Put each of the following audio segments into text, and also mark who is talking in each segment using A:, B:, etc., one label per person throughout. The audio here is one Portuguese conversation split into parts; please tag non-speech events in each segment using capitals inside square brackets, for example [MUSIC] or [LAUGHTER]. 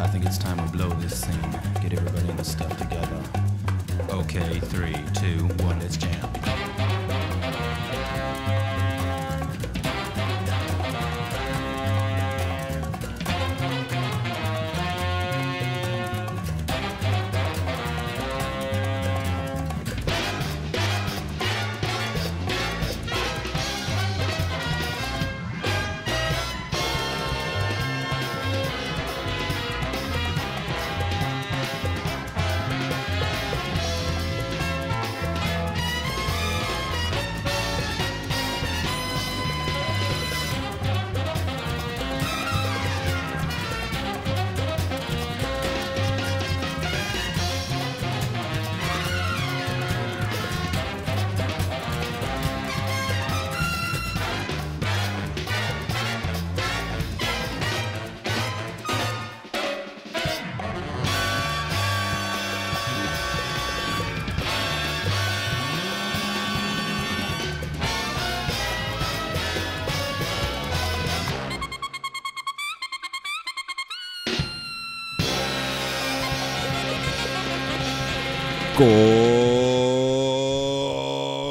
A: I think it's time we blow this scene. Get everybody in the stuff together. Okay, three, two, one, let's jam.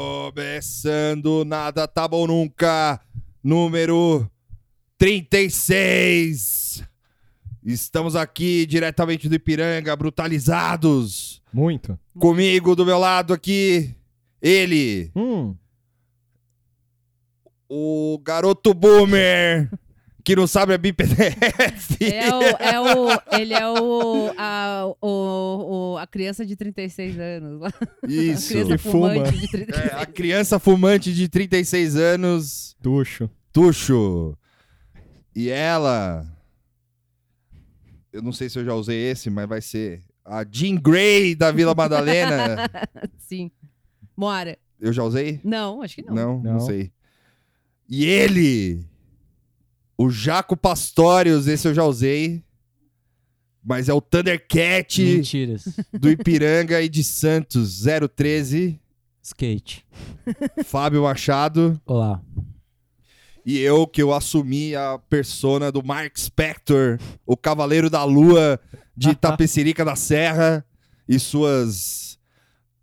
B: Começando Nada Tá Bom Nunca, número 36. Estamos aqui diretamente do Ipiranga, brutalizados.
C: Muito.
B: Comigo, do meu lado aqui, ele,
C: Hum.
B: o garoto boomer, que não sabe é a BPDF. [LAUGHS]
D: É o, é o, ele é o a, o, o- a criança de 36 anos. [LAUGHS] lá.
B: Isso.
D: A criança
C: Que fuma.
D: fumante de 36
B: É, a criança fumante de 36 anos.
C: Ducho.
B: Tuxo. E ela. Eu não sei se eu já usei esse, mas vai ser. A Jean Grey da Vila Madalena.
D: Sim. Mora.
B: eu já usei?
D: Não, acho que não.
B: Não, não,
C: Não.
B: sei. E ele. O Jaco Pastorius, esse eu já usei. Mas é o Thundercat
E: Mentiras.
B: do Ipiranga e de Santos 013,
E: [LAUGHS] Skate.
B: Fábio Machado.
E: Olá.
B: E eu que eu assumi a persona do Mark Spector, o Cavaleiro da Lua de Itapecerica da Serra e suas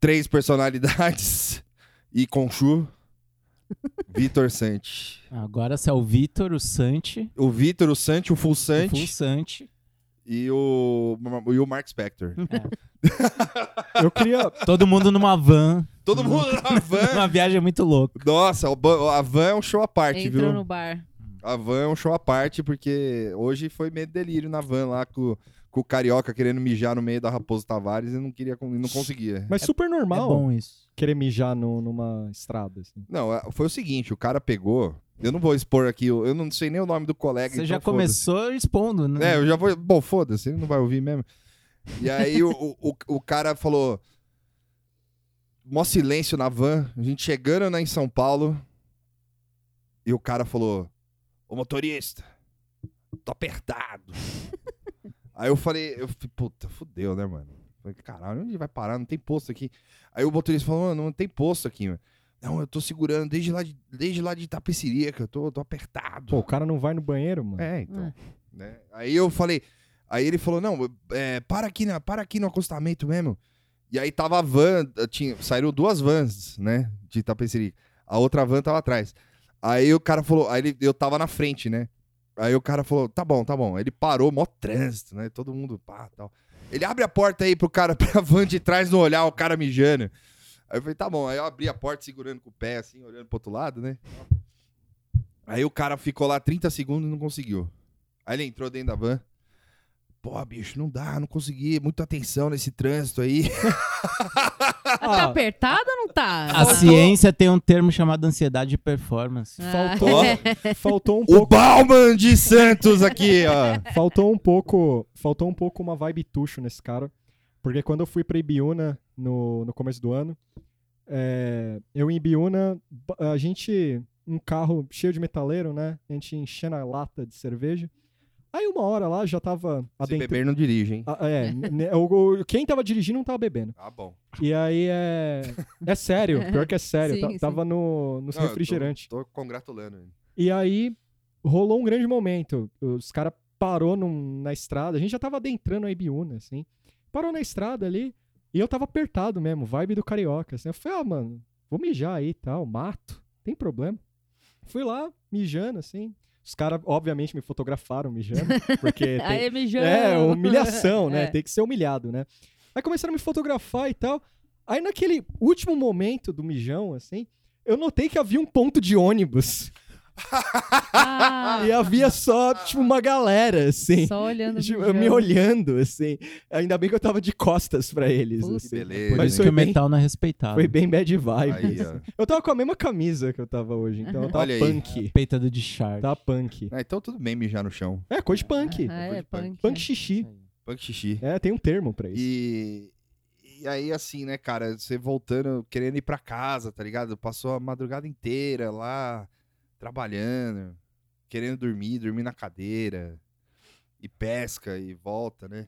B: três personalidades e Conchu, Vitor Sante.
E: Agora você é o Vitor, o Santi,
B: O Vitor, o Sante, o Full
E: o Full
B: Sante
E: Santi.
B: e o e o Mark Spector.
C: Eu [LAUGHS] queria.
E: Todo mundo numa van.
B: Todo mundo
E: [LAUGHS]
B: na van.
E: Uma viagem muito louca.
B: Nossa, o ba- a van é um show à parte,
D: Entrou
B: viu?
D: no bar.
B: A van é um show à parte, porque hoje foi meio delírio na van lá com, com o Carioca querendo mijar no meio da Raposo Tavares e não queria e não conseguia.
C: Mas super
E: É
C: normal
E: bom isso.
C: querer mijar no- numa estrada, assim.
B: Não, é- foi o seguinte, o cara pegou. Eu não vou expor aqui, o- eu não sei nem o nome do colega.
E: Você
B: então
E: já
B: foda-se.
E: começou expondo, né?
B: É, eu já vou. Bom, foda-se, ele não vai ouvir mesmo. E aí o, o, o- o cara falou. Mó silêncio na van, a gente chegando né, em São Paulo. E o cara falou: Ô motorista, tô apertado. aí eu falei, eu falei, puta, fudeu, né, mano? Eu Falei, caralho, onde vai parar? Não tem posto aqui. Aí o motorista falou, mano, não tem posto aqui, mano. Não, eu tô segurando desde lá de, desde lá de Itapecerica, eu tô, tô apertado.
C: Pô, o cara não vai no banheiro, mano.
B: É, então.
D: É.
B: né? Aí eu falei. Aí ele falou: não, é, para, aqui na, para aqui no acostamento mesmo. E aí tava a van, tinha, saíram duas vans, né? De Itapecerica. A outra van tava atrás. Aí o cara falou, aí ele- eu tava na frente, né? Aí o cara falou, tá bom, tá bom. Ele parou, mó trânsito, né? Todo mundo, pá, tal. Ele abre a porta aí pro cara, [LAUGHS] pra van de trás não olhar, o cara mijando. Aí eu falei, tá bom. Aí eu abri a porta, segurando com o pé, assim, olhando pro outro lado, né? Aí o cara ficou lá 30 segundos e não conseguiu. Aí ele entrou dentro da van. Pô, bicho, não dá, não consegui. Muita atenção nesse trânsito [LAUGHS] aí.
D: Ah, tá
C: Ah. Assim,
D: apertado ou não tá?
E: A ciência tem um termo chamado ansiedade de performance.
C: Faltou, faltou um
B: O
C: pouco.
B: Bauman de Santos aqui, ó.
C: Faltou um pouco. Faltou um pouco uma vibe tucho nesse cara. Porque quando eu fui pra Ibiúna no, no começo do ano, é, eu em Ibiúna, ba- a gente. Um carro cheio de metaleiro, né? A gente enchendo a lata de cerveja. Aí uma hora lá já tava
B: [LAUGHS] Se
C: adentrando.
B: beber, não dirige, hein?
C: Ah, é, né, o- o- quem tava dirigindo não tava bebendo.
B: Tá bom.
C: E aí é. É
D: [LAUGHS]
C: sério, pior que é sério.
D: Sim,
C: ta-
D: sim.
C: Tava no, nos
B: Não, é eu tô-
C: refrigerantes.
B: Tô congratulando ele.
C: E aí rolou um grande momento. Os caras parou num- na estrada. A gente já tava adentrando a Ibiúna, assim. Parou na estrada ali e eu tava apertado mesmo, vibe do carioca. Assim. Eu falei, ah, mano, vou mijar aí e tal, mato, tem problema. Fui lá, mijando, assim. Os caras, obviamente, me fotografaram mijando, porque tem,
D: [LAUGHS] Aí mijão. [LAUGHS]
C: é, humilhação, né?
D: Né? É.
C: Tem que ser humilhado, né? Aí começaram a me fotografar e tal. Aí naquele último momento do mijão, assim, eu notei que havia um ponto de ônibus.
D: Ah,
C: E havia só, tipo, uma galera, assim.
D: Só olhando.
C: tipo,
D: mijão.
C: me olhando, assim. Ainda bem que eu tava de costas pra eles.
D: Puta.
C: assim.
B: Beleza.
E: Por
C: Mas
E: isso
C: foi
E: que o
C: bem-
E: metal não é respeitado.
C: Foi bem bad vibe.
B: Aí, ó.
C: Eu tava com a mesma camisa que eu tava hoje, então eu tava
B: Olha aí.
C: punk.
E: Peitado de char.
C: Tava punk.
B: Ah, então tudo bem mijar no chão.
C: É, coisa de punk.
D: Ah, é, punk.
C: Punk xixi.
B: Punk xixi.
C: É, tem um termo pra isso.
B: E, e aí, assim, né, cara, você voltando, querendo ir pra casa, tá ligado? Passou a madrugada inteira lá, trabalhando, querendo dormir, dormir na cadeira, e pesca, e volta, né?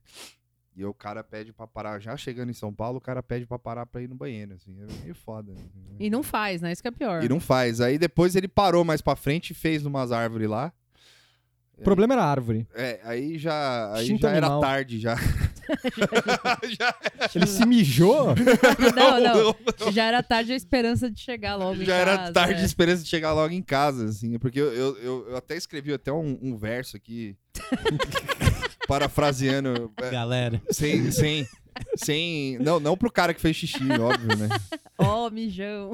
B: E o cara pede pra parar, já chegando em São Paulo, o cara pede pra parar pra ir no banheiro, assim, é meio foda. assim,
D: E não faz, né? Isso que é pior.
B: E não faz. Aí depois ele parou mais pra frente e fez umas árvores lá.
C: O problema era a árvore.
B: [LAUGHS] É, aí já, aí
C: Instinto
B: já era
C: animal.
B: tarde
D: [LAUGHS]
B: já. [LAUGHS] já
C: Ele se mijou.
D: não,
B: [LAUGHS]
D: não. Já era tarde a esperança de chegar logo. em
B: Já era
D: casa,
B: tarde de
D: é.
B: esperança de chegar logo em casa, assim. Porque eu, eu, eu- eu até escrevi até um, um verso aqui.
D: [LAUGHS]
B: parafraseando. é,
E: Galera,
B: sem, sem, sem. Não, não pro cara que fez xixi, óbvio,
D: [LAUGHS]
B: né?
D: Ó,
B: [LAUGHS]
D: mijão.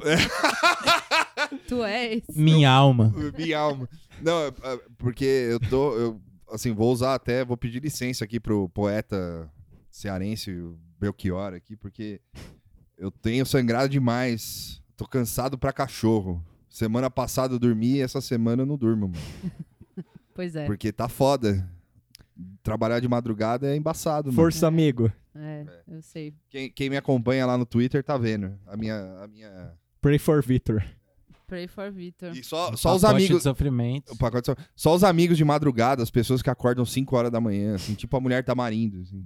D: tu és.
E: minha alma.
B: Minha alma. Não, é, é, porque eu tô. Eu, assim, vou usar até. Vou pedir licença aqui pro poeta cearense, o Belchior, aqui, porque eu tenho sangrado demais. Tô cansado pra cachorro. Semana passada eu dormi e essa semana eu não durmo, mano.
D: Pois é.
B: Porque tá foda. Trabalhar de madrugada é embaçado, mano.
C: Força, amigo.
D: É, eu sei.
B: Quem, quem me acompanha lá no Twitter tá vendo. A minha. A minha...
C: Pray for Victor.
D: Pray for Victor.
B: E só,
E: Um
B: só os
E: pacote de
B: amigos.
E: sofrimento.
B: o pacote só- Só os amigos de madrugada, as pessoas que acordam 5 horas da manhã, assim, tipo a mulher tamarindo. Assim.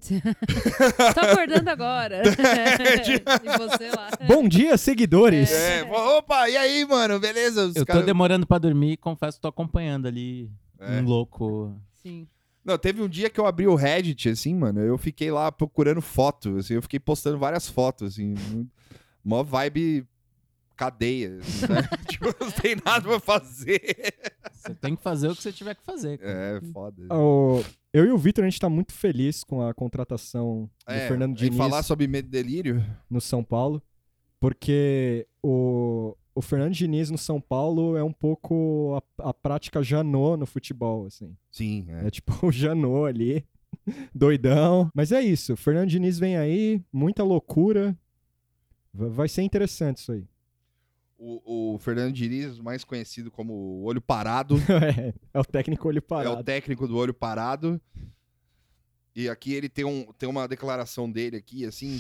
D: Tô Tá
B: [LAUGHS]
D: acordando agora. [LAUGHS] e você lá.
C: Bom dia, seguidores!
B: É, opa, e aí, mano? Beleza? Os
E: Eu tô
B: cara-
E: demorando pra dormir, confesso que tô acompanhando ali
B: É.
E: um louco.
D: Sim.
B: Não, teve um dia que eu abri o Reddit, assim, mano. Eu fiquei lá procurando foto, assim, eu fiquei postando várias fotos, assim. mu- Mó vibe cadeia. assim, sabe? [LAUGHS] tipo, não tem nada pra fazer.
E: Você tem que fazer o que você tiver que fazer. cara.
B: É, foda.
C: O- eu e o Victor, a gente tá muito feliz com a contratação do
B: É,
C: Fernando
B: e
C: Diniz
B: falar sobre medo e delírio?
C: no São Paulo, porque o, o Fernando Diniz no São Paulo é um pouco a, a prática Janot no futebol, assim.
B: Sim,
C: É tipo o Janot ali, [LAUGHS] doidão. Mas é isso, o Fernando Diniz vem aí, muita loucura. Va- Vai ser interessante isso aí. [LAUGHS]
B: O, o Fernando Diniz, mais conhecido como o Olho Parado,
C: é, é o técnico
B: é
C: olho
B: o
C: parado.
B: técnico do Olho Parado. E aqui ele tem, um, tem uma declaração dele aqui, assim,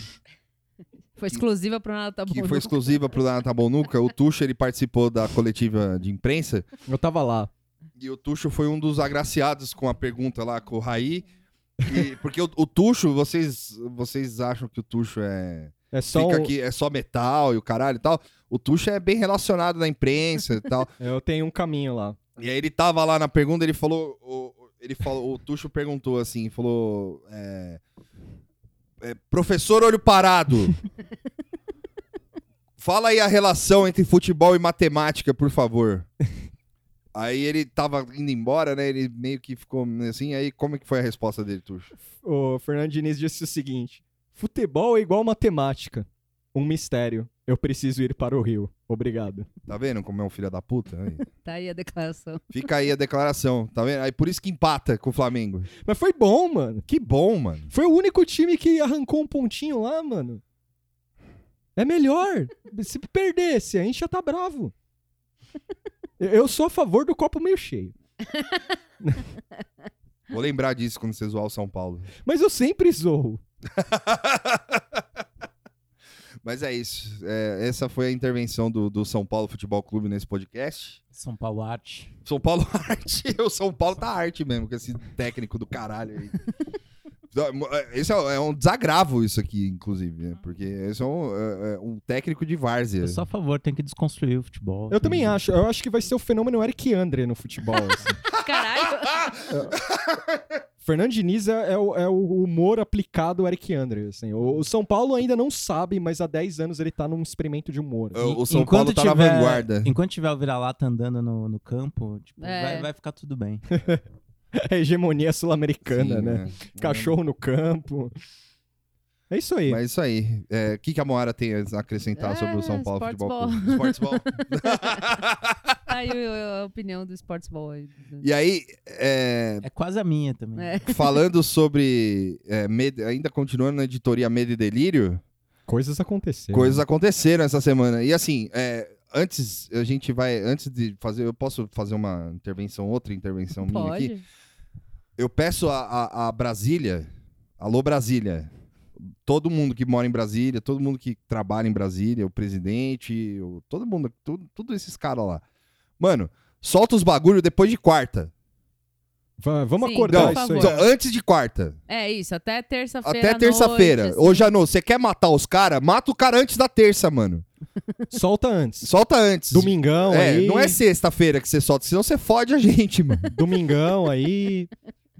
D: Foi exclusiva pro Nada Tá Bom.
B: que foi
D: Não.
B: exclusiva pro Nata Bonuca. O Tuxo, ele participou da coletiva de imprensa.
C: Eu tava lá.
B: E o Tuxo foi um dos agraciados com a pergunta lá com o Raí. E- porque o, o Tuxo, vocês, vocês acham que o Tuxo é...
C: É só
B: fica
C: um-
B: aqui, é só metal e o caralho e tal. O Tuxa é bem relacionado na imprensa e tal.
C: Eu tenho um caminho lá.
B: E aí ele tava lá na pergunta, ele falou. O, o- ele falou, o Tuxo perguntou assim, falou. é, é, professor olho parado. Fala aí a relação entre futebol e matemática, por favor. Aí ele tava indo embora, né? Ele meio que ficou assim. Aí como é que foi a resposta dele, Tuxo?
C: O Fernando Diniz disse o seguinte: Futebol é igual matemática. Um mistério. Eu preciso ir para o Rio. Obrigado.
B: Tá vendo como é um filho da puta? Aí.
D: Tá aí a declaração.
B: Fica aí a declaração, tá vendo? Aí por isso que empata com o Flamengo.
C: Mas foi bom, mano.
B: Que bom, mano.
C: Foi o único time que arrancou um pontinho lá, mano. É melhor. Se perdesse, a gente já tá bravo. Eu- Eu sou a favor do copo meio cheio.
B: Vou lembrar disso quando você zoar o São Paulo.
C: Mas eu sempre zoo.
B: Mas é isso. É, essa foi a intervenção do, do São Paulo Futebol Clube nesse podcast.
E: São Paulo Arte.
B: São Paulo [LAUGHS] arte. O São Paulo tá arte mesmo, com esse técnico do caralho aí. Esse é, é um desagravo isso aqui, inclusive, né? Porque esse é um, é- é um técnico de várzea.
C: É
E: Eu sou a favor, tem que desconstruir o futebol.
C: Eu
E: Tem
C: também
E: que-
C: acho. Eu acho que vai ser o fenômeno Eric Andre no futebol. assim.
D: Caralho.
C: Fernando Diniz é, é o, é o humor aplicado ao Eric Andre. Assim. O, o São Paulo ainda não sabe, mas há 10 anos ele tá num experimento de humor. assim.
B: O São Paulo tá na vanguarda.
E: Enquanto tiver o vira-lata andando no, no campo, tipo,
D: É.
E: vai, vai ficar tudo bem.
C: É [LAUGHS] a hegemonia sul-americana,
B: Sim, é.
C: né? Cachorro no campo. É isso aí.
B: Mas é isso aí. É, O que, que a Moara tem a acrescentar sobre o São
D: É,
B: Paulo
D: Sports
B: Futebol Clube? Sports Ball.
D: Tá aí o- a opinião do Sports Ball. aí.
B: E aí, é,
E: É quase a minha também.
D: É.
B: falando sobre. é, medo- ainda continuando na editoria Medo e Delírio,
C: Coisas aconteceram.
B: coisas aconteceram essa semana. E assim, é, antes a gente vai. Antes de fazer. Eu posso fazer uma intervenção, outra intervenção minha aqui?
D: Pode.
B: Eu peço a, a- a Brasília, alô Brasília, todo mundo que mora em Brasília, todo mundo que trabalha em Brasília, o presidente, o- todo mundo, tudo, tudo esses caras lá. Mano, solta os bagulho depois de quarta.
C: Va- vamos
D: Sim,
C: acordar
B: por
C: isso
D: favor.
C: aí.
B: Então, antes de quarta.
D: É isso, até terça-feira.
B: até
D: à
B: terça-feira.
D: noite, assim.
B: Ô, Janô, você quer matar os caras? Mata o cara antes da terça, mano.
C: Solta antes.
B: Solta antes.
C: Domingão
B: É,
C: aí.
B: não é sexta-feira que você solta, senão você fode a [LAUGHS] gente, mano.
C: Domingão aí.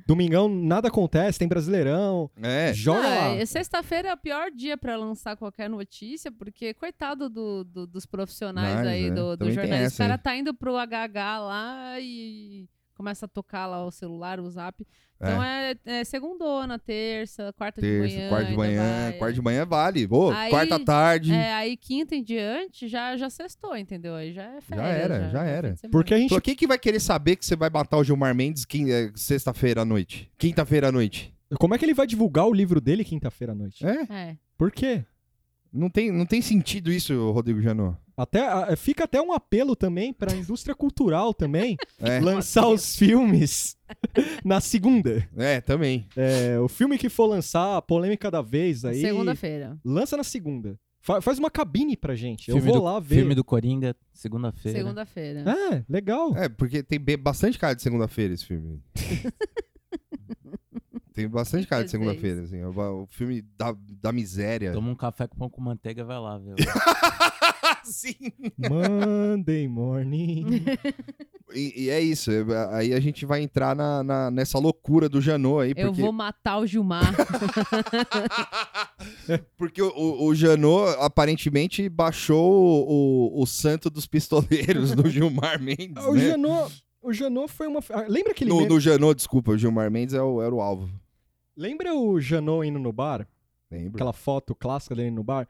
C: Domingão nada acontece, tem Brasileirão.
B: É.
C: Joga
D: Ah,
C: lá.
D: é- Sexta-feira é o pior dia pra lançar qualquer notícia, porque coitado do- do- dos profissionais
B: Mas,
D: aí
B: é,
D: do, do
B: também tem
D: jornalismo. O
B: essa,
D: cara
B: hein?
D: tá indo pro HH lá e começa a tocar lá o celular, o zap. Então é, é segundona, terça, quarta de
B: Terça,
D: manhã.
B: quarta de
D: ainda
B: manhã,
D: vai.
B: quarta de manhã vale. Ô,
D: Aí-
B: quarta tarde.
D: É, aí quinta em diante já, já sextou, entendeu? Aí já é férias.
B: era, já era.
C: Porque a gente.
B: Só quem que vai querer saber que você vai matar o Gilmar Mendes quin- eh, sexta-feira à noite? Quinta-feira à noite?
C: Como é que ele vai divulgar o livro dele quinta-feira à noite?
B: É?
D: É.
C: Por quê?
B: Não tem, não tem sentido isso, Rodrigo Janot.
C: Até, a- fica até um apelo também pra indústria cultural também
B: É,
C: lançar os filmes [LAUGHS] na segunda.
B: é, também.
C: É, o filme que for lançar, a polêmica da vez aí.
D: Segunda-feira.
C: Lança na segunda. Fa- faz uma cabine pra gente. Eu
E: Filme
C: vou
E: do-
C: lá ver.
E: Filme do Coringa, segunda-feira.
D: Segunda-feira.
C: É,
B: [LAUGHS]
C: legal.
B: É, porque tem be- bastante cara de segunda-feira esse
D: [LAUGHS]
B: filme. tem bastante cara de segunda-feira, assim. O, ba- o filme da, da miséria.
E: Toma um café com pão com manteiga e vai lá,
B: [LAUGHS]
E: velho.
D: Ah,
B: Sim.
C: Monday morning.
B: E, e é isso. é- Aí a gente vai entrar na, na- nessa loucura do Janot aí.
D: Eu
B: porque...
D: vou matar o Gilmar.
B: Porque o, o, o Janot aparentemente baixou o, o, o santo dos pistoleiros
D: [LAUGHS]
B: do Gilmar Mendes.
C: É o
B: né?
C: Janot. O Janot foi uma. ah, Lembra aquele.
B: No,
C: meme-
B: no Janot, desculpa, o Gilmar Mendes é o- era o alvo.
C: Lembra o Janot indo no bar?
B: Lembra?
C: Aquela foto clássica dele no bar?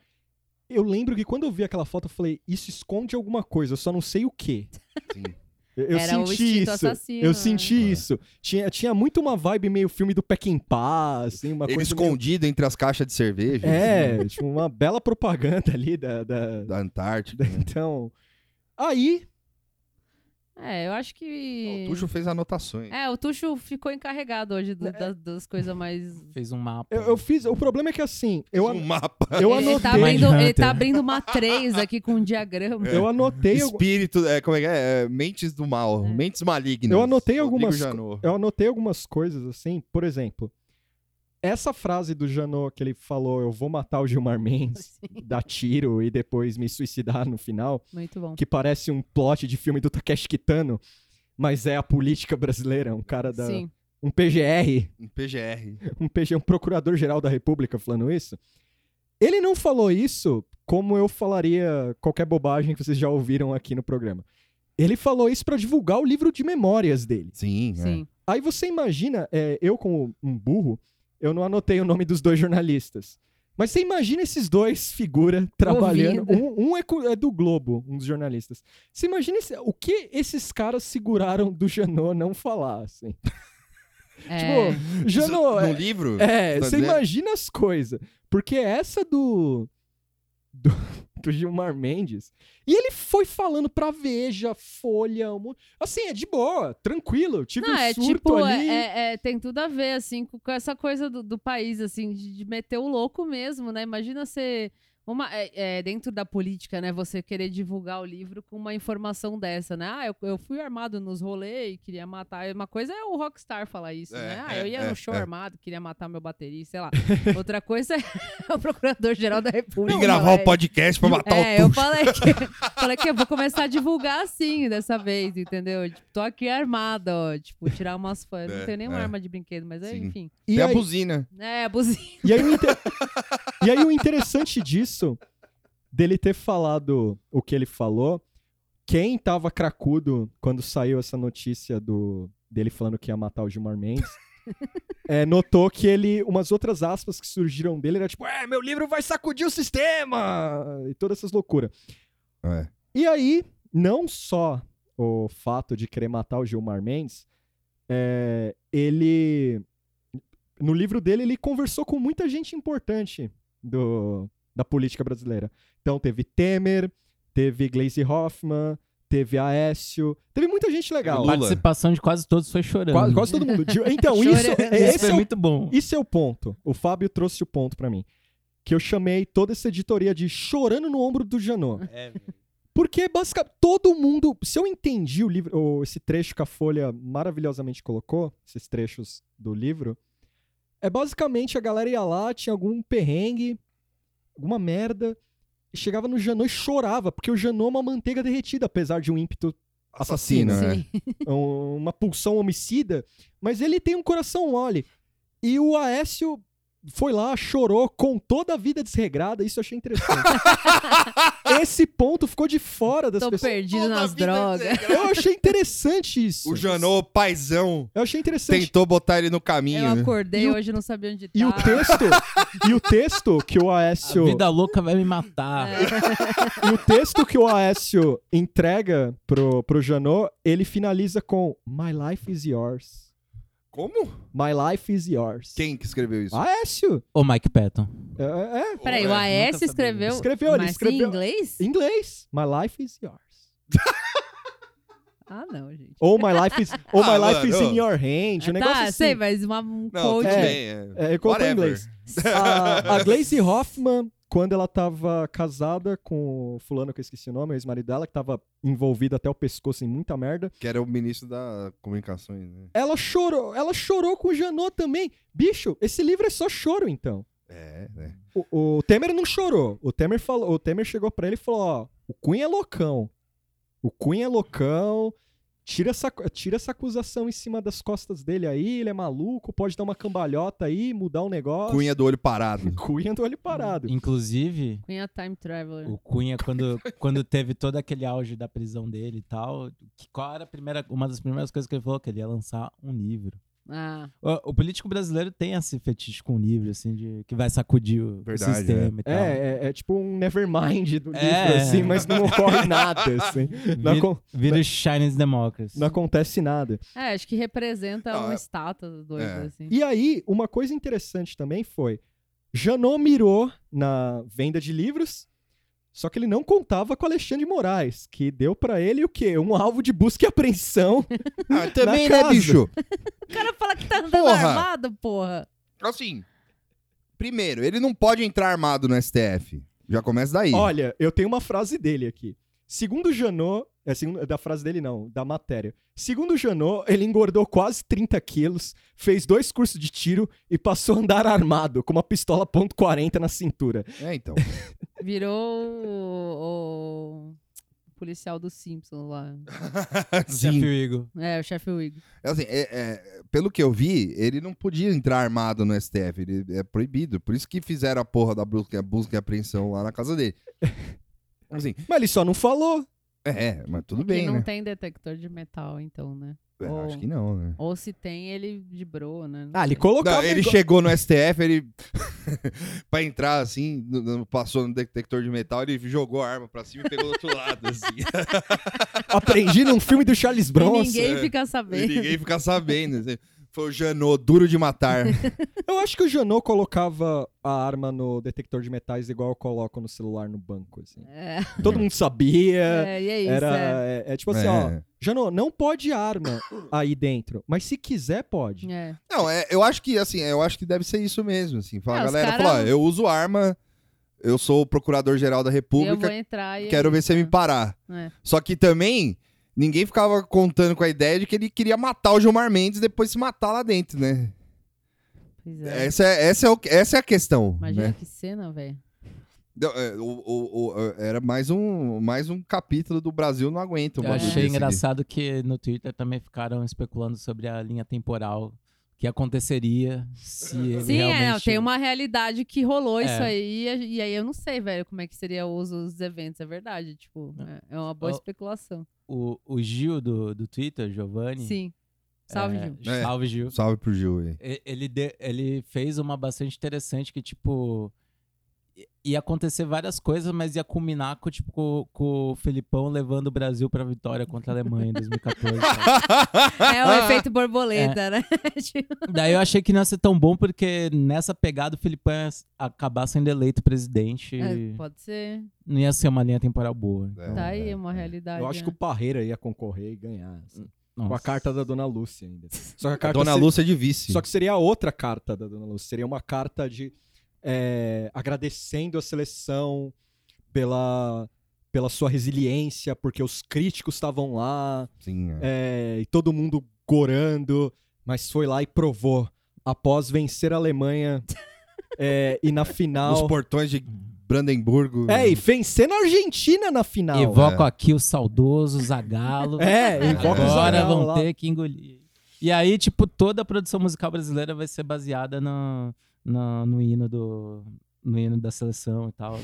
C: Eu lembro que quando eu vi aquela foto, eu falei, isso esconde alguma coisa, eu só não sei o quê.
B: Sim.
C: [LAUGHS] Eu, eu
D: Era o
C: senti
D: instinto
C: isso.
D: assassino,
C: eu
D: né?
C: senti
B: É.
C: isso. Tinha, tinha muito uma vibe meio filme do Peckinpah, assim, uma
B: Ele
C: coisa.
B: escondido entre as caixas de cerveja
C: meio- É, tipo, uma bela propaganda ali da- da,
B: da Antártica. né?
C: Então. Aí.
D: É, eu acho
B: O
D: que.
B: Tuxo fez anotações.
D: É, o Tuxo ficou encarregado hoje do- da- das coisas mais.
E: Fez um mapa.
C: Eu, eu fiz. O problema é que assim. Eu,
B: Um
C: an-
B: mapa.
C: eu
D: ele, tá
C: anotei.
E: Mind
D: abrindo, ele
E: Hunter.
D: tá abrindo uma 3 aqui com um diagrama.
B: É.
C: Eu anotei. algu-
B: Espírito. É, como é que é? É, Mentes do mal. Mentes malignas.
C: Eu anotei
B: Rodrigo
C: algumas.
B: Janot.
C: Eu anotei algumas coisas assim. Por exemplo. Essa frase do Janot que ele falou, eu vou matar o Gilmar Mendes, dar tiro e depois me suicidar no final,
D: Muito bom.
C: que parece um plot de filme do Takeshi Kitano, mas é a política brasileira, um cara da...
D: Sim.
C: Um PGR
B: Um PGR.
C: um PG, um procurador-geral da República falando isso. Ele não falou isso como eu falaria qualquer bobagem que vocês já ouviram aqui no programa. Ele falou isso pra divulgar o livro de memórias dele.
B: Sim, é.
D: Sim.
C: Aí você imagina, é, eu como um burro, eu não anotei o nome dos dois jornalistas. Mas você imagina esses dois figura trabalhando. Um, um é, co- é do Globo, um dos jornalistas. Você imagina esse- o que esses caras seguraram do Janot não falar, assim.
D: É,
C: Tipo,
B: Isso
C: Janot.
B: no livro?
C: É,
B: Tá
C: você
B: dizendo?
C: imagina as coisas. Porque é essa do, do. [LAUGHS] do Gilmar Mendes. E ele foi falando pra Veja, Folha. um mon- Assim, é de boa, tranquilo. eu Tive
D: Não,
C: um
D: é
C: surto
D: tipo, é-
C: ali.
D: é- é, tem tudo a ver, assim, com, com essa coisa do, do país, assim, de, de meter o louco mesmo, né? Imagina você Uma, é, é, dentro da política, né? Você querer divulgar o livro com uma informação dessa, né? Ah, eu, eu fui armado nos rolês e queria matar. Uma coisa é o Rockstar falar isso,
B: É,
D: né? Ah,
B: é,
D: eu ia
B: é,
D: no show
B: é.
D: armado, queria matar meu
B: [LAUGHS]
D: baterista, sei lá. Outra coisa é [LAUGHS] o Procurador-Geral da República.
B: Vim gravar
D: falar
B: o podcast pra matar
D: é,
B: o
D: eu
B: Tuxo.
D: falei que, [LAUGHS] falei que eu vou começar a divulgar assim dessa vez, entendeu? Tipo, tô aqui armada, ó. Tipo, tirar umas fãs.
B: É,
D: não tenho nenhuma
B: é.
D: arma de brinquedo, mas aí,
B: Sim.
D: enfim.
C: E
B: Tem a
C: aí,
B: buzina.
D: É, buzina.
C: e aí o inter- e aí o interessante disso, dele ter falado o que ele falou, quem tava cracudo quando saiu essa notícia do dele falando que ia matar o Gilmar Mendes, é, notou que ele, umas outras aspas que surgiram dele era tipo, é, meu livro vai sacudir o sistema! E todas essas loucuras.
B: É.
C: E aí, não só o fato de querer matar o Gilmar Mendes, é, ele. No livro dele, ele conversou com muita gente importante do, da política brasileira. Então, teve Temer, teve Gleisi Hoffmann, teve Aécio, teve muita gente legal.
E: A
B: Lula.
E: participação de quase todos foi chorando.
C: Quase, quase todo mundo. De- Então,
D: Chorando.
C: isso,
E: Isso
C: esse
E: foi
C: é o
E: muito bom.
C: isso é o ponto. O Fábio trouxe o ponto pra mim. Que eu chamei toda essa editoria de chorando no ombro do Janot. Porque basicamente todo mundo. Se eu entendi o livro, ou esse trecho que a Folha maravilhosamente colocou, esses trechos do livro, é basicamente a galera ia lá, tinha algum perrengue, alguma merda, e chegava no Janot e chorava, porque o Janot é uma manteiga derretida, apesar de um ímpeto
B: Assassino,
D: Sim.
B: né?
C: é um- uma pulsão homicida, mas ele tem um coração mole. E o Aécio foi lá, chorou, com toda a vida desregrada, isso eu achei interessante.
E: [LAUGHS]
C: Esse ponto ficou de fora das
D: Tô
C: pessoas.
D: perdido nas drogas.
C: Eu achei interessante isso.
B: é O Janot, paizão,
C: Eu achei interessante.
B: tentou botar ele no
D: Eu
B: caminho. né?
D: acordei
C: é. E o-
D: hoje, não sabia onde tá.
C: E o texto, e o texto que o
E: Ah. A
C: Aécio,
E: vida louca vai me matar.
D: É.
C: e o texto que o Aécio entrega pro pro Janot, ele finaliza com My life is yours.
B: Como?
C: My life is yours.
B: Quem que escreveu isso?
C: Aécio.
E: Ô, Mike Patton.
C: É, é,
D: Ah, Peraí,
B: Ou
D: o
B: é?
D: AS
E: nunca sabia.
D: escreveu.
C: Escreveu, ele
D: mas
C: escreveu-
D: em inglês?
C: Em inglês. My life is yours.
D: Ah, não, gente.
C: Ou my life
B: [LAUGHS]
C: is, ou my
B: Ah,
C: life
B: mano,
C: is
B: ô.
C: in your hand. Um negócio
D: tá,
C: assim.
D: sei, mas uma um
B: Não,
D: coach.
B: tudo
C: É.
B: bem. É.
C: É, eu coloquei em
B: Whatever. [LAUGHS]
C: inglês. Ah, A, a Glaze Hoffman, quando ela tava casada com o fulano que eu esqueci o nome, o ex-marido dela, que tava envolvido até o pescoço em muita merda,
B: Que era o ministro da comunicações, né?
C: ela chorou. Ela chorou com o Janot também. Bicho, esse livro é só choro, então.
B: É, né?
C: O, o Temer não chorou. O Temer falou, o Temer chegou pra ele e falou: "Ó, o Cunha é loucão. O Cunha é loucão. Tira essa, tira essa acusação em cima das costas dele aí, ele é maluco, pode dar uma cambalhota aí, mudar um negócio.
B: Cunha do olho
C: [LAUGHS]
B: parado.
C: Cunha do olho
E: Hum,
C: parado.
E: Inclusive,
D: Cunha Time Traveler.
E: o
D: [LAUGHS]
E: Cunha, quando, quando teve todo aquele auge da prisão dele e tal, que, qual era a primeira, uma das primeiras coisas que ele falou? Que ele ia lançar um livro.
D: Ah,
E: O, o político brasileiro tem esse fetiche com o livro, assim, de que vai sacudir o, o
B: Verdade,
E: sistema e tal.
C: É, é, é tipo um Nevermind do livro,
E: então. É.
C: assim, mas não ocorre nada, assim. Não,
E: Vira-
C: acon-
E: Vira o Chinese Democracy.
C: não acontece nada.
D: é, acho que representa
B: Não,
D: um
B: é-
D: status doido,
B: é.
D: assim.
C: E aí, uma coisa interessante também foi: Janot mirou na venda de livros, só que ele não contava com Alexandre de Moraes, que deu pra ele o quê? Um alvo de busca e apreensão.
B: Ah,
C: também, né, bicho?
D: O cara fala que tá andando
B: Porra.
D: armado, porra.
B: Assim, primeiro, ele não pode entrar armado no STF. Já começa daí.
C: Olha, eu tenho uma frase dele aqui. Segundo Janot, é, segundo- da frase dele não, da matéria. Segundo Janot, ele engordou quase 30 quilos, fez dois cursos de tiro e passou a andar armado, com uma pistola .40 na cintura.
B: É, então.
D: Virou o, o policial do Simpsons lá.
E: Jeff
B: Sim.
E: Wiggum.
D: É, o chefe Wig.
B: Assim, é- é, pelo que eu vi, ele não podia entrar armado no STF. Ele é proibido. Por isso que fizeram a porra da busca, busca e apreensão lá na casa
D: [LAUGHS]
B: dele. Assim,
C: Mas ele só não falou.
B: é, mas tudo
D: que
B: bem,
D: não
B: né?
D: tem detector de metal, então, né?
B: É,
D: ou-
B: Acho que não, né?
D: Ou se tem, ele de broa, né? Não
C: Ah, ele
D: sei.
C: colocava...
B: Não, ele
C: igual-
B: chegou no STF, ele. [LAUGHS] pra entrar assim, no- no- passou no detector de metal, ele jogou a arma pra cima e pegou do outro lado, assim.
C: Aprendi num filme do Charles
D: E
C: Bronson.
D: ninguém
B: é.
D: fica
B: E
D: sabendo.
B: ninguém fica sabendo. assim. Foi o Janot, duro de
D: [LAUGHS]
B: matar.
C: Eu acho que o Janot colocava a arma no detector de metais igual eu coloco no celular no banco, assim.
D: É,
C: Todo mundo sabia.
D: é, e é isso.
C: Era, é, é tipo assim,
B: É.
C: ó, Janot, não pode arma aí dentro, mas se quiser pode.
D: é. É.
B: Não, é, eu acho que assim, eu acho que deve ser isso mesmo, assim. Fala,
D: É,
B: a
D: os
B: galera
D: cara-
B: fala, ó, eu uso arma Eu sou o procurador-geral da
D: eu vou
B: República,
D: entrar e.
B: quero ver você me parar.
D: É.
B: Só que também, ninguém ficava contando com a ideia de que ele queria matar o Gilmar Mendes e depois se matar lá dentro, né?
D: Pois é.
B: Essa é, essa é, o- essa é a questão,
D: Imagina
B: né?
D: que cena, velho.
B: Não, é, o- o- o- era mais um, mais um capítulo do Brasil não aguenta. um
E: Eu
B: bagulho
E: achei
B: desse
E: engraçado que no Twitter também ficaram especulando sobre a linha temporal. O que aconteceria se ele
D: Sim,
E: realmente...
D: é, não, tem uma realidade que rolou isso
E: É.
D: aí. e a- E aí eu não sei, velho, como é que seria o uso dos eventos. É verdade. Tipo, é, é uma boa
E: Ó,
D: especulação.
E: O, o Gil do, do Twitter, Giovanni...
D: Sim. Salve,
E: é,
D: Gil.
B: É.
E: Salve, Gil.
B: aqui. Salve pro Gil aí.
E: E- Ele, de- ele fez uma bastante interessante que, tipo... i- Ia acontecer várias coisas, mas ia culminar com, tipo, com, com o Felipão levando o Brasil pra vitória contra a Alemanha em 2014. sabe?
C: [LAUGHS]
D: [LAUGHS] É
B: Ah,
D: o efeito borboleta,
C: É.
D: né? [LAUGHS] Tipo,
E: Daí eu achei que não ia ser tão bom, porque nessa pegada o Filipão ia s- acabar sendo eleito presidente.
D: é, pode ser.
E: Não ia ser uma linha temporal boa.
B: É.
D: Tá aí uma realidade. né?
C: Eu acho que o Parreira ia concorrer e ganhar. assim. Com a
E: Nossa.
C: carta da Dona Lúcia ainda.
B: [LAUGHS]
C: Só que a carta
B: Dona
C: se-
B: Lúcia de vice.
C: Só que seria outra carta da Dona Lúcia. Seria uma carta de é, agradecendo a seleção pela, pela sua resiliência, porque os críticos estavam lá
B: Sim, é.
C: é, e todo mundo gorando, mas foi lá e provou. Após vencer a
E: [LAUGHS]
C: Alemanha é, e na
B: Nos
C: final.
B: portões de Brandemburgo.
C: É, e vencer na Argentina na final.
E: Evoco aqui o saudoso
C: [LAUGHS]
E: Zagalo.
C: É, invoca o
E: Agora
C: Zagallo
E: vão
C: lá.
B: É
E: ter que engolir. E aí, tipo, toda a produção musical brasileira vai ser baseada no, no, no hino do. no hino da seleção e tal.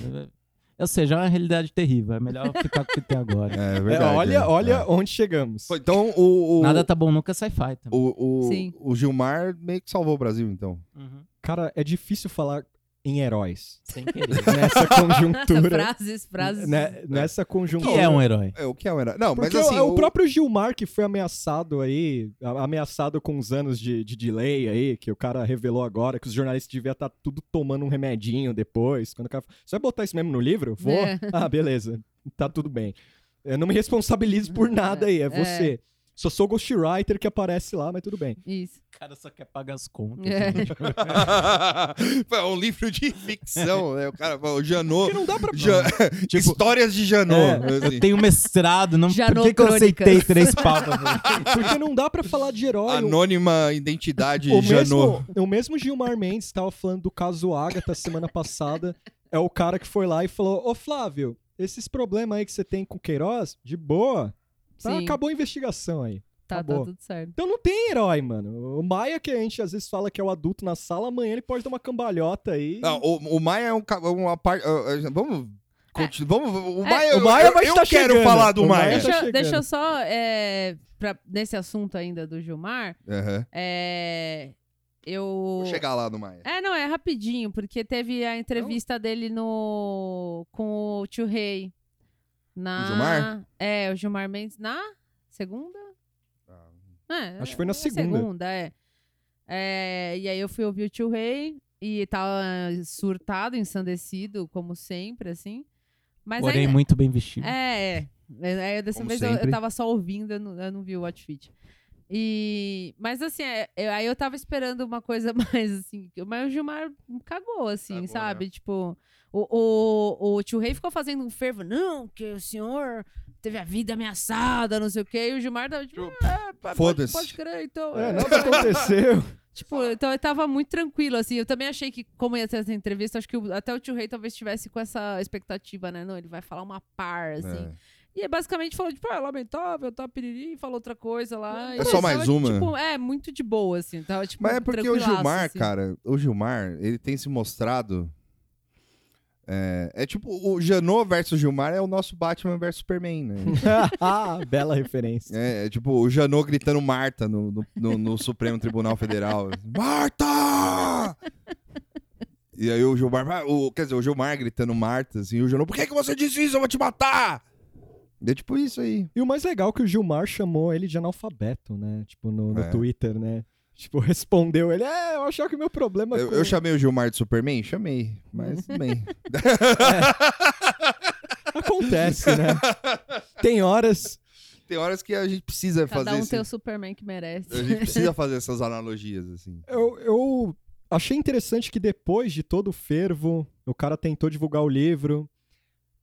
E: Ou seja, é uma realidade terrível. É melhor [LAUGHS] ficar com o que tem agora.
B: É
C: É,
B: verdade. é.
C: olha olha
B: É.
C: onde chegamos.
B: Pô, Então o. o
E: Nada tá bom nunca sci-fi também.
B: o, o,
D: Sim.
B: o Gilmar meio que salvou o Brasil, então.
E: Uhum.
C: Cara, é difícil falar em heróis.
E: Sem [LAUGHS] querer. né?
C: Nessa [LAUGHS]
D: [LAUGHS]
C: conjuntura.
D: frases, frases.
C: é- Né- nessa conjuntura.
E: que é um herói?
B: É, o que é um herói? Não,
C: Porque
B: mas assim.
C: o, o próprio Gilmar que foi ameaçado aí, a- ameaçado com uns anos de, de delay aí, que o cara revelou agora, que os jornalistas deviam estar tudo tomando um remedinho depois. Quando o cara fala, você vai botar isso mesmo no livro? Vou.
D: É.
C: [LAUGHS] Ah, beleza. Tá tudo bem. Eu não me responsabilizo por nada aí, é você. Só sou o ghostwriter que aparece lá, mas tudo bem.
D: Isso.
E: O cara só quer pagar as contas.
D: É. [LAUGHS]
E: né?
B: [LAUGHS] Foi um livro de ficção, né? O cara, o Janot.
C: Porque não dá pra. Tipo,
B: Ja- [LAUGHS] Histórias de Janot.
C: É.
B: assim.
E: Tenho um mestrado, não
D: Já
E: por
D: no
E: que, que eu
D: Crônicas.
E: aceitei
D: [LAUGHS]
E: três papas?
C: Porque não dá pra falar
B: [LAUGHS]
C: de herói.
B: Ah,
C: um O-
B: Anônima identidade
C: o
B: Janot.
C: mesmo, o mesmo Gilmar Mendes estava falando do caso Agatha semana passada. É o cara que foi lá e falou: Ô Flávio, esses problemas aí que você tem com o Queiroz, de boa. Tá,
D: Sim.
C: acabou a investigação aí.
D: Tá, tá
C: Acabou.
D: tudo certo.
C: Então não tem herói, mano. O Maia, que a gente às vezes fala que é o adulto na sala, amanhã ele pode dar uma cambalhota aí.
B: Não, o, o Maia é um. ca- uma parte. ah, ah, Vamos. continu- Vamos. O
D: É.
B: Maia,
C: O Maia
B: eu,
C: vai
B: eu
C: estar
B: quero
C: chegando.
B: falar do
C: O Maia
B: Maia.
C: tá
D: Deixa, deixa eu
C: chegando.
D: só, é, pra- nesse assunto ainda do Gilmar,
B: Aham.
D: é, eu...
B: Vou chegar lá no Maia.
D: É, não, é rapidinho, porque teve a entrevista dele no com o Tio Rei. Na...
B: O Gilmar?
D: É, o Gilmar Mendes na segunda? É,
C: Ah. Acho que foi na
D: é,
C: segunda.
D: segunda, é. É, E aí eu fui ouvir o Tio Rei e tava surtado, ensandecido, como sempre, assim. Mas
E: Porém,
D: ainda...
E: muito bem vestido.
D: É, é. É, é, dessa
B: Como
D: vez eu, eu
B: sempre.
D: tava só ouvindo, eu não, eu não vi o outfit. E, mas assim, é, eu- aí eu tava esperando uma coisa [LAUGHS] mais assim. que- Mas o Gilmar cagou, assim,
B: Cagou, né?
D: sabe? Tipo, o, o, o tio Rei ficou fazendo um fervo, não, que o senhor teve a vida ameaçada, não sei o quê. E o Gilmar tava tipo, é, pá, pode,
B: Foda-se.
D: pode crer, então.
C: É,
D: é.
C: nada aconteceu. [LAUGHS]
D: Tipo, então eu tava muito tranquilo, assim. Eu também achei que, como ia ter essa entrevista, acho que o- até o tio Rei talvez estivesse com essa expectativa, né? Não, ele vai falar uma par, assim.
B: É.
D: E aí, basicamente falou, tipo, ah, lamentável, tá piriri, falou outra coisa lá.
B: É
D: E
B: só
D: tava,
B: mais uma.
D: Tipo, é, muito de boa, assim. Tava, tipo,
B: Mas é porque o
D: tranquilaço,
B: Gilmar,
D: assim.
B: cara, o Gilmar, ele tem se mostrado. É, é tipo, o Janot versus Gilmar é o nosso Batman versus Superman, né?
C: ah, bela referência.
B: É, é tipo o Janot gritando Marta no, no, no- no Supremo Tribunal
C: [LAUGHS]
B: Federal. Marta! E aí o Gilmar, vai- o, quer dizer, o Gilmar gritando Marta, assim, e o Janot, por que, que você disse isso? Eu vou te matar! É tipo isso aí.
C: E o mais legal é que o Gilmar chamou ele de analfabeto, né? Tipo, no, no
B: É.
C: Twitter, né? Tipo, [LAUGHS] respondeu ele, é, eu achava que o meu problema
B: Eu,
C: com-
B: eu chamei o Gilmar de Superman? Chamei,
D: [LAUGHS]
B: mas tudo bem.
C: Acontece, né? Tem horas.
B: Tem horas que a gente precisa
D: Cada
B: fazer
D: um
B: esse-
D: [LAUGHS] tem o Superman que merece.
C: É
B: A gente precisa fazer essas analogias, assim.
C: Eu, eu achei interessante que depois de todo o fervo, o cara tentou divulgar o livro,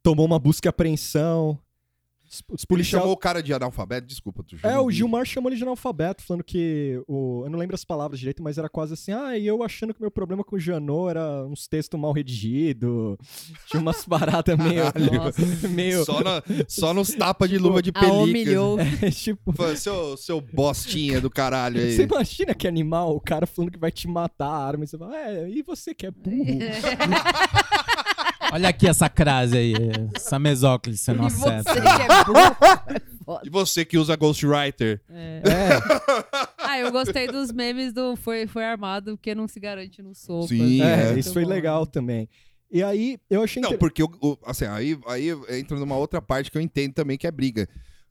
C: tomou uma busca e apreensão. Os, os
B: Ele
C: policiais.
B: chamou o cara de analfabeto, desculpa. Tu
C: É, o Gilmar chamou ele de analfabeto, falando que. O... Eu não lembro as palavras direito, mas era quase assim. Ah, e eu achando que meu problema com o Janot era uns textos mal redigidos. Tinha umas paradas meio. [LAUGHS]
D: Nossa.
C: meio.
B: Só, na- só nos tapas
D: [LAUGHS]
B: de luva
C: Ah,
B: de
D: A
B: pelica. [LAUGHS]
D: humilhou.
C: É, tipo.
B: Fala, Seu, seu bostinha do caralho
C: Você
B: aí.
C: imagina que animal, o cara falando que vai te matar a arma, e você fala, é, e você que é burro?
E: Olha aqui essa crase aí, essa mesóclise sendo
D: [LAUGHS] E você
E: acessa.
D: que é burro.
B: E você que usa Ghostwriter?
D: É.
C: [LAUGHS] É,
D: Ah, eu gostei dos memes do foi, foi armado porque não se garante no soco.
B: Sim,
C: é,
B: é.
C: isso foi
D: Muito bom.
C: legal também. E aí, eu achei
B: Não,
C: inter-
B: porque o, o- assim, aí, aí entra numa outra parte que eu entendo também que é briga.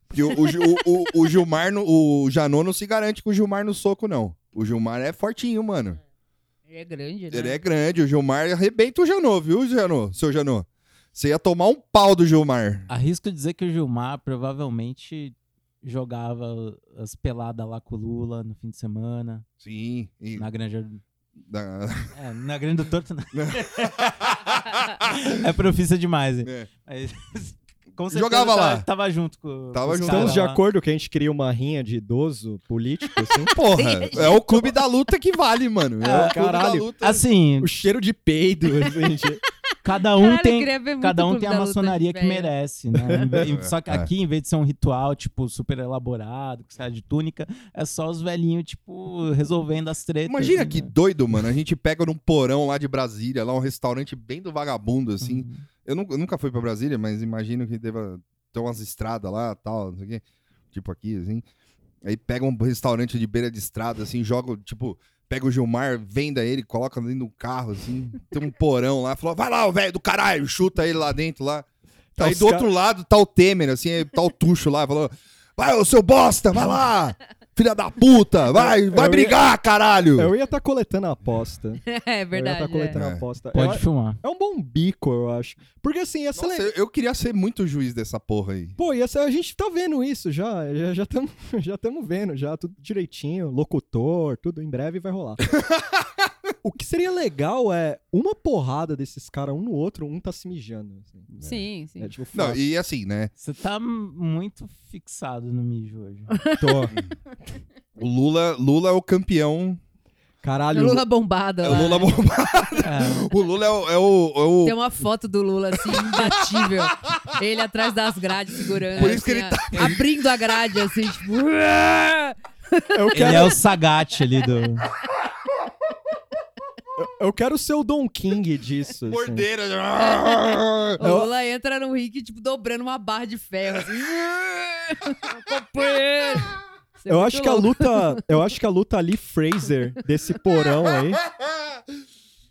B: Porque o, o, Gil- o, o- o Gilmar, no- o Janô não se garante com o Gilmar no soco, não. O Gilmar é fortinho, mano.
D: Ele é grande, né?
B: Ele é grande, o Gilmar arrebenta o Janô, viu, Janô? Seu Janô. Você ia tomar um pau do Gilmar.
E: Arrisco dizer que o Gilmar provavelmente jogava as peladas lá com o Lula no fim de semana,
B: Sim. e-
E: na Grande.
B: da-
E: É, na Grande do Torto.
D: [LAUGHS]
E: não. é profissa demais, hein?
B: É.
E: Mas, com certeza
B: Jogava
E: tava-
B: lá.
E: Tava junto com.
B: Tava
E: com os
B: junto.
E: caras
C: Estamos Então, de
E: lá.
C: acordo que a gente cria uma rinha de idoso político, assim?
B: [LAUGHS] Porra, é o clube da luta que vale, mano. É, o clube da
C: caralho.
B: luta.
E: Assim,
C: [LAUGHS] o cheiro de peido, [LAUGHS] assim, gente.
E: cada um
D: Caralho, eu
E: tem.
D: queria ver é muito
E: Cada um
D: Clube
E: tem a
D: da Luta de
E: maçonaria que
D: velho. [LAUGHS]
E: merece, né? Em vez- em- Só que
B: É.
E: aqui, em vez de ser um ritual, tipo, super elaborado, que sai de túnica, é só os velhinhos, tipo, resolvendo as tretas.
B: Imagina
E: né?
B: que
C: Uhum.
B: doido, mano. A gente pega num porão lá de Brasília, lá um restaurante bem do vagabundo, assim.
E: Uhum.
B: Eu, nu- eu nunca fui pra Brasília, mas imagino que deva ter umas estradas lá tal, não sei o quê. Tipo aqui, assim. Aí pega um restaurante de beira de estrada, assim, joga, tipo, pega o Gilmar, venda ele, coloca dentro do carro, assim, tem um porão lá, falou, vai lá, o velho do caralho, chuta ele lá dentro lá.
C: Tá
B: aí
C: os
B: do
C: ca-
B: outro lado tá o Temer, assim, aí tá o Tuxo lá, falou, vai, ô seu bosta, vai lá, filha da puta, vai, vai
C: eu ia-
B: brigar, caralho.
C: Eu ia estar coletando a aposta.
D: É
C: Eu ia
D: verdade.
C: estar coletando
B: É.
C: a aposta.
E: Pode
C: Eu-
E: filmar.
C: É um bom bico, eu acho. Porque assim, essa
B: Nossa, eu, eu queria ser muito juiz dessa porra aí.
C: Pô, e essa, a gente tá vendo isso já, já já estamos já tamo [LAUGHS] vendo, já tudo direitinho, locutor, tudo em breve vai rolar. o que seria legal é uma porrada desses caras um no outro, um tá se mijando. assim.
D: é. Sim, sim.
C: É tipo,
B: Não,
C: fácil.
B: e assim, né?
E: Você tá m- muito fixado no mijo
C: [LAUGHS]
E: hoje.
C: Tô.
B: O Lula, Lula é o campeão.
C: Caralho,
D: O Lula bombada.
B: É o
D: lá,
B: Lula [LAUGHS]
D: né?
B: bombado.
E: É,
B: O Lula é o. É o, é o-
D: Tem uma foto do Lula, assim, imbatível. ele atrás das grades segurando.
B: Por isso que
D: assim,
B: ele tá
D: a- Abrindo a grade, assim, tipo.
C: eu
E: ele
C: quero,
E: é o sagate ali do.
C: [LAUGHS] eu quero ser o Don King disso. assim.
B: Bordeira. [LAUGHS]
D: O Lula entra no ringue, tipo, dobrando uma barra de ferro. Assim. Companheiro! Isso é
C: Eu
D: muito
C: acho que a
D: louco.
C: luta, eu acho que a luta ali Fraser desse porão aí.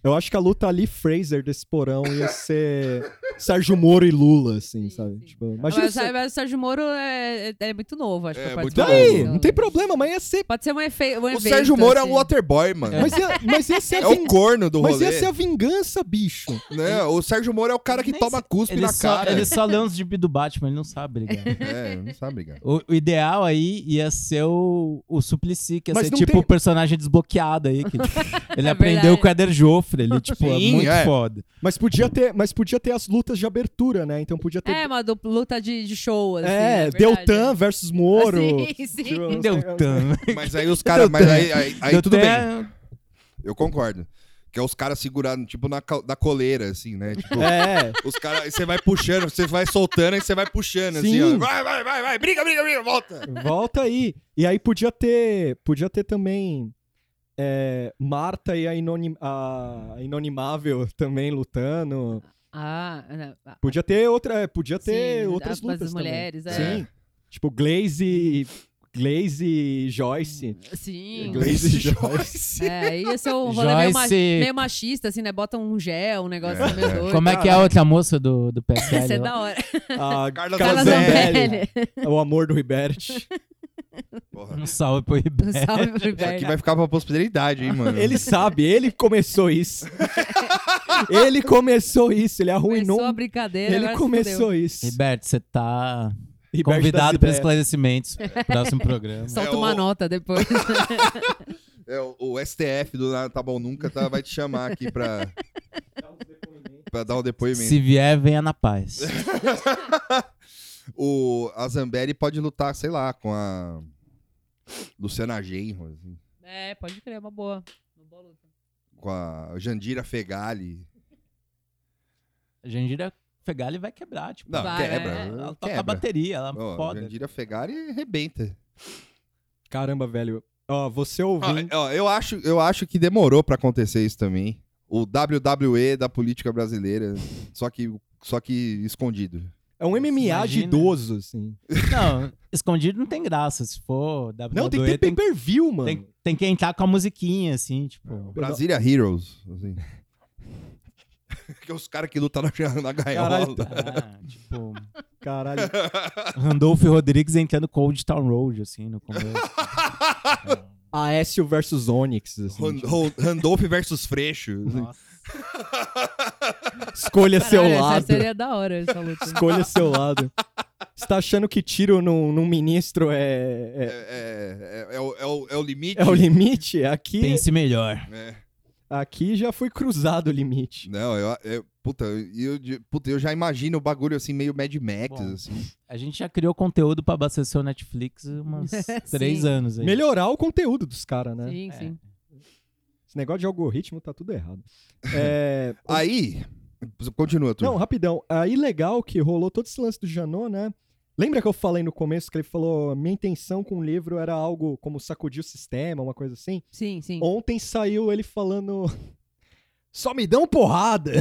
C: Eu acho que a luta ali Fraser desse porão ia ser Sérgio Moro e Lula, assim, sabe? Tipo, imagina
D: Mas,
C: se-
D: mas o Sérgio Moro é, é- é muito novo, acho
B: É,
D: que pra
B: muito
D: participar
B: novo.
C: Daí,
D: disso.
C: não tem problema, mas ia ser.
D: Pode ser um, efe... um
B: O
D: evento.
B: Sérgio Moro é um
D: assim.
B: waterboy, mano.
E: É.
C: Mas ia, mas ia ser a
B: É o
C: ving-
B: corno do
C: Mas é
B: rolê.
C: ia ser a vingança, bicho.
B: né? O Sérgio Moro é o cara que
E: Nem
B: toma
E: se-
B: cuspe
E: Ele
B: na
E: só,
B: cara.
E: ele só lê uns gibi do Batman, ele não sabe brigar.
B: É, não sabe
E: [LAUGHS]
B: brigar.
E: O, o ideal aí ia ser o, o Suplicy, que ia
C: Mas
E: ser
C: não
E: tipo
C: tem-
E: o personagem desbloqueado aí. Que,
C: [LAUGHS]
E: tipo, ele
D: É
E: aprendeu
D: verdade.
E: com o Eder Joffre ali, tipo,
B: Sim,
E: é muito
B: é.
E: foda.
C: Mas podia ter, mas podia ter as lutas de abertura, né? Então podia ter.
D: É, uma dupla- luta de, de show, assim.
C: É,
D: é verdade. Assim.
C: Deltan versus Moro.
D: Sim, sim. [LAUGHS]
C: Tipo,
E: Deltan. [LAUGHS]
B: Mas aí os caras. Mas aí, aí, aí tudo bem.
E: Deltan-
B: Eu concordo. Que é os caras segurando, tipo, na, cal- na coleira, assim, né? Tipo,
C: É.
B: os caras. aí Você vai puxando, você vai soltando, aí você vai puxando, assim,
C: Sim.
B: ó. Vai, vai, vai, vai. Briga, briga, briga, volta.
C: Volta aí. E aí podia ter, podia ter também é, Marta e a, inonim, a inonimável também lutando.
D: Ah, não. Ah,
C: Podia ter outra, é, podia ter
D: Sim,
C: outras
D: as- as
C: lutas também.
D: mulheres, é.
C: Sim. Tipo Glaze, Glaze e Joyce.
D: sim.
C: Glaze e
B: assim,
C: Joyce.
D: É, ia ser um rolê meio, ma-
E: Joyce-
D: meio machista, assim, né? Bota um gel, um negócio
B: É.
D: meio doido.
E: Como é que é a outra moça do, do PSL?
D: Isso é
E: lá?
D: da hora.
C: A
B: Carla
C: Carla,
D: Carla
C: Zambelli.
D: Zambelli.
C: O amor do Ribert.
B: Porra.
E: Um salve pro
C: [LAUGHS]
E: Ribeiro.
D: Salve pro
B: Isso aqui
D: Berg.
B: vai ficar pra posteridade, hein,
E: É.
B: mano?
C: Ele sabe, ele começou
D: [LAUGHS]
C: isso. ele começou isso, ele arruinou.
D: Começou a brincadeira,
C: um- ele
D: agora se fudeu.
C: começou isso.
E: Roberto, você tá
C: Ribert
E: convidado
C: das
E: para
C: [LAUGHS] ideias.
E: esclarecimentos. Próximo programa.
C: [LAUGHS]
D: Solta
B: É,
D: uma
B: o-
D: nota depois.
B: É, o, o STF do Nada Tá Bom Nunca tá, vai te chamar aqui pra, pra dar um depoimento.
E: Se vier, venha na paz.
B: O, a Zambelli pode lutar, sei lá, com a Luciana Genro, assim,
D: É, pode crer, é uma boa. Uma boa luta.
B: com a Jandira Fegali.
E: A Jandira Fegali vai quebrar, tipo.
B: Não,
D: Vai,
B: quebra.
D: é.
E: Ela toca a
B: quebra.
E: bateria, ela
B: Ó,
E: foda.
B: Jandira Fegali arrebenta.
C: Caramba, velho. Ó, você
B: Ó,
C: ouvindo.
B: ó, eu, acho, eu acho que demorou pra acontecer isso também. O WWE da política brasileira, só que, só que escondido.
C: É um MMA de
E: Imagina.
C: idoso, assim.
E: Não, escondido não tem graça. Se for WWE,
C: Não, tem que ter
E: tem,
C: pay-per-view, mano. Ah,
E: tem, tem que entrar com a musiquinha, assim, tipo.
B: Brasília Heroes, assim. [LAUGHS] que é os caras que lutam na, na gaiola.
E: Ah, tipo,
C: Caralho.
E: Randolph Rodrigues entrando Cold Town Road, assim, no
C: [LAUGHS]
E: começo. Então,
C: Aécio versus Onyx, assim.
B: Ron- Ron- Randolph versus Freixo. assim.
E: Nossa.
C: Escolha seu
D: Caralho, essa é
C: lado.
D: seria da hora essa luta.
C: Escolha seu lado. Você tá achando que tiro num, num ministro [LAUGHS] é, é,
B: É, é, é o, é o- é o limite?
C: é o limite? Aqui,
E: Pense melhor.
B: É.
C: aqui já foi cruzado o limite.
B: Não, eu, eu- puta, eu, eu- puta, eu já imagino o bagulho assim, meio Mad Max,
E: Bom.
B: assim.
E: A gente já criou conteúdo pra abastecer o Netflix umas três
D: Sim.
E: anos aí.
C: Melhorar o conteúdo dos caras, né?
D: Sim,
E: É.
D: sim.
C: Esse negócio de algoritmo tá
B: [LAUGHS]
C: tudo errado. É,
B: Aí, continua, tu.
C: Não, rapidão. Aí legal que rolou todo esse lance do Janot, né? Lembra que eu falei no começo que ele falou minha intenção com o livro era algo como sacudir o sistema, uma coisa assim?
D: Sim, sim.
C: Ontem saiu ele falando [LAUGHS] só me dão porrada.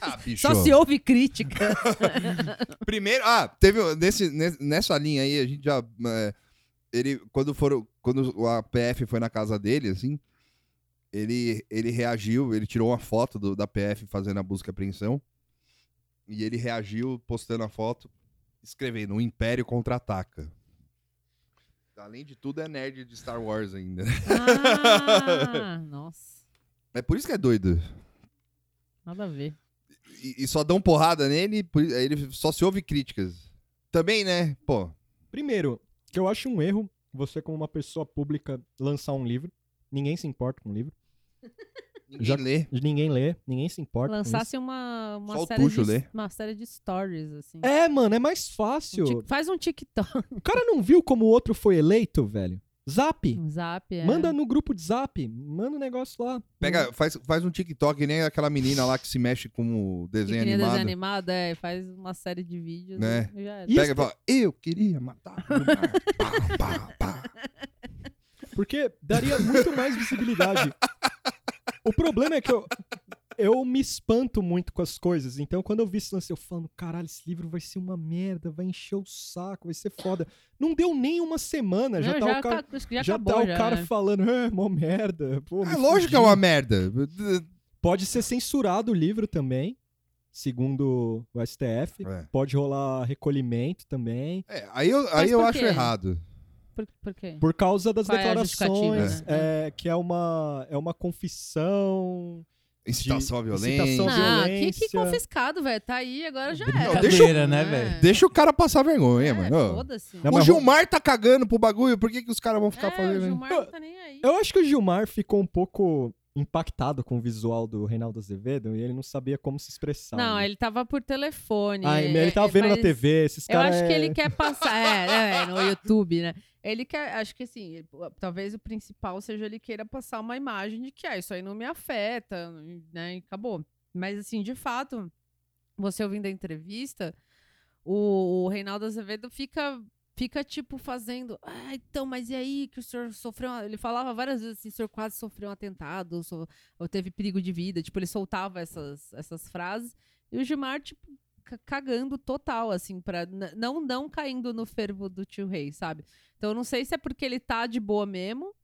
B: Ah, bicho.
D: Só se houve crítica.
C: [LAUGHS]
B: Primeiro, ah, teve nesse, nesse- nessa linha aí, a gente já é, ele quando foram quando a PF foi na casa dele, assim, ele ele reagiu, ele tirou uma foto do- da PF fazendo a busca e apreensão. E ele reagiu postando a foto, escrevendo o Império contra-ataca. Além de tudo, é nerd de Star Wars ainda. [LAUGHS]
D: ah, nossa.
B: É por isso que é doido.
D: Nada a ver.
B: E, e só dão porrada nele, por, aí ele só se ouve críticas. Também, né? Pô,
C: Primeiro, que eu acho um erro você como uma pessoa pública lançar um livro. Ninguém se importa com o livro.
B: ninguém
C: Já-
B: lê.
C: Ninguém lê, ninguém se importa. com isso.
D: Lançasse uma,
B: Só o
D: uma, série
B: Tuxo
D: de,
B: lê.
D: uma série de stories, assim.
C: É, mano, é mais
D: Um
C: fácil.
D: tic- faz um TikTok,
C: O cara não viu como o outro foi eleito, velho? Zap.
D: um zap. É.
C: Manda no grupo de zap, manda um negócio lá.
D: Hum.
B: Pega, faz, faz um TikTok, nem aquela menina lá que se mexe com o
D: Que
B: desenho
D: nem desenho
B: animado.
D: animado, é, faz uma série de vídeos.
B: Né?
D: e já era.
C: E-
B: Pega e fala, eu queria matar. o mar." pá, pá, pá.
C: Porque daria muito mais visibilidade. O problema é que eu, eu me espanto muito com as coisas. Então, quando eu vi esse lance, eu falando, caralho, esse livro vai ser uma merda, vai encher o saco, vai ser foda. Não deu nem uma semana, já
D: Não,
C: tá
D: já
C: o cara,
D: ca- já
C: já
D: acabou,
C: tá o
D: já,
C: cara
D: né?
C: falando, é, mó merda. Pô, me
B: É lógico que é
C: fudi."
B: uma merda.
C: Pode ser censurado o livro também, segundo o STF.
B: É.
C: Pode rolar recolhimento também.
B: É, aí eu, aí
D: Mas
B: eu
D: por
B: acho
D: quê?
B: errado.
D: Por, por quê?
C: Por causa das
D: Qual é a
C: declarações,
D: justificativa, né?
C: é, que é uma, é uma confissão.
B: Incitação à
C: De-
B: violência.
C: incitação à
D: Ah, que,
C: violência.
D: que confiscado, velho. Tá aí, agora já era.
E: Brincadeira, né, velho?
B: Deixa o cara passar vergonha,
D: É,
B: mano.
D: Foda-se.
C: Não,
B: O
C: mas-
B: Gilmar tá cagando pro bagulho, por que, que os caras vão ficar
D: É, o
B: fazendo?
D: Gilmar não tá nem aí.
C: Eu acho que o Gilmar ficou um pouco impactado com o visual do Reinaldo Azevedo e ele não sabia como se expressar.
D: Não,
C: né?
D: ele tava por telefone.
C: Ah,
D: é,
C: ele tava
D: é,
C: vendo na
D: mas
C: TV, esses
D: Eu
C: caras.
D: acho que
C: é-
D: ele quer passar. É, né, é, no YouTube, né? Ele quer. Acho que assim, ele- talvez o principal seja ele queira passar uma imagem de que ah, isso aí não me afeta, né? E acabou. Mas assim, de fato, você ouvindo a entrevista, o, o Reinaldo Azevedo fica. Fica, tipo, fazendo. Ah, então, mas e aí que o senhor sofreu. um-" Ele falava várias vezes assim: o senhor quase sofreu um atentado, so- ou teve perigo de vida. Tipo, ele soltava essas, essas frases. E o Gilmar, tipo, ca- cagando total, assim, pra. n- Não, não caindo no fervo do tio Rei, sabe? Então eu não sei se é porque ele tá de boa mesmo.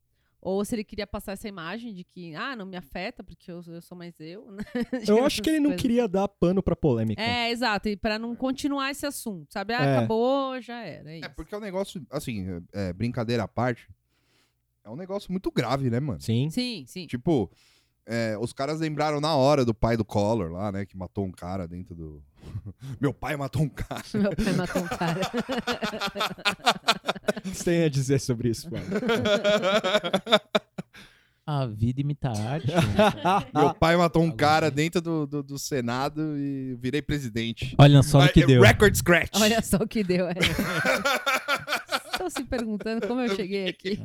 D: Ou se ele queria passar essa imagem de que, ah, não me afeta, porque eu, eu sou mais eu, né? [LAUGHS]
C: Eu acho que ele não
D: Essas coisas.
C: queria dar pano pra polêmica.
D: É, exato. E pra não continuar esse assunto, sabe? Ah,
C: É.
D: acabou, já era. É,
B: É,
D: isso.
B: porque é um negócio, assim, é, é, brincadeira à parte, é um negócio muito grave, né, mano?
C: Sim.
D: Sim, sim.
B: Tipo, é, os caras lembraram na hora do pai do Collor lá, né? Que matou um cara dentro do. [LAUGHS] Meu pai matou um cara.
D: [LAUGHS] Meu pai matou um
B: [LAUGHS]
D: cara.
B: [LAUGHS]
C: [LAUGHS] O que você tem a dizer sobre isso, mano?
E: a vida imita a
C: [LAUGHS]
E: arte. né? Ah,
B: Meu pai matou um
E: Agora
B: cara
E: sim.
B: dentro do, do, do Senado e virei presidente.
E: Olha só o que
B: Ah, é
E: deu.
B: Record scratch.
D: Olha só o que deu. é. [LAUGHS] Estão se perguntando como eu cheguei aqui.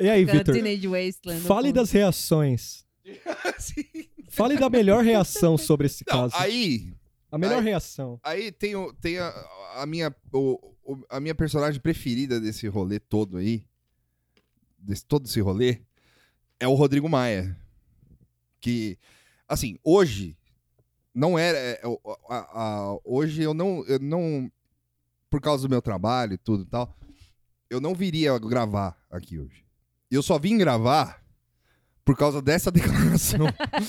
C: E aí,
D: Cara,
C: Vitor?
D: Teenage Wasteland. no
C: Fale
D: fundo.
C: das reações.
B: [LAUGHS] Sim.
C: Fale da melhor reação sobre esse
B: Não,
C: caso.
B: aí,
C: a melhor
B: aí-
C: reação.
B: aí tem, o, tem a, a minha o- o- a minha personagem preferida desse rolê todo aí, desse todo esse rolê, é o Rodrigo Maia. Que, assim, hoje não era. é, é, o- a- a- hoje eu não, eu não. Por causa do meu trabalho e tudo e tal, eu não viria gravar aqui hoje. Eu só vim gravar por causa dessa [LAUGHS] declaração.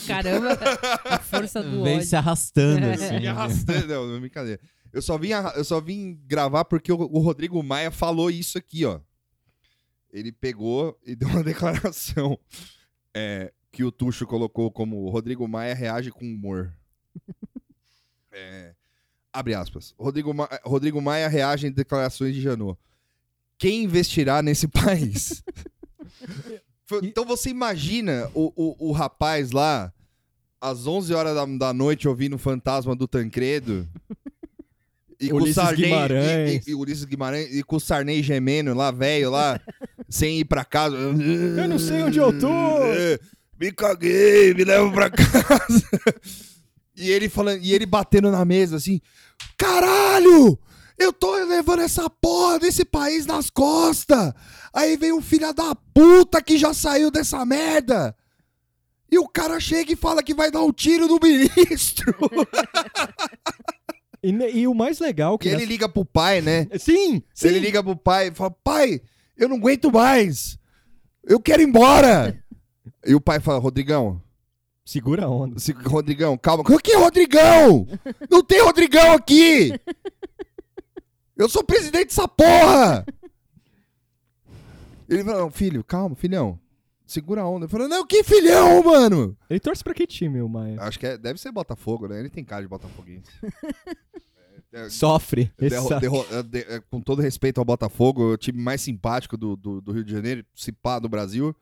D: Caramba, a força do
E: Vem
D: ódio.
E: se arrastando,
C: É.
B: [LAUGHS]
E: assim.
B: me arrastando. Não, não, brincadeira. Eu só vim, arra- eu só vim gravar porque o, o Rodrigo Maia falou isso aqui, ó. Ele pegou e [LAUGHS] deu uma declaração é, que o Tuxo colocou como Rodrigo Maia reage com humor. É, abre aspas. Rodrigo, Ma- eh, Rodrigo Maia reage em declarações de Janot. Quem investirá nesse [LAUGHS] país? Foi- Então você imagina o, o, o rapaz lá às 11 horas da, da noite ouvindo o Fantasma do
C: [LAUGHS]
B: Tancredo. E com o
C: Ulisses
B: Sarney,
C: Guimarães.
B: E, e- e Ulisses Guimarães. E com o Sarney gemendo lá, velho, lá, sem ir pra casa. Eu
C: não sei onde
B: [LAUGHS]
C: eu tô.
B: Me caguei, me levo pra [LAUGHS] casa. e ele falando, e ele batendo na mesa assim: Caralho! Eu tô levando essa porra desse país nas costas! Aí vem um filho da puta que já saiu dessa merda! E o cara chega e fala que vai dar um tiro no [LAUGHS] ministro!
C: E, ne- e o mais legal que.
B: E ele
C: nessa- É,
B: liga pro pai, né?
C: Sim! sim.
B: Ele liga pro pai e fala: Pai, eu não aguento mais! Eu quero ir embora! e o pai fala: Rodrigão,
C: Segura a onda.
B: se- Rodrigão, calma. O que, é Rodrigão? Não tem Rodrigão aqui! Eu sou presidente dessa porra! Ele fala: Não, filho, calma, filhão. Segura a onda. Ele fala: Não, que filhão, mano!
C: Ele torce pra que time, o Maia?
B: Acho que é- deve ser Botafogo, né? Ele tem cara de Botafoguense. É, é-
F: Sofre.
B: Derro-
C: Essa-
B: derro- eh, de- eh, com todo respeito ao Botafogo, o time mais simpático do, do, do Rio de Janeiro, se pá do Brasil,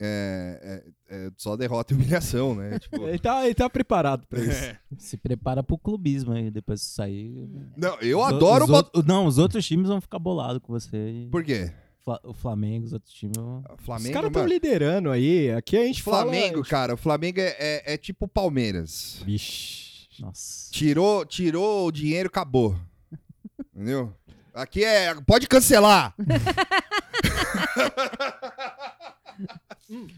B: é, é- é só derrota e humilhação,
C: [LAUGHS]
B: né? Tipo,
C: Ele tá, ele tá preparado
B: É.
C: pra isso.
E: Se prepara pro clubismo aí, depois que sair.
B: não, eu
E: Os o-
B: adoro o
E: os
B: Botafogo.
E: outros- Não, os outros times vão ficar bolados com você. e
B: Por quê?
E: Fla- O Flamengo, os outros times vão.
C: Os
B: Flamengo,
C: caras estão
B: mano.
C: liderando aí. Aqui a gente
B: Flamengo,
C: fala.
B: cara, o Flamengo é, é, é tipo o Palmeiras.
C: Vixe.
E: Nossa.
B: Tirou, tirou o dinheiro, acabou. Entendeu? Aqui é. Pode cancelar!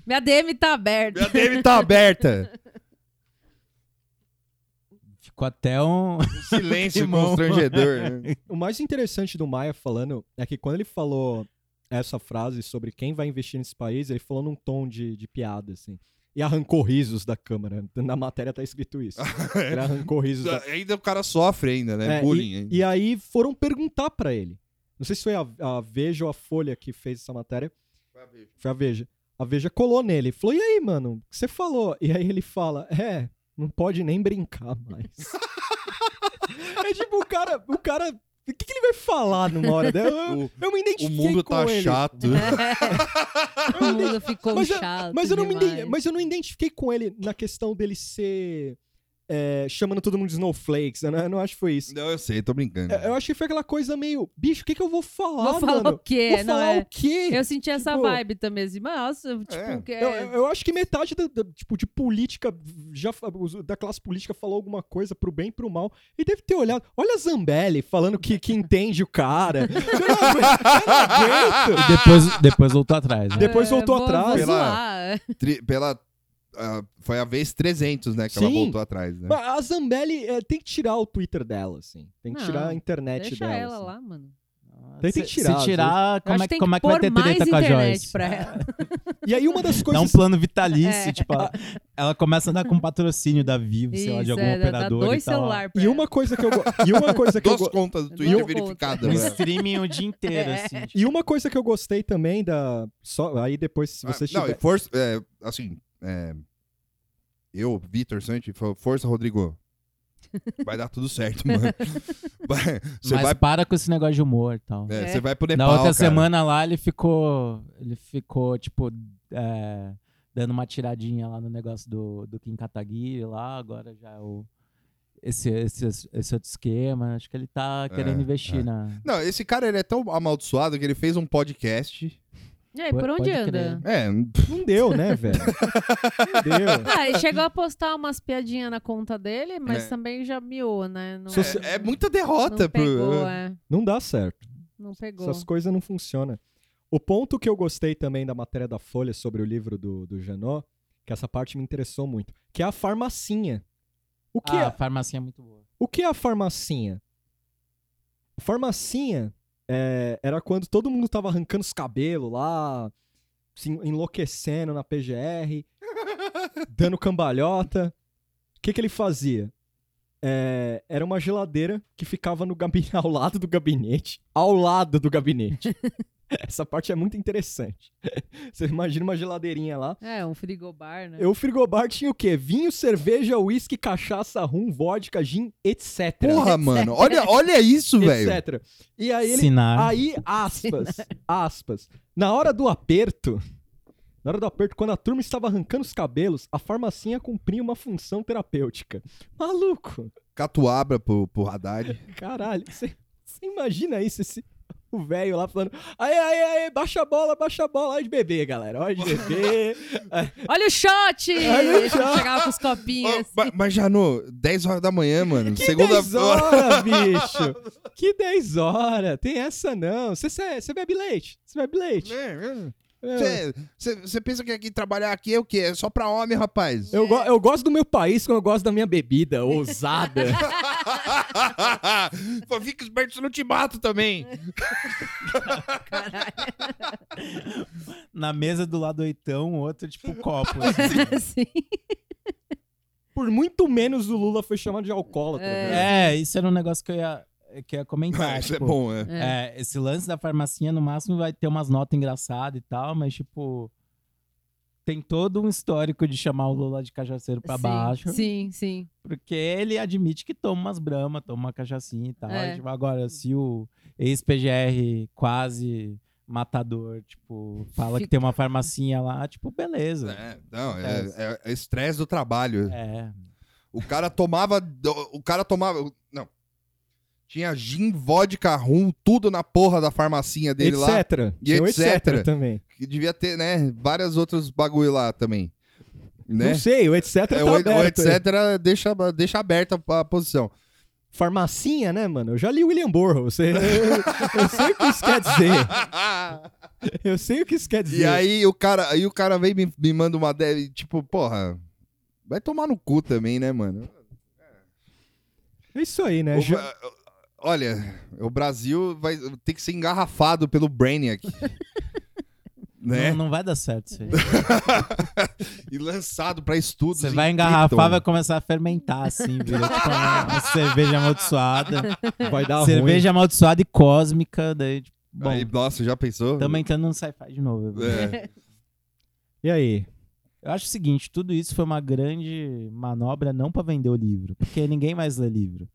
D: Minha DM
C: [LAUGHS]
D: tá aberta. [LAUGHS]
B: Minha DM tá aberta!
E: Ficou até um.
B: Silêncio
E: Timão.
B: constrangedor.
C: [LAUGHS]
B: Né?
C: O mais interessante do Maia falando é que quando ele falou essa frase sobre quem vai investir nesse país, ele falou num tom de, de piada, assim. E arrancou risos da câmera. Na matéria tá escrito isso.
B: Ah, é?
C: Ele arrancou risos da
B: Ainda o cara sofre, ainda, né?
C: É,
B: Bullying.
C: e-
B: hein?
C: E, aí foram perguntar pra ele. Não sei se foi a, a Veja ou a Folha que fez essa matéria. Foi a Veja. A Veja colou nele. Falou, e aí, mano, o que você falou? E aí ele fala, é, não pode nem brincar mais. [LAUGHS] é tipo, o cara... O cara o que, que ele vai falar numa hora dela? Eu,
B: O-
C: eu me identifiquei
B: O mundo
C: com
B: tá
C: ele. É.
B: chato.
D: O mundo ficou
C: Mas eu-
D: chato.
C: Mas eu, não me iden-
D: demais.
C: mas eu não identifiquei com ele na questão dele ser... é, chamando todo mundo de snowflakes. Eu não, eu não acho que foi isso.
B: Não, eu sei, tô brincando.
C: É, Eu achei que foi aquela coisa meio, bicho, o que, que eu vou falar,
D: Vou falar
C: mano?
D: o quê?
C: vou
D: não
C: falar
D: é?
C: o quê?
D: Eu senti essa
C: Tipo-
D: vibe também, assim, nossa, tipo,
B: É.
D: que
C: Eu, eu acho que metade da, da- tipo, de política, já, fa- os- da classe política falou alguma coisa pro bem e pro mal. E deve ter olhado. Olha a Zambelli falando que, que entende o cara. Eu não aguento. eu não
D: Ah!
C: aguento.
E: E [LAUGHS] depois, depois voltou atrás. Né?
C: Depois voltou
D: vou-
C: atrás.
D: Vou
B: Pela-
D: zoar.
B: Tri- pela. ah, foi a vez 300, né? Que ela
C: Sim.
B: voltou atrás, né?
C: Mas A Zambelli é, tem que tirar o Twitter dela, assim. Tem que
D: Não,
C: tirar a internet
D: Deixa
C: dela.
D: ela
C: assim.
D: lá, mano.
C: Tem que
E: Se-
C: tirar,
E: Se tirar,
D: Eu
E: como é
D: acho que
E: que,
D: tem
E: como é que vai ter
D: pôr mais
E: treta com a
D: internet
E: Joyce?
D: pra
C: [LAUGHS]
D: ela.
C: E aí uma das
E: Dá um
C: coisas.
E: plano vitalício,
D: É.
E: tipo, ela, ela começa a andar com um patrocínio da Vivo, sei lá, de
D: Isso,
E: algum
D: é, dá- dá
E: operador
D: dois
E: e tal.
D: celular pra
C: tá E uma coisa que eu, go- e uma coisa é que
B: [LAUGHS]
C: eu
B: Duas
C: go-
B: contas do
D: Duas
B: Twitter
D: contas.
B: verificadas.
D: [LAUGHS]
E: Um
B: né?
E: streaming o dia inteiro,
D: É.
E: assim.
C: E uma coisa que eu gostei também da. Só, aí depois, se
B: Ah,
C: você
B: não,
C: tiver-
B: e força. é, assim. é, eu, Vitor Santi, fo- força, Rodrigo. Vai dar tudo certo, mano. Vai- Você
E: Mas
B: vai,
E: para com esse negócio de humor e tal.
B: é,
D: É.
B: você vai pro Nepal,
E: Na outra
B: cara.
E: semana lá, ele ficou. Ele ficou, tipo, é, dando uma tiradinha lá no negócio do, do Kim Kataguiri lá, agora já é o. Esse, esse, esse outro esquema, acho que ele tá querendo investir
B: é.
E: na.
B: Não, esse cara, ele é tão amaldiçoado que ele fez um podcast.
D: E aí,
E: Pode-
D: por
E: pode
D: onde anda?
E: crer.
B: É,
C: Não deu, né, velho? Não deu.
D: Ah, ele chegou a postar umas piadinhas na conta dele, mas
B: É.
D: também já miou, né? Não,
C: Soci-
B: é muita
D: não
B: derrota pro...
D: pegou, é.
C: Não dá certo.
D: Não pegou.
C: Essas coisas não funcionam. O ponto que eu gostei também da matéria da Folha sobre o livro do, do Janot, que essa parte me interessou muito, que é a farmacinha. O que,
E: Ah,
C: é,
E: a farmácia é muito boa.
C: o que é a farmacinha? Farmacinha é, era quando todo mundo tava arrancando os cabelos lá, se enlouquecendo na PGR, dando cambalhota. O que, que ele fazia? É, era uma geladeira que ficava no gabi- [LAUGHS] ao lado do gabinete. Ao lado do gabinete. Essa parte é muito interessante. Você imagina uma geladeirinha lá.
D: É, um frigobar, né?
C: E O frigobar tinha o quê? Vinho, cerveja, uísque, cachaça, rum, vodka, gin, etc.
B: Porra, mano, olha, olha isso, velho.
C: etc. E aí ele
E: Sinar.
C: Aí, aspas, aspas. Na hora do aperto, na hora do aperto, quando a turma estava arrancando os cabelos, a farmacinha cumpria uma função terapêutica. Maluco!
B: Catuabra pro, pro Haddad.
C: Caralho, você imagina isso, esse. O velho lá falando, aê, aê, aê, baixa a bola, baixa a bola, olha de bebê, galera, olha de bebê.
D: Olha o shot!
C: Olha o
D: Ele
C: shot!
D: Chegava com os
B: [LAUGHS]
D: copinhos.
B: Ô, mas, mas, Janô, 10 horas da manhã, mano.
C: Que
B: [LAUGHS] Segunda
C: 10 horas, bicho, que 10 horas, tem essa não, você você- você bebe leite, você bebe leite.
B: Você pensa que aqui trabalhar aqui é o quê? É só pra homem, rapaz.
C: Eu, go- eu gosto do meu país como eu gosto da minha bebida, ousada.
B: [LAUGHS] Pô, fica esperto, senão eu te mato também.
E: [LAUGHS] Na mesa do lado do oitão, outro, tipo, copo. assim.
D: Assim.
C: Por muito menos o Lula foi chamado de alcoólatra. né? velho.
E: é, isso era um negócio que eu ia, que eu ia comentar.
B: Ah, isso é
E: tipo,
B: bom, é.
E: É, esse lance da farmacinha, no máximo, vai ter umas notas engraçadas e tal, mas, tipo, tem todo um histórico de chamar o Lula de cachaceiro pra
D: sim,
E: baixo,
D: Sim, sim.
E: porque ele admite que toma umas brama, toma uma cachacinha e tal.
D: É.
E: E, tipo, agora, se o ex-PGR quase matador, tipo, fala
D: Fica-
E: que tem uma farmacinha lá, tipo, beleza.
B: É, não, é, é- é estresse do trabalho.
E: É.
B: O cara tomava. O cara tomava. Não. Tinha gin, vodka, rum, tudo na porra da farmacinha dele lá.
C: etc.
B: E né?
C: Tinha o
B: etc.
C: também.
B: Que devia ter, né? Várias outros bagulho lá também. Né?
C: Não sei, o etc
B: É,
C: tá
B: o, o
C: aberto. aí.
B: etc. Deixa, deixa aberta a posição.
C: Farmacinha, né, mano? Eu já li William Burroughs. Você... [LAUGHS] eu, eu sei o que isso quer dizer. Eu sei o que isso quer dizer.
B: [LAUGHS] e aí o cara, aí o cara vem e me, me manda uma dev, e, tipo, porra, vai tomar no cu também, né, mano?
C: É isso aí, né?
B: O-
C: Jo-
B: Olha, o Brasil vai ter que ser engarrafado pelo Brainiac. né?
E: Não, não vai dar certo isso aí.
B: [LAUGHS] E lançado pra estudos.
E: Você
B: em
E: vai engarrafar,
B: Krypton.
E: vai começar a fermentar, assim, vira tipo uma, uma cerveja amaldiçoada.
C: Vai dar
E: cerveja amaldiçoada e cósmica, daí, tipo, bom,
B: Tá Aí, nossa, já pensou?
E: estamos entrando no sci-fi de novo.
B: É.
C: ruim. E aí?
E: Eu acho o seguinte, tudo isso foi uma grande manobra não para vender o livro, porque ninguém mais lê livro.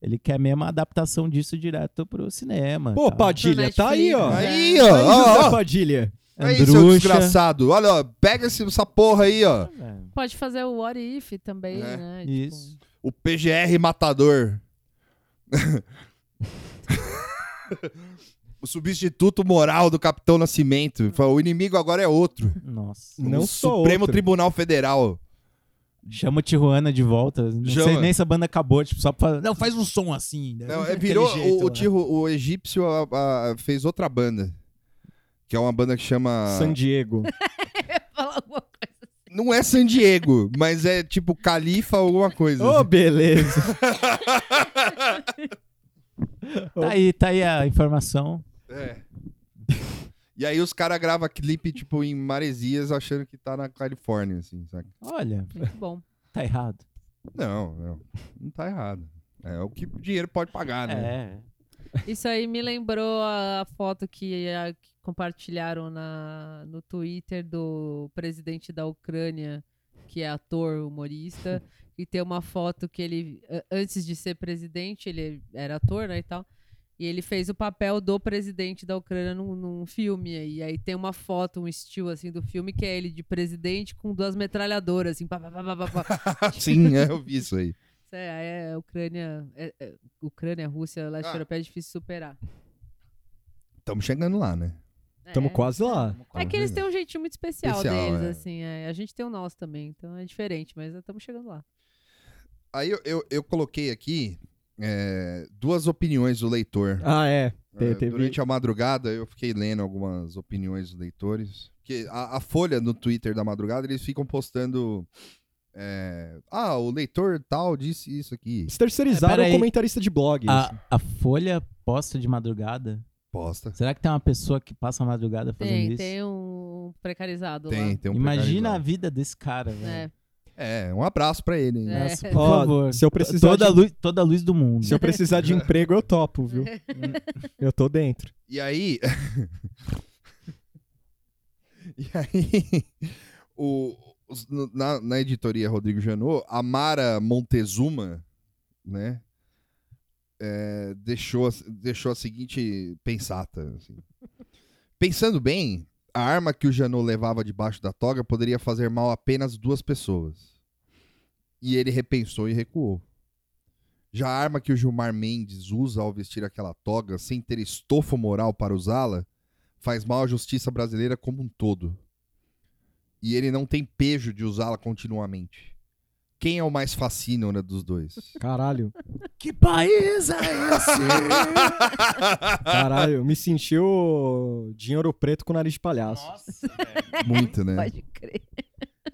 E: Ele quer mesmo a adaptação disso direto pro cinema.
C: Pô,
E: tal.
C: Padilha,
D: Pro
C: tá aí, ó. Tá
D: Netflix,
B: Aí,
D: É.
B: ó,
C: Aí, José
B: ó, ó.
C: Padilha.
B: Aí, É seu
E: Andrucha.
B: desgraçado. Olha, ó, pega esse- essa porra aí, ó.
E: É,
D: Pode fazer o What If também,
B: É,
D: né? Tipo,
E: Isso.
B: O PGR
C: [LAUGHS]
B: matador. o substituto moral do Capitão Nascimento. Fala, O inimigo agora é outro.
E: Nossa.
C: Não
B: o
C: só
B: Supremo
C: outro.
B: Tribunal Federal.
E: Chama o Tijuana de volta. Não
B: Chama.
E: sei nem se a banda acabou, tipo, só pra. Não, faz um som assim. né?
B: Não, é,
E: Daquele
B: virou
E: jeito
B: o, o
E: lá.
B: Tiro, o egípcio a- a- fez outra banda. Que é uma banda que chama.
C: San
B: [LAUGHS]
C: Diego.
D: Tipo, Fala alguma coisa.
B: Não é San Diego, mas é tipo Califa ou alguma coisa.
C: Ô, beleza.
E: Tá aí, tá aí a informação.
B: É. E aí os caras gravam clipe, tipo, em maresias, achando que tá na Califórnia, assim, saca?
E: Olha,
D: Muito bom.
E: tá errado.
B: Não, não. Não tá errado. É o que o dinheiro pode pagar, né?
E: É.
D: Isso aí me lembrou a, a foto que, a- que compartilharam na, no Twitter do presidente da Ucrânia, que é ator, humorista, E tem uma foto que ele, a- antes de ser presidente, ele era ator, né, e tal. E ele fez o papel do presidente da Ucrânia num, num filme. aí. E aí tem uma foto, um estilo, assim, do filme, que é ele de presidente com duas metralhadoras, assim, pá, pá, pá, pá, pá, pá.
B: [LAUGHS] Sim, é, eu vi isso aí.
D: Isso aí, aí é Ucrânia, é- é- Ucrânia, Rússia, leste
B: Ah.
D: europeia é difícil superar.
B: Estamos chegando lá, né?
C: Tamo
D: É.
C: quase lá.
D: É que eles têm um jeitinho muito especial,
B: Especial,
D: deles,
B: é.
D: assim. é. A gente tem o nosso também, então é diferente, mas estamos chegando lá.
B: Aí eu, eu, eu coloquei aqui é, duas opiniões do leitor.
C: Ah, é. Te-
B: É,
C: teve-
B: Durante a madrugada, eu fiquei lendo algumas opiniões dos leitores. Porque a, a Folha no Twitter da madrugada, eles ficam postando. é, ah, o leitor tal disse isso aqui.
C: Se terceirizaram
E: Pera
C: o
E: aí.
C: comentarista de blog. isso.
E: A, a Folha posta de madrugada?
B: Posta.
E: Será que tem uma pessoa que passa a madrugada fazendo
D: Tem,
E: isso?
D: tem um precarizado
B: Tem, tem um
E: Imagina a
B: precarizado.
E: vida desse cara,
D: lá.
E: velho.
D: É.
B: É, um abraço pra ele. hein?
D: É.
E: Nossa, por
C: Ó,
E: favor.
C: se eu precisar
E: Toda, a
C: de- um
E: luz, toda a luz do mundo.
C: Se eu precisar de emprego, eu
B: [LAUGHS]
C: topo, viu? eu tô dentro.
B: E aí. [LAUGHS] e aí. o- os- no- na, na editoria Rodrigo Janot, a Mara Montezuma, né? é, deixou, a- deixou a seguinte pensata. assim. Pensando bem, a arma que o Janot levava debaixo da toga poderia fazer mal a apenas duas pessoas. E ele repensou e recuou. Já a arma que o Gilmar Mendes usa ao vestir aquela toga, sem ter estofo moral para usá-la, faz mal à justiça brasileira como um todo. E ele não tem pejo de usá-la continuamente. Quem é o mais fascínora dos
D: [LAUGHS]
B: dois?
C: Caralho.
E: Que país é esse?
C: Caralho. Eu me senti o dinheiro preto com nariz de palhaço.
E: Nossa,
D: [LAUGHS]
E: velho.
B: Muito, né?
D: Pode crer.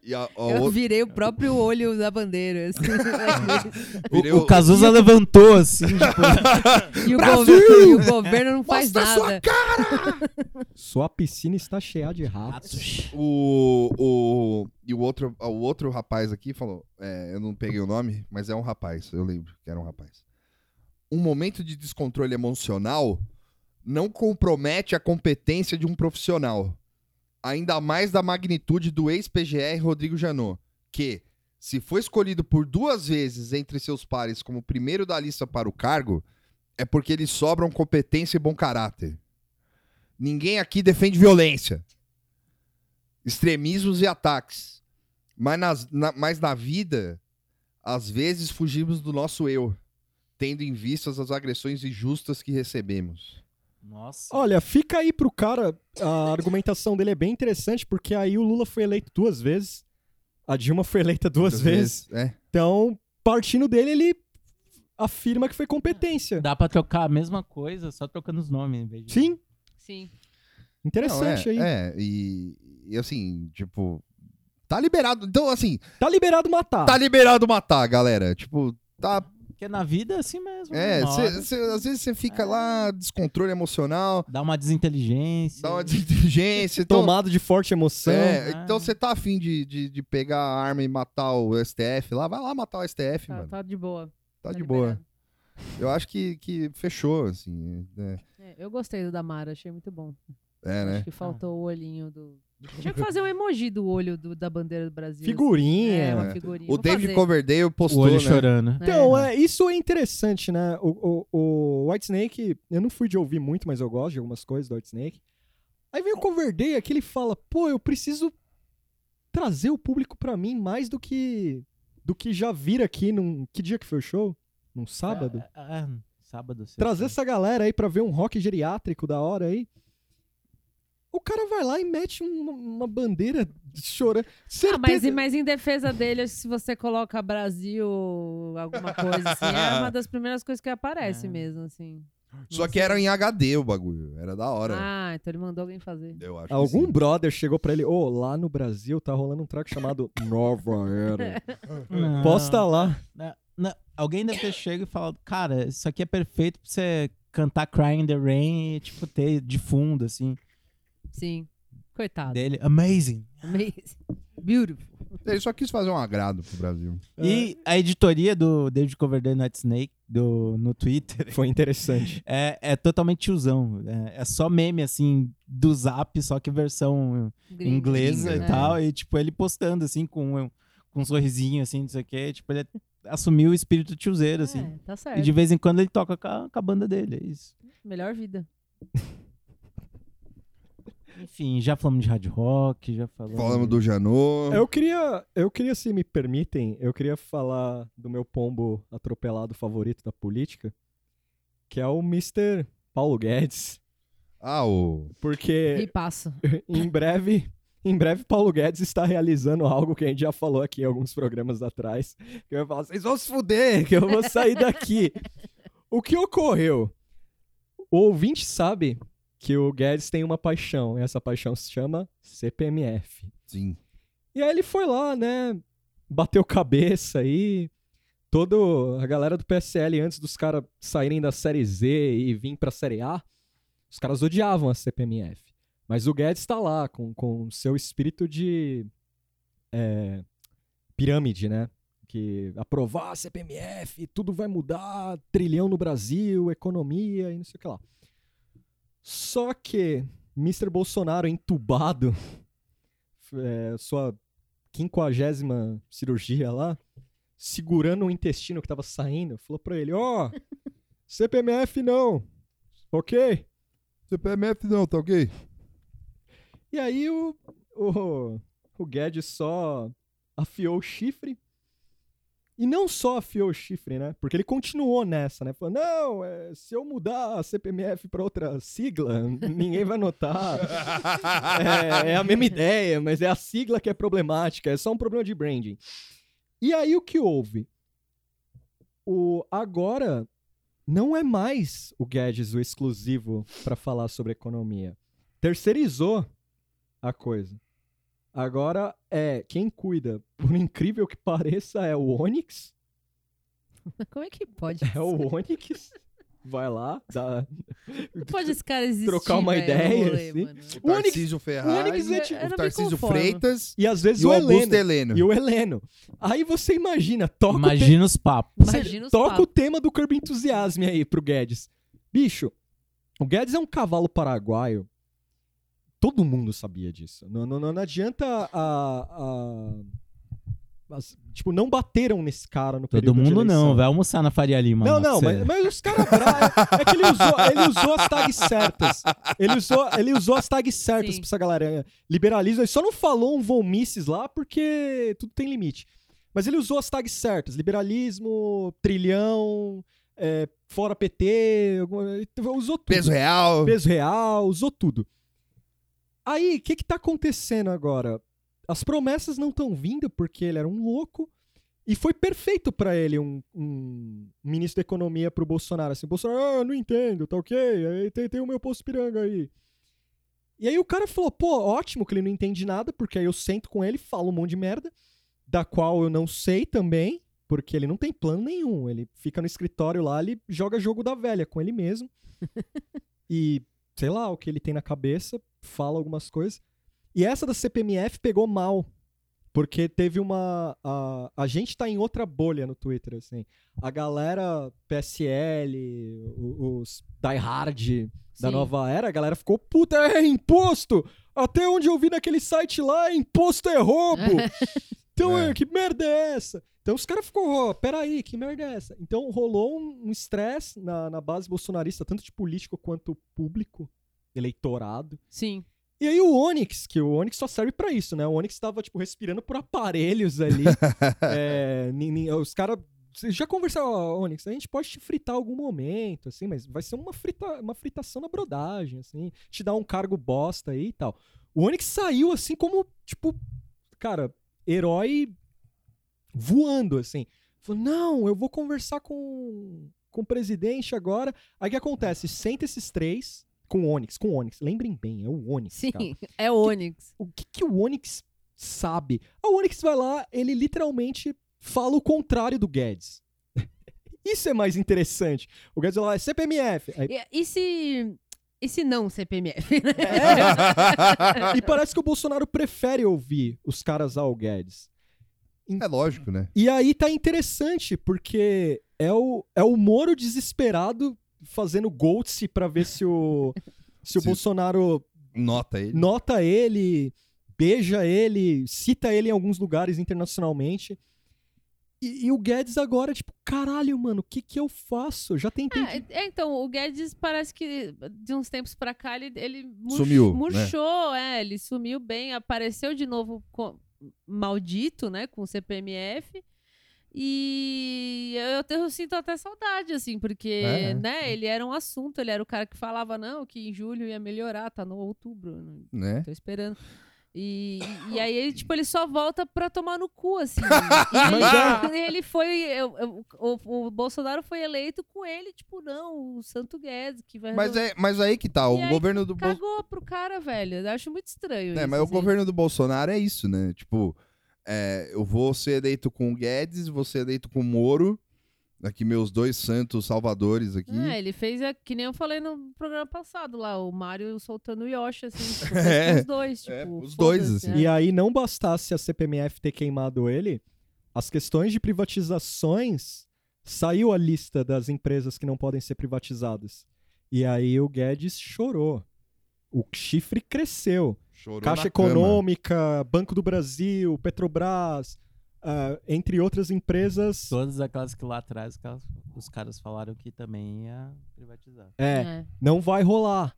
B: E a, a
D: Eu
B: outra-
D: virei o próprio olho da bandeira. assim. [LAUGHS]
B: [LAUGHS] virei
E: O, o Cazuza levantou assim, tipo,
D: e, o
B: Brasil!
D: governo, e o governo não faz
B: Mostra sua
D: nada.
C: Sua piscina está cheia de ratos.
B: O, o, e o outro, o outro rapaz aqui falou: é, eu não peguei o nome, mas é um rapaz, eu lembro que era um rapaz. Um momento de descontrole emocional não compromete a competência de um profissional, ainda mais da magnitude do ex-PGR Rodrigo Janot, que, se for escolhido por duas vezes entre seus pares como primeiro da lista para o cargo, é porque lhe sobram competência e bom caráter. Ninguém aqui defende violência extremismos e ataques. Mas, nas- na, mas na vida, às vezes fugimos do nosso eu, tendo em vista as agressões injustas que recebemos.
E: Nossa.
C: Olha, fica aí pro cara. A argumentação dele é bem interessante, porque aí o Lula foi eleito duas vezes. A Dilma foi eleita duas, vezes.
B: É.
C: Então, partindo dele, ele afirma que foi competência.
E: Dá pra trocar a mesma coisa, só trocando os nomes. em vez de-
C: Sim,
D: Sim.
C: interessante
B: Não, é,
C: aí.
B: É, e, e assim, tipo, tá liberado. Então, assim,
C: Tá liberado matar.
B: tá liberado matar, galera. Tipo, tá.
E: Porque na vida é assim mesmo. né?
B: É,
C: Tá
E: Uma
B: cê-
E: hora
B: cê- às vezes você fica
C: É.
B: lá, descontrole emocional,
E: Dá uma desinteligência.
B: dá uma
C: [LAUGHS]
B: desinteligência. então-
C: Tomado de forte emoção.
B: É,
E: Ah.
C: né?
B: então você tá afim de, de, de pegar a arma e matar o STF lá? Vai lá matar o STF,
D: Tá,
B: mano. Tá,
D: tá de boa.
B: de boa.
D: liberado.
B: Eu acho que, que fechou, assim. né?
D: É, eu gostei do da Mara, achei muito bom.
B: É, né?
D: Acho que faltou o olhinho
B: [LAUGHS]
D: do. Tinha que fazer um emoji do olho do- da bandeira do Brasil.
C: Figurinha.
D: É, uma
B: É.
D: figurinha.
B: O
D: Vou
B: David
D: fazer.
B: Coverdale postou,
E: o olho
B: né?
E: chorando.
C: Então, é, isso é interessante, né? O, o, o Whitesnake, eu não fui de ouvir muito, mas eu gosto de algumas coisas do Whitesnake. Aí vem o Coverdale aqui, ele fala, pô, eu preciso trazer o público pra mim mais do que do que já vir aqui num... Que dia que foi o show? Num sábado?
E: É, é, é, sábado. sexta.
C: Trazer essa galera aí pra ver um rock geriátrico da hora aí. O cara vai lá e mete uma, uma bandeira chorando.
D: Ah, mas,
C: Certeza...
D: em- mas em defesa dele, acho que se você coloca Brasil, alguma coisa assim,
C: [LAUGHS]
D: é uma das primeiras coisas que aparece
E: É.
D: mesmo, assim.
B: Só que era em HD o bagulho. Era da hora.
D: Ah, então ele mandou alguém fazer.
B: Eu acho que
C: Algum
B: sim.
C: brother chegou pra ele, ô, lá no Brasil tá rolando um track chamado Nova Era.
E: Não.
C: Posta lá.
E: Não, né? não. Alguém deve ter chego e falado, cara, isso aqui é perfeito pra você cantar Crying in the Rain e, tipo, ter de fundo, assim,
D: Sim. Coitado. [LAUGHS]
E: dele. Amazing.
D: Amazing. Beautiful.
B: Ele só quis fazer um agrado pro Brasil.
E: E a editoria do David Coverdale Night Snake do, no Twitter [LAUGHS]
C: Foi interessante.
E: é, é totalmente tiozão. É, é só meme, assim, do Zap, só que versão
D: Gringo.
E: inglesa
B: Gringa,
E: e
D: É.
C: tá,
E: tal. E, tipo, ele postando, assim, com, com com um sorrisinho, assim, não sei o quê. Tipo, ele assumiu o espírito tiozeiro, assim.
D: É, tá
E: E
D: certo.
E: de vez em quando ele toca com a, com a banda dele, é isso.
D: Melhor vida.
E: Enfim, já falamos de hard rock, já falamos...
B: Falamos do Janô.
C: Eu queria, eu queria, se me permitem, eu queria falar do meu pombo atropelado favorito da política, que é o Mr. Paulo Guedes.
B: Ah, o.
D: E
C: Porque
D: passo. [LAUGHS]
C: em breve, em breve Paulo Guedes está realizando algo que a gente já falou aqui em alguns programas atrás. Que eu ia falar, vocês vão se fuder, que eu vou sair daqui. o que ocorreu? O ouvinte sabe que o Guedes tem uma paixão, e essa paixão se chama CPMF.
B: Sim.
C: E aí ele foi lá, né? Bateu cabeça aí. Todo a galera do PSL, antes dos caras saírem da série Z e vir pra série A, os caras odiavam a CPMF. Mas o Guedes tá lá, com, com seu espírito de é, pirâmide, né? Que aprovar a CPMF, tudo vai mudar, trilhão no Brasil, economia e não sei o que lá. Só que Mr. Bolsonaro entubado [LAUGHS] é, sua quinquagésima cirurgia lá, segurando o intestino que tava saindo, falou pra ele, ó, CPMF não, ok?
B: CPMF não, tá [LAUGHS] ok?
C: E aí o, o, o Guedes só afiou o chifre, e não só afiou o chifre, né, porque ele continuou nessa, né, falou, não, é, se eu mudar a CPMF pra outra sigla, ninguém vai notar, É, é a mesma ideia, mas é a sigla que é problemática, é só um problema de branding. E aí o que houve? O agora não é mais o Guedes o exclusivo para falar sobre economia. Terceirizou a coisa. Agora é quem cuida, por incrível que pareça, é o Onyx.
D: Como é que pode?
C: É o Onyx. Vai lá, dá
D: Não pode esse cara existir.
C: Trocar uma
D: velho,
C: ideia,
D: no rolê,
C: assim.
D: mano. Ah,
B: O
C: O Onix-
B: Tarcísio Ferrari,
C: o Onix é, tipo,
D: eu não
B: o
D: me
B: Tarcísio
D: conformo.
B: Freitas
C: E às vezes
B: e o
C: o
B: Augusto
C: Heleno.
B: Heleno.
C: E o Heleno. Aí você imagina, toca o te-
E: Imagina os papos.
C: Você
D: Imagina os
C: toca
D: papos.
C: o tema do Curb Entusiasme aí pro Guedes. Bicho, o Guedes é um cavalo paraguaio. Todo mundo sabia disso. Não, não, não adianta a. a- as- tipo, não bateram nesse cara no
E: Todo
C: período de
E: mundo
C: eleição.
E: não, vai almoçar na Faria Lima.
C: Não,
E: lá,
C: não,
E: pra
C: mas,
E: você. [LAUGHS]
C: mas os caras. É que ele usou, ele usou as tags certas. Ele usou, ele usou as tags certas
D: Sim.
C: pra essa galera. é, Liberalismo, ele só não falou um von Mises lá porque tudo tem limite. Mas ele usou as tags certas: liberalismo, trilhão, é, fora PT, alguma- ele usou tudo.
B: Peso real.
C: Peso real, usou tudo. Aí, o que que tá acontecendo agora? As promessas não estão vindo porque ele era um louco e foi perfeito pra ele um, um ministro da economia pro Bolsonaro. Assim, Bolsonaro, ah, eu não entendo, tá ok? Aí tem, tem o meu posto piranga aí. E aí o cara falou, pô, ótimo que ele não entende nada, porque aí eu sento com ele, falo um monte de merda, da qual eu não sei também, porque ele não tem plano nenhum. Ele fica no escritório lá, ele joga jogo da velha com ele mesmo e sei lá o que ele tem na cabeça, fala algumas coisas. E essa da CPMF pegou mal, porque teve uma a, a gente tá em outra bolha no Twitter assim. A galera PSL, o- os die hard da
D: Sim.
C: nova era, a galera ficou puta, é imposto. Até onde eu vi naquele site lá, imposto é roubo. Então,
B: É.
C: é, que merda é essa? Então os caras ficou, ó, peraí, que merda é essa? Então rolou um um estresse na, na base bolsonarista, tanto de político quanto público, eleitorado.
D: Sim.
C: E aí o Onyx, que o Onyx só serve pra isso, né? O Onyx tava, tipo, respirando por aparelhos ali. É, nin- nin- os caras. Já conversaram, ó, Onyx, a gente pode te fritar em algum momento, assim, mas vai ser uma, frita, uma fritação na brodagem, assim, te dar um cargo bosta aí e tal. O Onyx saiu assim como, tipo, cara, herói voando, assim. Falou, não, eu vou conversar com, com o presidente agora. Aí o que acontece? Senta esses três com o Onyx, com o Onyx. Lembrem bem, é o Onyx,
D: Sim.
C: cara
D: [LAUGHS] É Onix.
C: o que, que o Onyx sabe? O Onyx vai lá, ele literalmente fala o contrário do Guedes. [LAUGHS] Isso é mais interessante. O Guedes vai lá, é CPMF. Aí-
D: E, e se. E se não CPMF? né? [LAUGHS]
C: e parece que o Bolsonaro prefere ouvir os caras ao Guedes.
B: é lógico, né?
C: E aí tá interessante, porque é o, é o Moro desesperado fazendo goltz pra ver se o, se o
B: Se-
C: Bolsonaro
B: Nota ele.
C: nota ele, beija ele, cita ele em alguns lugares internacionalmente. E, e o Guedes agora, tipo, caralho, mano, o que que eu faço? Eu já tentei. de-
D: É, é, então, o Guedes parece que de uns tempos pra cá ele, ele murch-
B: Sumiu, né?
D: murchou, é, ele sumiu bem, apareceu de novo co- maldito, né, com o CPMF. E eu, te- eu sinto até saudade, assim, porque,
B: É, é,
D: né, ele era um assunto, ele era o cara que falava, não, que em julho ia melhorar, tá no outubro, não
B: Né?
D: tô esperando. E, e- e aí, ele, tipo, ele só volta pra tomar no cu,
B: [LAUGHS]
D: assim. E ele, ele foi. eu- eu- o, o Bolsonaro foi eleito com ele, tipo, não, o Santo Guedes, que vai.
B: Mas, é, mas aí que tá, o
D: E aí
B: governo do Bolsonaro.
D: Cagou pro cara, velho. Eu acho muito estranho.
B: É,
D: isso,
B: mas o
D: assim.
B: governo do Bolsonaro é isso, né? Tipo, é, eu vou ser eleito com o Guedes, vou ser eleito com o Moro. Aqui, meus dois santos salvadores aqui.
D: É, ele fez, a- que nem eu falei no programa passado lá, o Mário soltando o
B: [LAUGHS]
D: Yoshi, assim, tipo,
B: É.
D: fez com os dois, tipo.
B: É, os dois,
D: foda-se,
B: assim.
D: é.
C: E aí não bastasse a CPMF ter queimado ele, as questões de privatizações saiu a lista das empresas que não podem ser privatizadas. E aí o Guedes chorou. O chifre cresceu.
B: Chorou
C: Caixa
B: na cama.
C: Econômica, Banco do Brasil, Petrobras, ah, entre outras empresas.
E: Todas aquelas que lá atrás os caras- os caras falaram que também ia privatizar.
C: É,
D: É.
C: não vai rolar.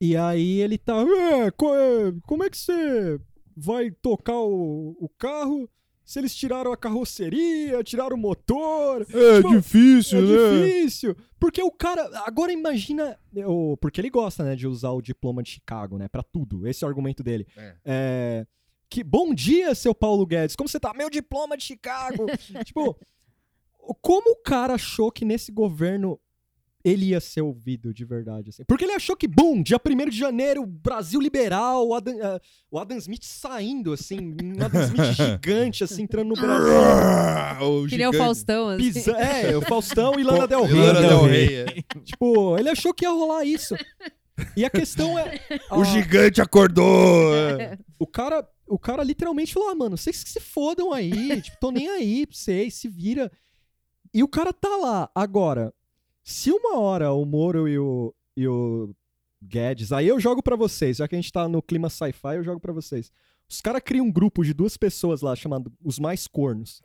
C: E aí ele tá. "É, co- é, como é que você vai tocar o, o carro se eles tiraram a carroceria, tiraram o motor?
B: É
C: Tipo,
B: difícil,
C: é
B: né?
C: difícil. Porque o cara. Agora imagina. o- porque ele gosta, né, de usar o diploma de Chicago, né? Pra tudo. Esse é o argumento dele.
B: É.
C: É, que bom dia, seu Paulo Guedes. Como você tá? Meu diploma de
B: [LAUGHS]
C: Chicago. tipo, como o cara achou que nesse governo ele ia ser ouvido de verdade? assim? Porque ele achou que, bum, dia 1 de janeiro, Brasil liberal, o Adam, ah, o Adam Smith saindo, assim, um Adam
B: [LAUGHS]
C: Smith gigante, assim, entrando no Brasil.
B: O
D: Que nem o
B: gigante.
D: Faustão, assim.
C: Pisa... É, o Faustão e Lana Del Rey.
B: Lana Del Rey, é.
C: Tipo, ele achou que ia rolar isso. E a questão é.
B: O
C: ah,
B: gigante
D: [LAUGHS]
B: acordou. é.
C: o cara, o cara literalmente falou: ah, mano, vocês que se fodam aí, tipo, tô nem aí pra vocês, se vira. E o cara tá lá. Agora, se uma hora o Moro e o, e o Guedes, aí eu jogo pra vocês, já que a gente tá no clima sci-fi, eu jogo pra vocês. Os caras criam um grupo de duas pessoas lá, chamado Os Mais Cornos.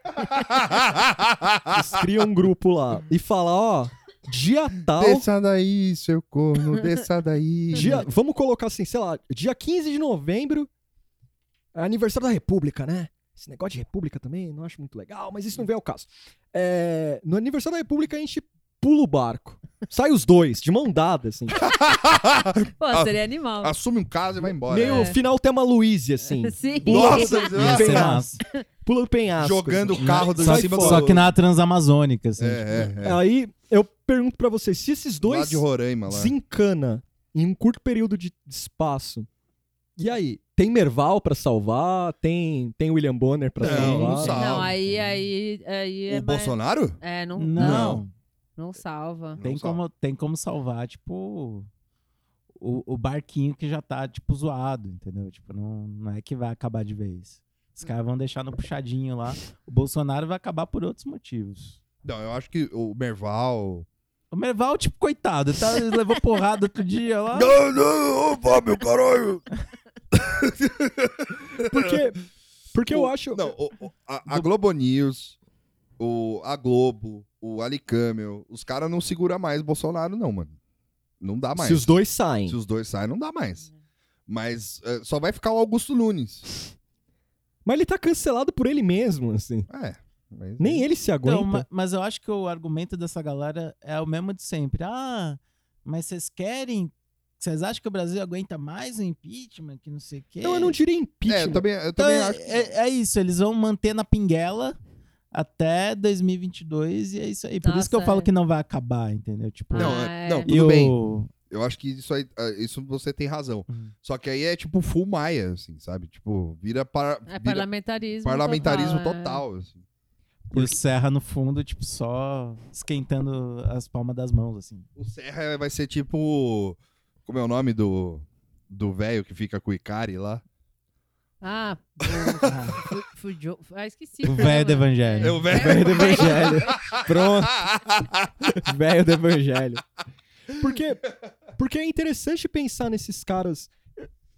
C: Eles criam um grupo lá e falam, ó, dia tal.
B: Desça daí, seu corno, desça daí.
C: Dia- vamos colocar assim, sei lá, dia 15 de novembro é aniversário da República, né? Esse negócio de República também não acho muito legal, mas isso não vem ao caso. É, no aniversário da República a gente pula o barco. Sai os dois, de mão
B: [LAUGHS]
C: dada, assim.
D: Pô, seria animal.
B: Assume um caso e vai embora.
C: Meio
D: É.
C: final tema Luiz, assim.
D: [LAUGHS] Sim.
B: Nossa,
E: Ia ser
C: penhasco.
E: massa.
C: Pula do penhasco.
B: jogando
C: assim.
B: o carro Ah, do
E: só,
B: em cima do
E: só que na Transamazônica, assim.
B: É, é, é.
C: Aí eu pergunto pra vocês, se esses
B: Lá
C: né? dois
B: de Roraima, lá.
C: desencana em um curto período de de espaço. E aí, tem Merval pra salvar? Tem tem William Bonner pra
B: Não,
C: salvar?
B: não salva.
D: Não, aí, aí, aí é
B: O
D: mais-
B: Bolsonaro?
D: É, não,
E: Não,
D: não, não salva.
E: Tem,
B: Não
E: como, tem como salvar, tipo, o, o barquinho que já tá, tipo, zoado, entendeu? Tipo, não, não é que vai acabar de vez. Os caras vão deixar no puxadinho lá. O Bolsonaro vai acabar por outros motivos.
B: Não, eu acho que o Merval.
E: O Merval, tipo, coitado, tá, ele levou porrada outro dia lá.
B: Não, não, opa, meu caralho!
C: [LAUGHS] Porque, porque eu
B: O-
C: acho.
B: Não, o- o- a, a Globo News, o, a Globo, o Alicâmio, os caras não segura mais Bolsonaro, não, mano. Não dá mais.
C: se os dois saem.
B: Se os dois saem, não dá mais. Mas é, só vai ficar o Augusto Nunes.
C: Mas ele tá cancelado por ele mesmo, assim.
B: É. mas-
C: Nem ele se aguenta.
E: Então, ma- mas eu acho que o argumento dessa galera é o mesmo de sempre. Ah, mas vocês querem. Vocês acham que o Brasil aguenta mais o impeachment? Que não sei o quê.
C: Não, eu não diria
B: É, eu
C: impeachment.
B: também, eu
E: Então,
B: também
E: é,
B: acho. que-
E: é- é isso, eles vão manter na pinguela até 2022 e é isso aí. Por isso que eu
D: Nossa,
E: falo
D: é.
E: que não vai acabar, entendeu? Tipo,
B: Não,
D: Ah,
B: é-
D: é.
B: não,
E: e
B: tudo
E: o-
B: bem. Eu acho que isso aí, ah, isso você tem razão.
E: Uhum.
B: Só que aí é tipo full Maia, assim, sabe? Tipo, vira, para,
D: É
B: vira
D: parlamentarismo.
B: parlamentarismo
D: é.
B: total. assim.
E: e o Serra no fundo, tipo, só esquentando as palmas das mãos,
B: [LAUGHS]
E: assim.
B: O Serra vai ser tipo. Como é o nome do do velho que fica com o Ikari lá?
D: Ah, o- fujo... Ah, esqueci.
E: O velho
D: [LAUGHS]
E: do evangelho.
B: É o [LAUGHS] velho.
C: Velho do Evangelho. [LAUGHS] Pronto, velho do Evangelho. Porque, porque é interessante pensar nesses caras.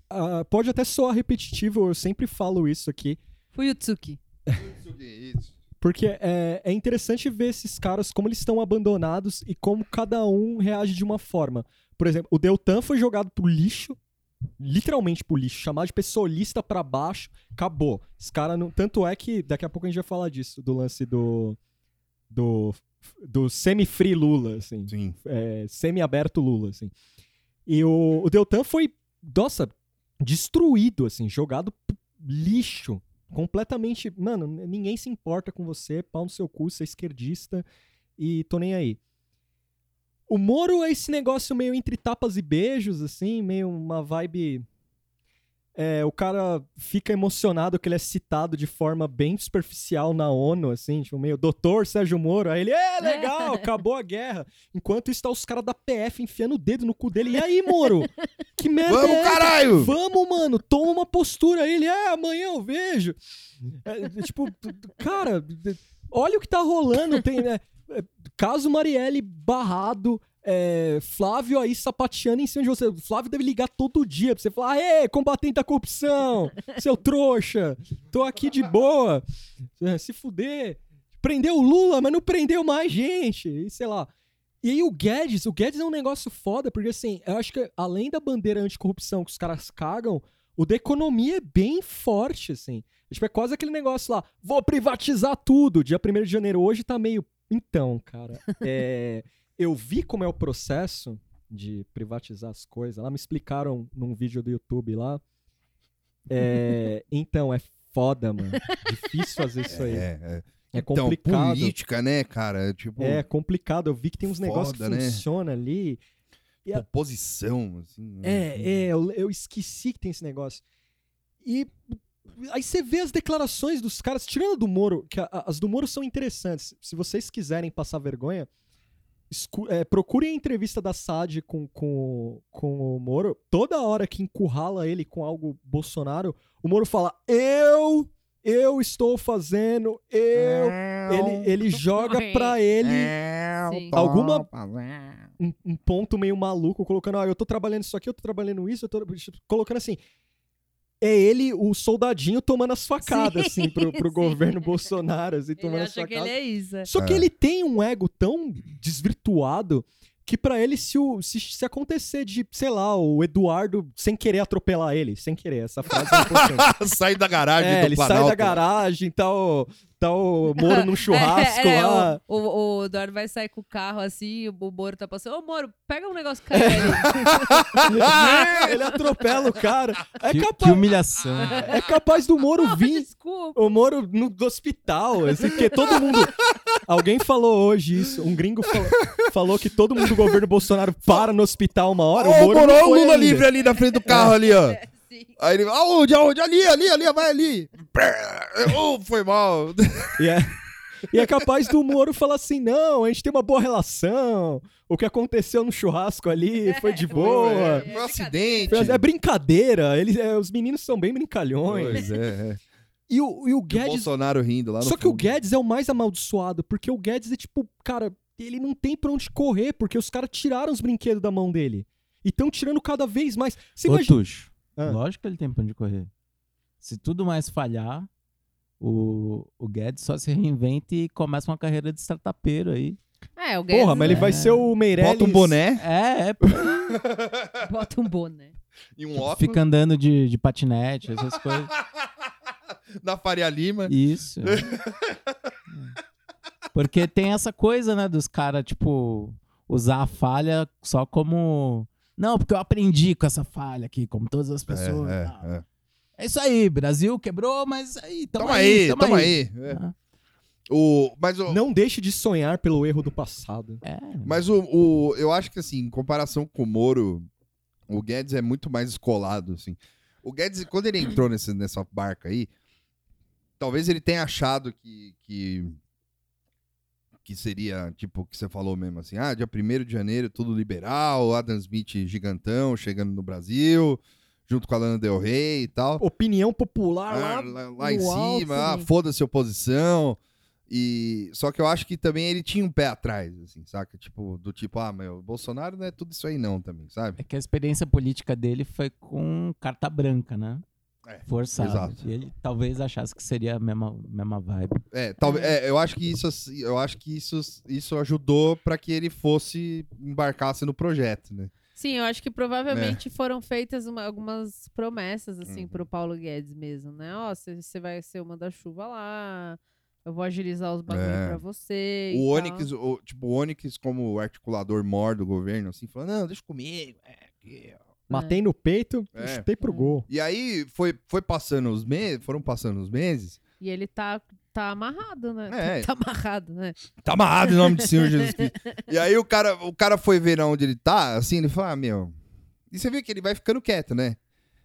C: ah, pode até soar repetitivo, eu sempre falo isso aqui,
D: Fuyutsuki.
B: Isso que- isso.
C: porque é, é interessante ver esses caras, como eles estão abandonados e como cada um reage de uma forma. Por exemplo, o Deltan foi jogado pro lixo, literalmente pro lixo, chamado de pessoalista pra baixo, acabou. Esse cara não. Tanto é que daqui a pouco a gente vai falar disso, do lance do. do. do semi-free Lula, assim.
B: Sim.
C: é, semi-aberto Lula, assim. E o, o Deltan foi, nossa, destruído, assim, jogado p- lixo. Completamente. Mano, n- ninguém se importa com você, pau no seu cu, você é esquerdista e tô nem aí. O Moro é esse negócio meio entre tapas e beijos, assim, meio uma vibe. É, o cara fica emocionado que ele é citado de forma bem superficial na ONU, assim, tipo, meio doutor Sérgio Moro. Aí ele, é legal, acabou a guerra. Enquanto isso, tá os caras da PF enfiando o dedo no cu dele. E aí, Moro?
B: [LAUGHS]
C: Que merda é
B: Vamos,
C: essa?
B: caralho!
C: Vamos, mano, toma uma postura. Ele, é, amanhã eu vejo. É, é, tipo, p- p- cara, d- olha o que tá rolando. Tem, né, é, caso Marielle barrado, é, Flávio aí sapateando em cima de você. Flávio deve ligar todo dia pra você falar: Aê, combatente da corrupção, seu trouxa, tô aqui de boa, É, se fuder. Prendeu o Lula, mas não prendeu mais gente, e sei lá. E aí o Guedes, o Guedes é um negócio foda, porque assim, eu acho que além da bandeira anticorrupção que os caras cagam, o da economia é bem forte, assim. É, Tipo, é quase aquele negócio lá, vou privatizar tudo, dia 1 de janeiro, hoje tá meio... Então, cara, é, [LAUGHS] eu vi como é o processo de privatizar as coisas, lá me explicaram num vídeo do YouTube lá.
B: [LAUGHS]
C: É, então, é foda, mano. Difícil fazer isso aí. É,
B: É, é. Então,
C: complicado.
B: política, né, cara? É Tipo,
C: É complicado, eu vi que tem uns negócios que
B: Foda, né?
C: funcionam ali. e a-
B: oposição, assim. né?
C: É, é, eu, eu esqueci que tem esse negócio. E aí você vê as declarações dos caras, tirando a do Moro, que a- a- as do Moro são interessantes. Se vocês quiserem passar vergonha, escu- é, procurem a entrevista da Sade com, com, com o Moro. Toda hora que encurrala ele com algo Bolsonaro, o Moro fala: Eu, eu estou fazendo, eu. é, Ele, ele joga pra
B: É.
C: ele
D: Sim.
C: alguma-
B: né?
C: um, um ponto meio maluco, colocando, ah, eu tô trabalhando isso aqui, eu tô trabalhando isso, eu tô colocando assim. É ele, o soldadinho, tomando as facadas,
D: Sim,
C: assim,
D: [LAUGHS]
C: pro, pro
D: sim.
C: governo Bolsonaro, assim,
D: Ele
C: tomando as
D: acha que
C: facadas.
D: ele é isso.
C: Só que
B: É.
C: ele tem um ego tão desvirtuado que pra ele, se, o, se, se acontecer de, sei lá, o Eduardo sem querer atropelar ele, sem querer, essa frase é importante.
B: [LAUGHS] sai da garagem
C: É,
B: do
C: ele
B: Planalto.
C: sai da garagem, tá o, tá o Moro num churrasco
D: [LAUGHS] É, é,
C: lá.
D: O, o, o Eduardo vai sair com o carro assim, o Moro tá passando. Ô, Moro, pega um negócio que cai
C: [LAUGHS]
D: ali. é,
C: ele atropela o cara. É
E: que, que
C: capaz.
E: humilhação.
C: É capaz do Moro
D: Ô,
C: vir.
D: Desculpa.
C: O Moro no do hospital, assim, porque todo mundo. Alguém falou hoje isso. Um gringo falou, falou que todo mundo do governo Bolsonaro para no hospital uma hora.
B: Ó,
C: o
B: o
C: Moro.
B: Moro, ó,
C: não
B: o
C: foi
B: Lula
C: ainda.
B: livre ali na frente do carro ali, ó.
D: Sim.
B: [LAUGHS] Aí ele, aonde, aonde? Ali, ali, ali, vai ali. Oh, foi mal. [LAUGHS]
C: E é, e é capaz do Moro falar assim: não, a gente tem uma boa relação. O que aconteceu no churrasco ali foi de boa.
B: Foi um acidente.
C: É brincadeira. Eles, é, os meninos são bem brincalhões.
B: Pois é, é.
C: E o, e o
B: E o
C: Guedes
B: Bolsonaro rindo lá no
C: Só que o
B: fundo.
C: Guedes é o mais amaldiçoado, porque o Guedes é tipo, cara, ele não tem pra onde correr, porque os caras tiraram os brinquedos da mão dele. E estão tirando cada vez mais. Você
E: Ô,
C: imagina.
E: Tuxo,
C: Ah.
E: lógico que ele tem pra onde correr. Se tudo mais falhar, o, o Guedes só se reinventa e começa uma carreira de startupeiro aí.
D: É, o Guedes
C: Porra, mas ele vai ser o Meirelles.
B: Bota um boné
E: É, é.
D: bota um boné.
B: e um óculos
E: Fica andando de, de patinete, essas
B: [LAUGHS]
E: coisas.
B: na Faria Lima.
E: Isso.
B: [LAUGHS]
E: É. Porque tem essa coisa, né, dos caras, tipo, usar a falha só como. Não, porque eu aprendi com essa falha aqui, como todas as
B: É,
E: pessoas.
B: é,
E: Ah,
B: é.
E: É isso aí, Brasil quebrou, mas é aí, tamo,
B: Toma aí,
E: tamo
B: toma aí. É.
E: Ah,
B: O, mas o,
C: Não deixe de sonhar pelo erro do passado.
E: É.
B: Mas o, o- eu acho que, assim, em comparação com o Moro, o Guedes é muito mais escolado, assim. O Guedes, quando ele entrou nesse- nessa barca aí, talvez ele tenha achado que, que, que seria, tipo, o que você falou mesmo, assim, ah, dia 1 de janeiro, tudo liberal, Adam Smith gigantão chegando no Brasil, junto com a Lana Del Rey e tal.
C: Opinião popular
B: Ah,
C: lá.
B: lá, lá em
D: no alto,
B: cima, ah,
D: né?
B: foda-se a oposição. E só que eu acho que também ele tinha um pé atrás, assim, saca? Tipo, do tipo, ah, meu, Bolsonaro não é tudo isso aí não também, sabe?
E: É que a experiência política dele foi com carta branca, né?
B: É,
E: Forçado.
B: exato.
E: E ele talvez achasse que seria a mesma, mesma vibe.
B: É, talvez, é, eu acho que isso assim, eu acho que isso isso ajudou pra que ele fosse embarcasse no projeto, né?
D: Sim, eu acho que provavelmente foram feitas uma- algumas promessas, assim,
B: É. Uhum.
D: pro Paulo Guedes mesmo, né? Ó, você vai ser o manda-chuva lá, eu vou agilizar os bagulhos
B: É.
D: pra você.
B: O
D: e
B: Onyx, o, tipo, o Onyx como articulador mor do governo, assim, falando, não, deixa comigo, é, aqui, ó."
C: Matei no peito,
B: É.
C: chutei pro
D: É.
C: gol.
B: E aí foi, foi passando os meses, foram passando os meses,
D: tal. E ele tá, tá amarrado,
B: É.
D: né? [LAUGHS] Tá amarrado, né?
B: Tá amarrado em nome do Senhor Jesus Cristo. [LAUGHS] E aí o cara, o cara foi ver na onde ele tá, assim, ele fala, ah, meu. E você vê que ele vai ficando quieto, né?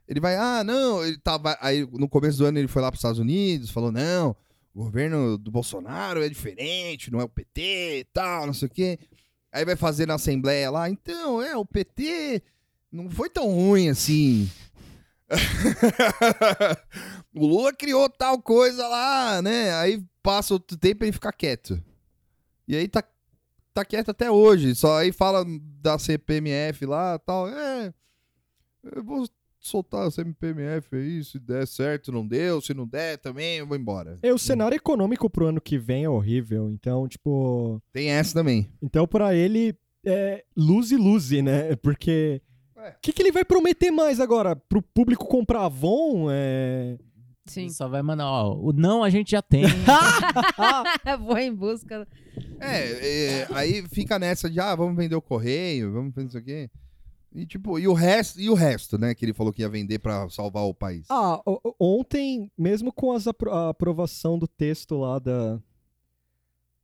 B: Ele vai, ah, não, ele tava. Aí no começo do ano ele foi lá pros Estados Unidos, falou, não, o governo do Bolsonaro é diferente, não é o PT e tal, não sei o quê. Aí vai fazer na Assembleia lá, então, é, o PT não foi tão ruim assim. [LAUGHS] o Lula criou tal coisa lá, né? Aí passa outro tempo e ele fica quieto. E aí tá, tá quieto até hoje. Só aí fala da CPMF lá tal. É. Eu vou soltar a CPMF aí, se der certo, não deu. Se não der, também eu vou embora.
C: E É, o cenário econômico pro ano que vem é horrível, então, tipo.
B: Tem essa também.
C: Então, pra ele, é lose lose, né? Porque.
B: Ué.
C: O que, que ele vai prometer mais agora? Pro público comprar Avon? É...
D: Sim.
E: Ele só vai mandar, ó, o não a gente já tem.
D: [LAUGHS]
E: [LAUGHS]
D: vou em busca.
B: É, é, aí fica nessa de, ah, vamos vender o correio, vamos fazer isso aqui. E tipo, e o resto, e o resto, né? Que ele falou que ia vender pra salvar o país.
C: Ah, o- o- ontem, mesmo com as apro- a aprovação do texto lá da,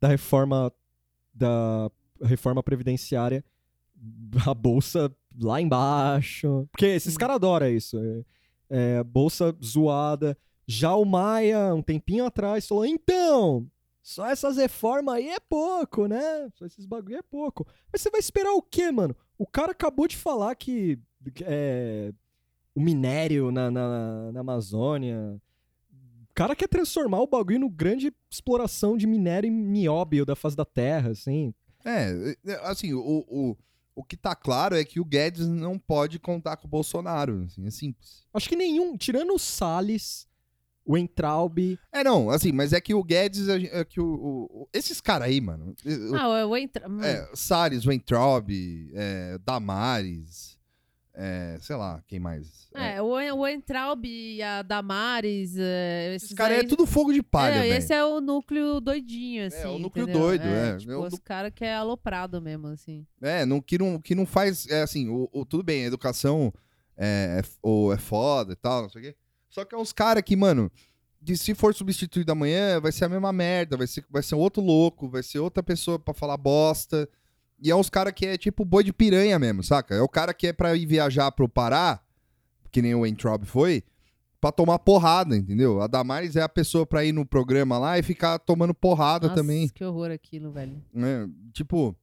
C: da reforma da reforma previdenciária, [LAUGHS] a bolsa lá embaixo. Porque esses caras adoram isso. é- é, bolsa zoada. Já o Maia, um tempinho atrás, falou: então, só essas reformas aí é pouco, né? Só esses bagulho é pouco. Mas você vai esperar o quê, mano? O cara acabou de falar que é, o minério na, na, na Amazônia. O cara quer transformar o bagulho no grande exploração de minério e nióbio da face da terra, assim.
B: É, é, assim, o, o, o que tá claro é que o Guedes não pode contar com o Bolsonaro, assim, é simples.
C: Acho que nenhum, tirando o Salles, o Entraub,
B: É, não, assim, mas é que o Guedes, é, é que o, o- o- esses caras aí, mano, o-
D: Ah, eu vou entrar.
B: é, Salles, Weintraub, é, Damares, é, sei lá, quem mais?
D: É, o, o Entraub e a Damares. É, esses
B: Esses caras
D: aí-
B: é tudo fogo de palha,
D: É,
B: velho. É,
D: esse é o núcleo doidinho, assim.
B: o núcleo
D: entendeu?
B: doido, é.
D: Tipo,
B: É o
D: os
B: nu-
D: caras que é aloprado mesmo, assim.
B: É, não, que, não, que não faz. É assim, o, o- tudo bem, a educação é, é, f- ou é foda e tal, não sei o quê. Só que é uns caras que, mano, que se for substituído amanhã, vai ser a mesma merda, vai ser, vai ser um outro louco, vai ser outra pessoa pra falar bosta. E é uns caras que é tipo boi de piranha mesmo, saca? É o cara que é pra ir viajar pro Pará, que nem o Entraub foi, pra tomar porrada, entendeu? A Damares é a pessoa pra ir no programa lá e ficar tomando porrada
D: Nossa,
B: também
D: que horror aquilo, velho.
B: né? Tipo,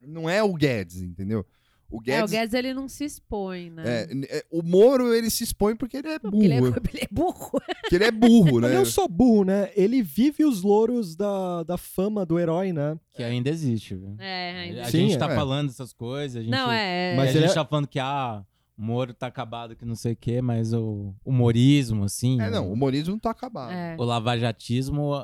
B: não é o Guedes, entendeu? O Guedes,
D: É, o Guedes, ele não se expõe, né?
B: é, n- é, o Moro, ele se expõe porque ele é burro.
D: [LAUGHS] Porque ele é, ele é burro.
B: porque ele é burro, né?
C: Mas não só burro, né? Ele vive os louros da, da fama do herói, né?
E: que ainda existe, viu?
D: [LAUGHS] É, ainda.
E: A
C: Sim,
E: gente tá
B: é.
E: falando essas coisas, a gente...
D: Não, é.
E: Mas
C: Mas
E: a
C: ele
E: gente
C: é-
E: tá falando que, ah, o Moro tá acabado, que não sei o quê, mas o humorismo, assim...
B: É, não, o humorismo tá acabado.
D: é.
E: O lavajatismo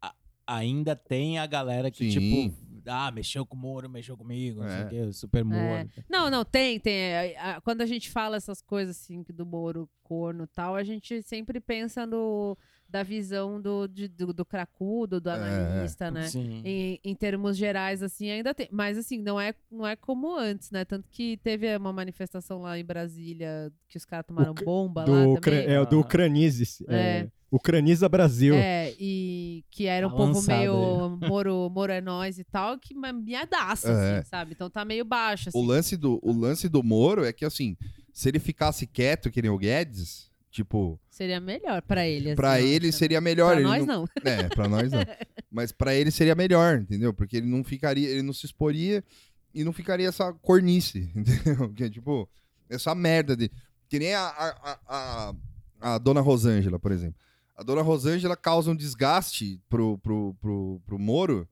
E: a- ainda tem a galera que,
B: Sim.
E: tipo, ah, mexeu com o Moro, mexeu comigo, não sei
B: É.
E: o quê, o super Moro.
D: É. Não, não, tem, tem. É, a- Quando a gente fala essas coisas assim que do Moro, corno e tal, a gente sempre pensa no, da visão do, de- do, do cracudo, do analista, né?
E: Sim.
D: Em, em termos gerais, assim, ainda tem. Mas, assim, não é, não é como antes, né? Tanto que teve uma manifestação lá em Brasília que os caras tomaram
C: Ucra-
D: bomba lá
C: Do,
D: também.
C: ucra- é, o do
E: Ah.
C: Ucranize. É.
D: É.
C: Ucraniza Brasil.
D: É, e que era um
E: Tá
D: povo
E: lançado
D: meio [LAUGHS] moro, moro é nós e tal, que ma- miadaço, assim,
B: É.
D: sabe? Então tá meio baixo, assim.
B: O, lance do, o lance do Moro é que, assim, se ele ficasse quieto, que nem o Guedes, tipo,
D: Seria melhor pra ele, assim.
B: pra
D: eu
B: ele
D: acho.
B: seria melhor.
D: Pra
B: ele
D: nós,
B: não-
D: não.
B: É, pra nós
D: [LAUGHS]
B: não. Mas pra ele seria melhor, entendeu? Porque ele não ficaria, ele não se exporia e não ficaria essa cornice, [LAUGHS] entendeu? Que é tipo, essa merda de. Que nem a, a, a, a- a dona Rosângela, por exemplo. A A dona Rosângela causa um desgaste pro, pro, pro, pro Moro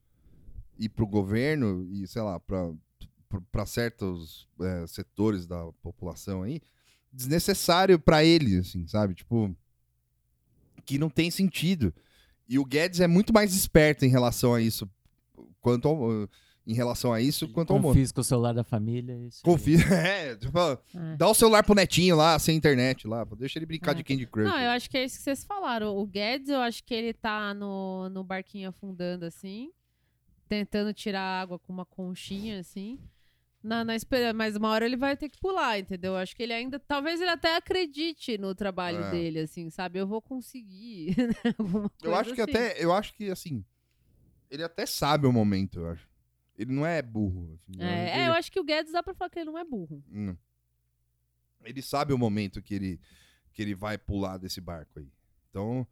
B: e pro governo e, sei lá, pra, pro- pra certos é, setores da população aí, desnecessário pra ele, assim, sabe? Tipo, que não tem sentido. E o Guedes é muito mais esperto em relação a isso, quanto ao- em relação a isso, quanto ao Moro.
E: Confisca o celular da família. é Isso aí.
B: Confia. [LAUGHS] É, tipo,
D: É.
B: dá o celular pro netinho lá, sem internet lá. pô, Deixa ele brincar
D: É.
B: de Candy Crush.
D: Não, eu acho que é isso que vocês falaram. O Guedes, eu acho que ele tá no, no barquinho afundando, assim, tentando tirar água com uma conchinha, assim. Na, na espera, mas uma hora ele vai ter que pular, entendeu? Eu Acho que ele ainda. Talvez ele até acredite no trabalho
B: É.
D: dele, assim, sabe? Eu vou conseguir. [LAUGHS] né? Alguma
B: Eu
D: coisa
B: acho que
D: assim.
B: até. Eu acho que assim. Ele até sabe o momento, eu acho. Ele não é burro. assim,
D: É, é,
B: ele,
D: eu acho que o Guedes dá pra falar que ele não é burro.
B: Não. Ele sabe o momento que ele, que ele vai pular desse barco aí. Então.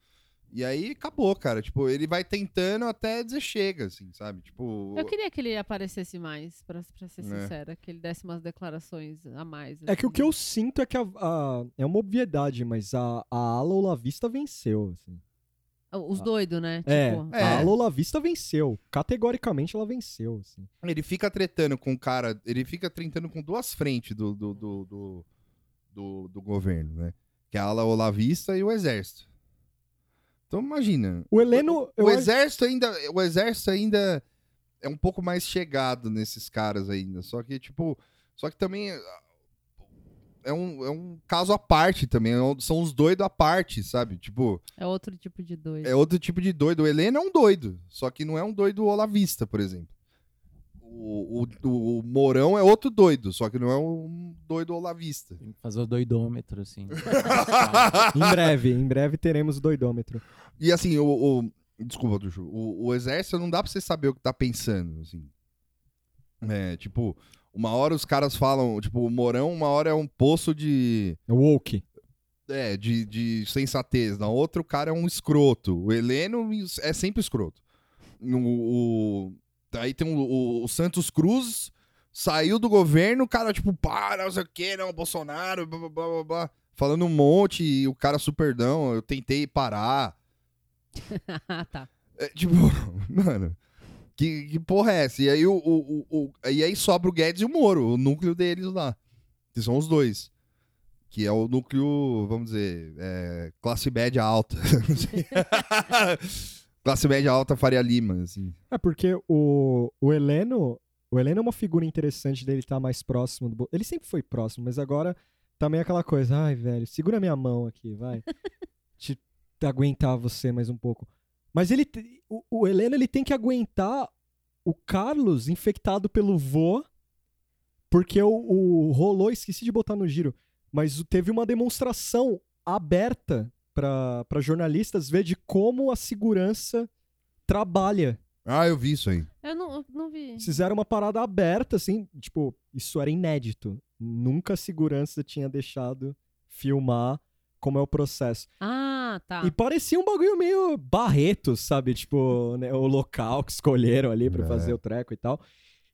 B: E aí acabou, cara. Tipo, ele vai tentando até dizer chega, assim, sabe? Tipo.
D: Eu queria que ele aparecesse mais, pra, pra ser
B: É.
D: sincera, que ele desse umas declarações a mais.
C: É que o
D: assim.
C: que eu sinto é que a, a- é uma obviedade, mas a, a ala Olavista venceu. assim.
D: Os doidos, né?
C: É,
D: Tipo,
B: É.
C: a ala Olavista venceu. Categoricamente ela venceu. assim.
B: Ele fica tretando com o cara, ele fica tretando com duas frentes do, do, do, do, do- do governo, né? Que é a ala olavista e o exército. Então imagina,
C: O Heleno. eu
B: o
C: acho-
B: exército ainda, o exército ainda é um pouco mais chegado nesses caras ainda, só que tipo, só que também ah, é um, é um caso à parte também, é um- são os doidos à parte, sabe? Tipo,
D: é outro tipo de doido.
B: é outro tipo de doido. O Heleno é um doido, só que não é um doido olavista, por exemplo. O, o, o- o Mourão é outro doido, só que não é um doido olavista.
E: [LAUGHS] Tem que fazer o doidômetro,
B: [LAUGHS]
E: assim. [LAUGHS]
C: Em breve, em breve teremos o doidômetro.
B: e assim, o, o- desculpa, Tuxo, o, o exército não dá pra você saber o que tá pensando, assim. É, tipo, uma hora os caras falam, tipo, o Mourão uma hora é um poço de
C: É o Woke.
B: É, de, de sensatez. Na outra, o cara é um escroto. O Heleno é sempre escroto. No- O, aí tem o, o- o Santos Cruz, saiu do governo, o cara, tipo, para, não sei o que, não, Bolsonaro, blá, blá, blá, blá, blá. Falando um monte, e o cara superdão, eu tentei parar.
D: [LAUGHS] ah, tá.
B: É, tipo, [LAUGHS] mano, que, que porra é essa? E aí, o, o- o- o- e aí sobra o Guedes e o Moro, o núcleo deles lá. Que são os dois. Que é o núcleo, vamos dizer, é, classe média alta. [LAUGHS] Não sei. classe média alta Faria Lima, assim.
C: É porque o, o Heleno. O Heleno é uma figura interessante dele estar mais próximo do. Bo- Ele sempre foi próximo, mas agora tá meio aquela coisa. Ai, velho, segura minha mão aqui, vai. Te te aguentar você mais um pouco. Mas ele. te- O, o Heleno ele tem que aguentar o Carlos infectado pelo vô. Porque o, o rolou, esqueci de botar no giro. Mas o- teve uma demonstração aberta para jornalistas ver de como a segurança trabalha
B: Ah, eu vi isso aí.
D: Eu não, eu não vi.
C: eles fizeram uma parada aberta, assim, tipo, isso era inédito. Nunca a segurança tinha deixado filmar como é o processo.
D: Ah, tá.
C: E parecia um bagulho meio barreto, sabe? Tipo, né, o local que escolheram ali pra
B: É.
C: fazer o treco e tal.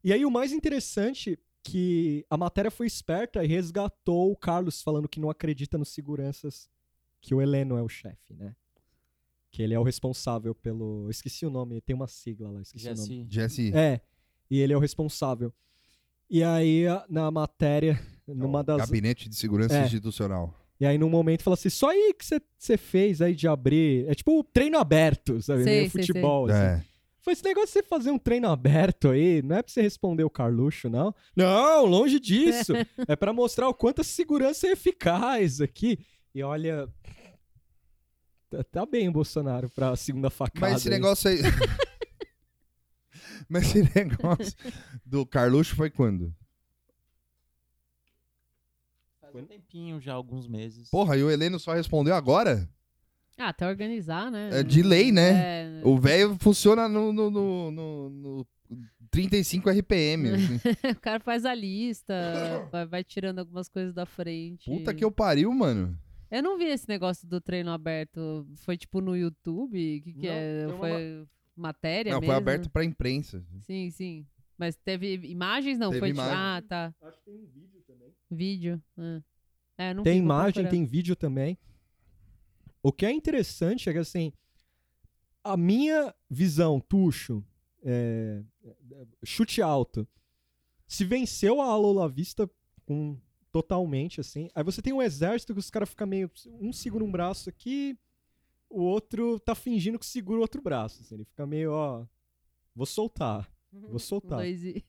C: E aí o mais interessante que a matéria foi esperta e resgatou o Carlos falando que não acredita nos seguranças, que o Heleno é o chefe, né? Que ele é o responsável pelo. eu Esqueci o nome, tem uma sigla lá, esqueci o nome.
E: Jesse.
B: Jesse.
C: É, e ele é o responsável. E aí, a- na matéria, [LAUGHS] numa das.
B: Gabinete de Segurança
C: É.
B: Institucional.
C: E aí, num momento, fala assim: só aí que você fez aí de abrir. É tipo treino aberto, sabe?
D: Sei,
C: Meio
D: sei,
C: futebol. assim.
B: É.
C: Foi esse negócio de você fazer um treino aberto aí, não é pra você responder o Carluxo, não. Não, longe
D: [LAUGHS]
C: disso. é pra mostrar o quanto a segurança é eficaz aqui. E olha. tá- Tá bem, Bolsonaro, pra segunda facada.
B: Mas esse
C: aí.
B: negócio aí. [LAUGHS] Mas esse negócio do Carluxo foi quando?
E: Faz um tempinho já, alguns meses.
B: Porra, e o Heleno só respondeu agora?
D: Ah, até organizar, né?
B: É de lei, né?
D: É,
B: O velho funciona no, no, no, no- no 35
D: [LAUGHS]
B: RPM. assim.
D: [LAUGHS] o cara faz a lista, vai, vai tirando algumas coisas da frente.
B: Puta que eu pariu, mano.
D: Eu não vi esse negócio do treino aberto. Foi tipo no YouTube? O que, que
C: Não,
D: é?
C: tem uma
D: Foi matéria?
B: Não,
D: mesmo?
B: foi aberto pra imprensa.
D: Sim, sim. Mas teve imagens? Não,
B: Teve
D: foi tipo.
B: imagem.
D: Ah, tá.
C: Acho que tem um vídeo também.
D: Vídeo. ah. É, eu não
C: Tem
D: vi, vou
C: imagem,
D: procurar.
C: tem vídeo também. O que é interessante é que, assim, a minha visão, Tuxo, é, chute alto, se venceu a Alola Vista com, totalmente, assim. Aí você tem um exército que os caras ficam meio. Um segura um braço aqui, o outro tá fingindo que segura o outro braço. assim, ele fica meio, ó. Vou soltar.
D: [LAUGHS]
C: Vou soltar.
D: Um, Dois e-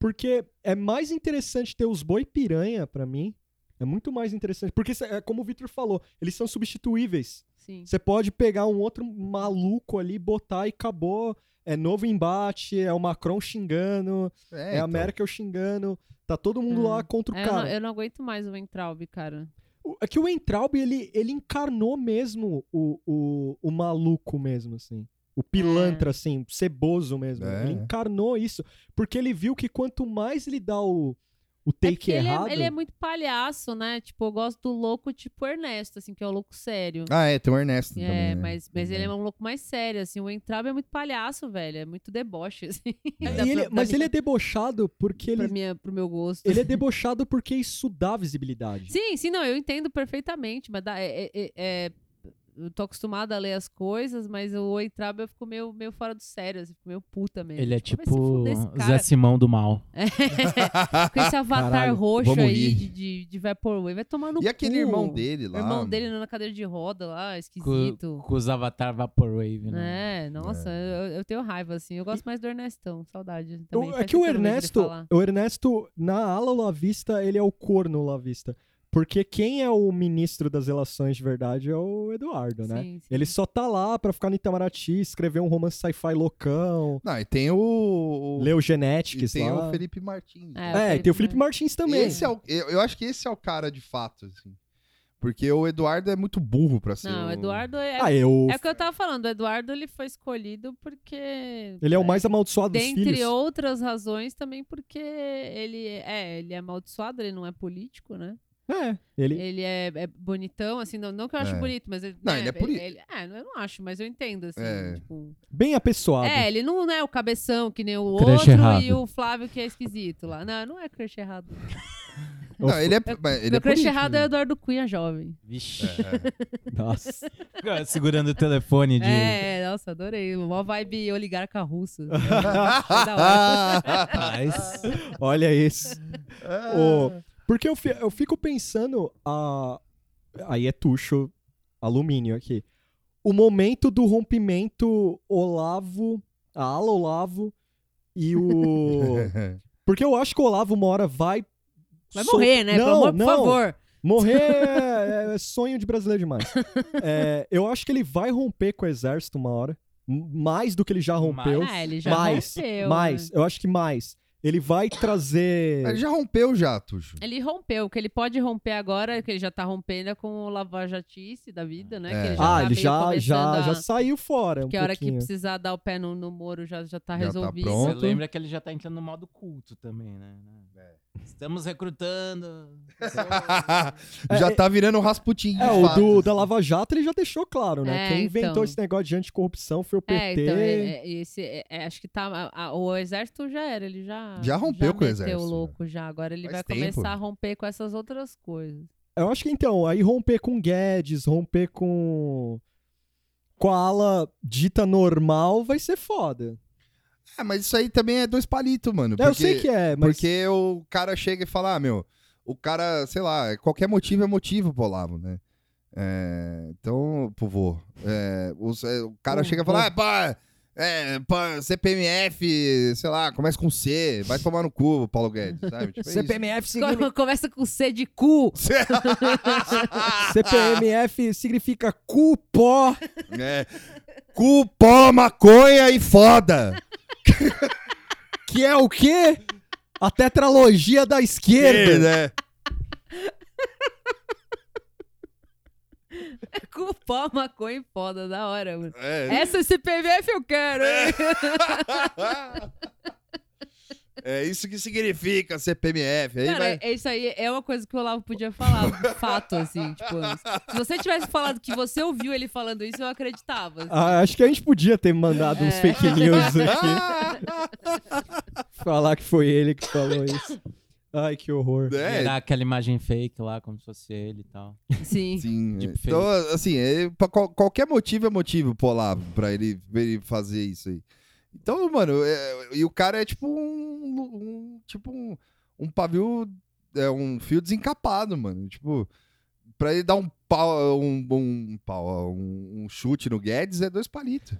C: Porque é mais interessante ter os boi piranha pra mim. É muito mais interessante. Porque, cê- é como o Victor falou, eles são substituíveis.
D: Sim.
C: Você pode pegar um outro maluco ali, botar e acabou. É novo embate, é o Macron xingando, é, a
B: então.
C: Merkel xingando. Tá todo mundo
D: Hum.
C: lá contra o
D: É, eu,
C: cara.
D: não, eu não aguento mais o Entraub, cara.
C: O- É que o Entraub, ele, ele encarnou mesmo o, o, o maluco mesmo, assim. O
D: É.
C: pilantra, assim, o ceboso mesmo.
B: É.
C: Ele encarnou isso. Porque ele viu que quanto mais ele dá o, o
D: É
C: take
D: porque ele
C: errado...
D: é, ele é muito palhaço, né? Tipo, eu gosto do louco tipo Ernesto, assim, que é o louco sério.
B: Ah, é, tem o Ernesto
D: é,
B: também. né?
D: mas, mas ele é um louco mais sério, assim. O Entraub é muito palhaço, velho. É muito deboche, assim.
C: E
D: Da-
C: ele-
D: da
C: mas
D: minha-
C: ele é debochado porque
D: pra
C: ele...
D: minha, pro meu gosto.
C: Ele é debochado porque isso dá visibilidade.
D: Sim, sim, não, eu entendo perfeitamente, mas dá- é, é- é- é- eu tô acostumada a ler as coisas, mas o Entraub eu fico meio, meio fora do sério, assim, fico meio puta mesmo.
E: Ele é
D: Tipo, vai se
E: tipo
D: fuder esse cara.
E: Zé Simão do mal.
B: [LAUGHS]
D: Com esse avatar
C: Caralho,
D: roxo
B: vamos
D: aí
B: rir.
D: de, de, de Vaporwave, vai tomar no
B: E aquele
D: cu.
B: irmão dele lá.
D: O irmão dele na cadeira de roda lá,
E: Com,
D: esquisito.
E: com os avatar Vaporwave, né?
D: É, nossa, Eu, eu tenho raiva, assim. Eu gosto mais do Ernestão, saudade. Também.
C: O- é
D: Faz
C: que o
D: tempo eu não vejo ele
C: Ernesto,
D: falar.
C: o Ernesto, na ala lavista, ele é o corno lavista. Porque quem é o ministro das relações de verdade é o Eduardo, né?
D: Sim, sim.
C: Ele só tá lá pra ficar no Itamaraty, escrever um romance sci-fi loucão,
B: Não, e tem o.
C: ler o
B: e
C: Genetics
B: tem
C: lá.
B: o Felipe Martins. Então,
D: É,
C: É, e tem o Felipe Martins também.
B: Esse é o- eu, eu acho que esse é o cara de fato, assim. Porque o Eduardo é muito burro pra ser.
D: Não, o
B: o-
D: Eduardo é.
C: Ah, eu,
D: É o que eu tava falando, o Eduardo ele foi escolhido porque.
C: Ele é o mais amaldiçoado dos
D: Dentre
C: filhos.
D: outras razões, também porque ele é, ele é amaldiçoado, ele não é político, né?
C: É, ele...
D: Ele é, é bonitão, assim, não, não que eu acho
B: É.
D: bonito, mas ele.
B: Não,
D: né,
B: ele é bonito.
D: é, eu não acho, mas eu entendo, assim.
B: É.
D: Tipo,
C: bem apessoado.
D: é, ele não é o cabeção, que nem o
E: Crush
D: outro,
E: errado.
D: e o Flávio que é esquisito lá. Não, não é crush errado.
B: Não, ele é. mas Ele
D: Meu
B: é
D: crush
B: político,
D: errado
B: né?
D: é o Eduardo Cunha jovem.
E: Vixe.
D: [LAUGHS]
B: É, é.
C: [LAUGHS] Nossa.
E: [LAUGHS] Segurando o telefone de.
D: É, nossa, adorei. Uma vibe oligarca russa.
B: [LAUGHS]
E: Rapaz.
C: Olha isso.
B: É.
C: O- Porque eu, fi- eu fico pensando. A... Aí é tucho alumínio aqui. O momento do rompimento Olavo, a ala Olavo e
B: [LAUGHS]
C: o.
B: É.
C: Porque eu acho que o Olavo uma hora vai.
D: Vai
C: sol-
D: morrer, né? Pelo
C: Não,
D: amor, por
C: não.
D: favor.
C: Morrer é, é sonho de brasileiro demais. É, eu acho que ele vai romper com o exército uma hora. m- Mais do que ele já rompeu.
D: Ah, ele já
C: mais.
D: rompeu,
C: mais. Eu acho que mais. Ele vai trazer.
B: Ele já rompeu já, Tuxo.
D: Ele rompeu, o que ele pode romper agora, que ele já tá rompendo é com o lavajatice da vida,
B: É.
D: né? Que ele já
C: Ah,
D: tá
C: ele
D: meio
C: já,
D: começando
C: já,
D: a...
C: já saiu fora. um
D: Porque a hora que
C: pouquinho.
D: precisar dar o pé no, no Moro já, já tá
B: Já tá
D: resolvido.
B: pronto.
E: Você lembra que ele já tá entrando no modo culto também, né?
B: É.
E: Estamos recrutando.
B: [LAUGHS] já
C: É,
B: tá virando o Rasputin. de
C: É, o
B: fato,
C: do,
B: assim.
C: da Lava Jato ele já deixou claro, né?
D: É,
C: Quem
D: então.
C: inventou esse negócio de anticorrupção foi o PT.
D: É, então, é- é- esse, é- é, acho que tá. a- a- o exército já era, ele já.
B: Já rompeu com o
D: meteu
B: exército, né?
D: o louco já. Agora ele
B: Faz
D: vai
B: tempo.
D: começar a romper com essas outras coisas.
C: Eu acho que então, aí romper com Guedes, romper com. com a ala dita normal vai ser foda.
B: É, mas isso aí também é dois palitos, mano.
C: É, eu sei que é, mas.
B: Porque o cara chega e fala, ah, meu, o cara, sei lá, qualquer motivo é motivo pro Olavo, né? É, então, por favor, é, os- é, o, cara
C: Pô,
B: chega e
C: pô.
B: fala, ah, pá, é, pá, CPMF, sei lá, começa com C, vai tomar no cu, Paulo Guedes, sabe? Tipo, é isso. [LAUGHS]
C: [LAUGHS] CPMF significa.
D: Come- Começa com C de cu. [LAUGHS]
C: CPMF significa cu pó.
B: É, cu, pó, maconha e foda.
C: que é o quê? A tetralogia da esquerda.
B: né?
D: É cu, pó, maconha e foda, da hora, mano.
B: É.
D: Essa CPVF eu quero, hein?
B: [LAUGHS]
D: [LAUGHS]
B: É isso que significa CPMF. Aí
D: Cara,
B: vai...
D: é isso aí é uma coisa que o Olavo podia falar, de fato, assim, tipo, se você tivesse falado que você ouviu ele falando isso, eu acreditava. assim.
C: Ah, acho que a gente podia ter mandado
D: É.
C: uns
B: [LAUGHS] Ah,
C: fake news aqui. Falar que foi ele que falou isso. Ai, que horror.
B: [LAUGHS] É,
E: Era aquela imagem fake lá, como se fosse ele e tal.
D: Sim. [LAUGHS]
B: Sim.
E: Deepfake.
B: Então, assim, é, pra qual- qualquer motivo é motivo, Polavo, pra ele, pra ele fazer isso aí. Então, mano, é- e o cara é tipo um. um- tipo um, um pavio. É um fio desencapado, mano. Tipo, pra ele dar um pau. Um, um pau, ó, um, um chute no Guedes é dois
D: [LAUGHS]
B: palitos.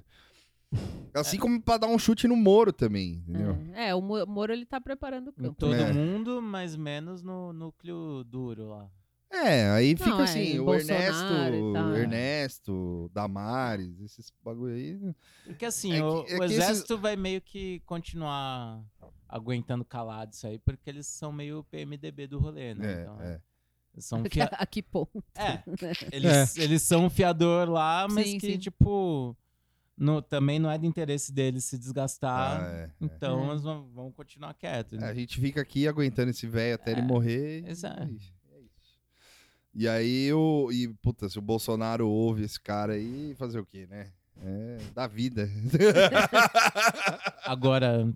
B: Assim como pra dar um chute no Moro também, entendeu?
D: É, o Mo- Moro ele tá preparando o
E: Em
D: campo. [LAUGHS]
E: todo
B: É.
E: mundo, mas menos no núcleo duro lá.
B: É, aí fica
D: Não, é,
B: assim,
D: e
B: o
D: Bolsonaro
B: Ernesto,
D: e tal,
B: o
D: é.
B: Ernesto, Damares, esses bagulho aí.
E: Porque assim,
B: É
E: o,
B: que- é
E: o
B: que esses-
E: exército vai meio que continuar aguentando calado isso aí, porque eles são meio PMDB do rolê, né?
B: É,
E: Então,
B: é.
E: eles
D: [LAUGHS]
E: São
D: Aqui,
E: fia...
D: aqui, pô. [LAUGHS]
E: é, eles, eles são um fiador lá, mas
D: Sim,
E: que,
D: sim.
E: tipo, no, também não é de interesse deles se desgastar.
B: Ah, é.
E: Então
D: É.
E: eles vão, vão continuar quietos.
B: A
E: né?
B: gente fica aqui aguentando esse velho até ele
E: É,
B: morrer. e
E: exato.
B: é isso, é isso. E aí o. E, puta, se o Bolsonaro ouve esse cara aí, fazer o quê, né? É, da vida. [LAUGHS]
E: Agora,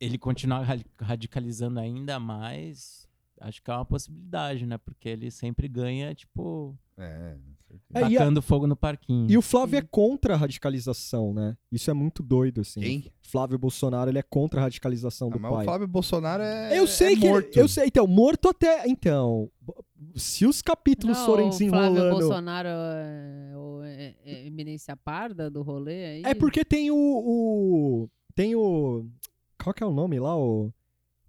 E: ele continuar ra- radicalizando ainda mais, acho que é uma possibilidade, né? Porque ele sempre ganha, tipo,
B: é,
C: É, e, a-
E: tacando fogo no parquinho.
C: e o Flávio é contra a radicalização, né? Isso é muito doido, assim.
B: Quem?
C: Flávio Bolsonaro, ele é contra a radicalização do
B: Ah, mas
C: pai.
B: o Fábio Bolsonaro é.
C: Eu sei
B: é
C: que. ele-
B: morto.
C: eu sei, então, morto até. Então, bo- se os capítulos
D: Não,
C: forem
D: o Flávio
C: desenrolando.
D: Bolsonaro é, o- é- é eminência parda do rolê aí.
C: É porque tem o, o- Tem o. Qual que é o nome lá? O.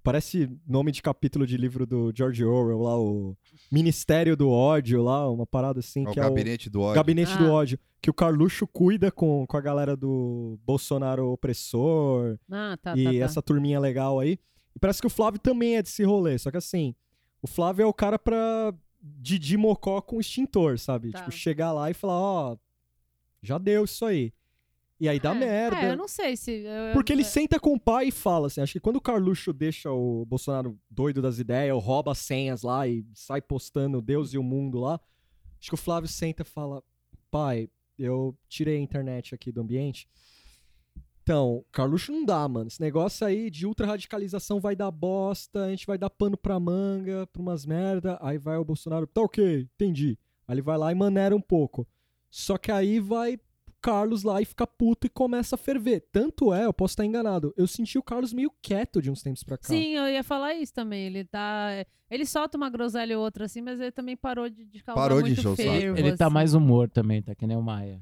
C: Parece nome de capítulo de livro do George Orwell lá, o Ministério do Ódio lá, uma parada assim.
B: É o
C: que é o...
B: gabinete do ódio.
C: Gabinete do
D: Ah.
C: ódio. Que o Carluxo cuida com, com a galera do Bolsonaro opressor
D: Ah, tá,
C: e
D: tá, tá.
C: essa turminha legal aí. E parece que o Flávio também é desse rolê. Só que assim, o Flávio é o cara pra Didi Mocó com extintor, sabe?
D: Tá.
C: Tipo, chegar lá e falar, ó, já deu isso aí. E aí dá
D: É,
C: merda.
D: É, eu não é. sei se. eu-
C: Porque ele
D: eu-
C: senta com o pai e fala assim, acho que quando o Carluxo deixa o Bolsonaro doido das ideias, ou rouba as senhas lá e sai postando Deus e o mundo lá, acho que o Flávio senta e fala, pai, eu tirei a internet aqui do ambiente. Então, Carluxo não dá, mano. Esse negócio aí de ultra-radicalização vai dar bosta, a gente vai dar pano pra manga, pra umas merda, aí vai o Bolsonaro, tá ok, entendi. Aí ele vai lá e maneira um pouco. Só que aí vai Carlos lá e fica puto e começa a ferver. Tanto é, eu posso estar enganado, eu senti o Carlos meio quieto de uns tempos pra cá.
D: Sim, eu ia falar isso também. Ele tá. Ele solta uma groselha ou outra assim, mas ele também parou de, de causar
B: Parou de
D: muito
B: encher o saco.
D: fervo,
E: Ele tá
D: assim.
E: mais humor também, tá que nem o Maia.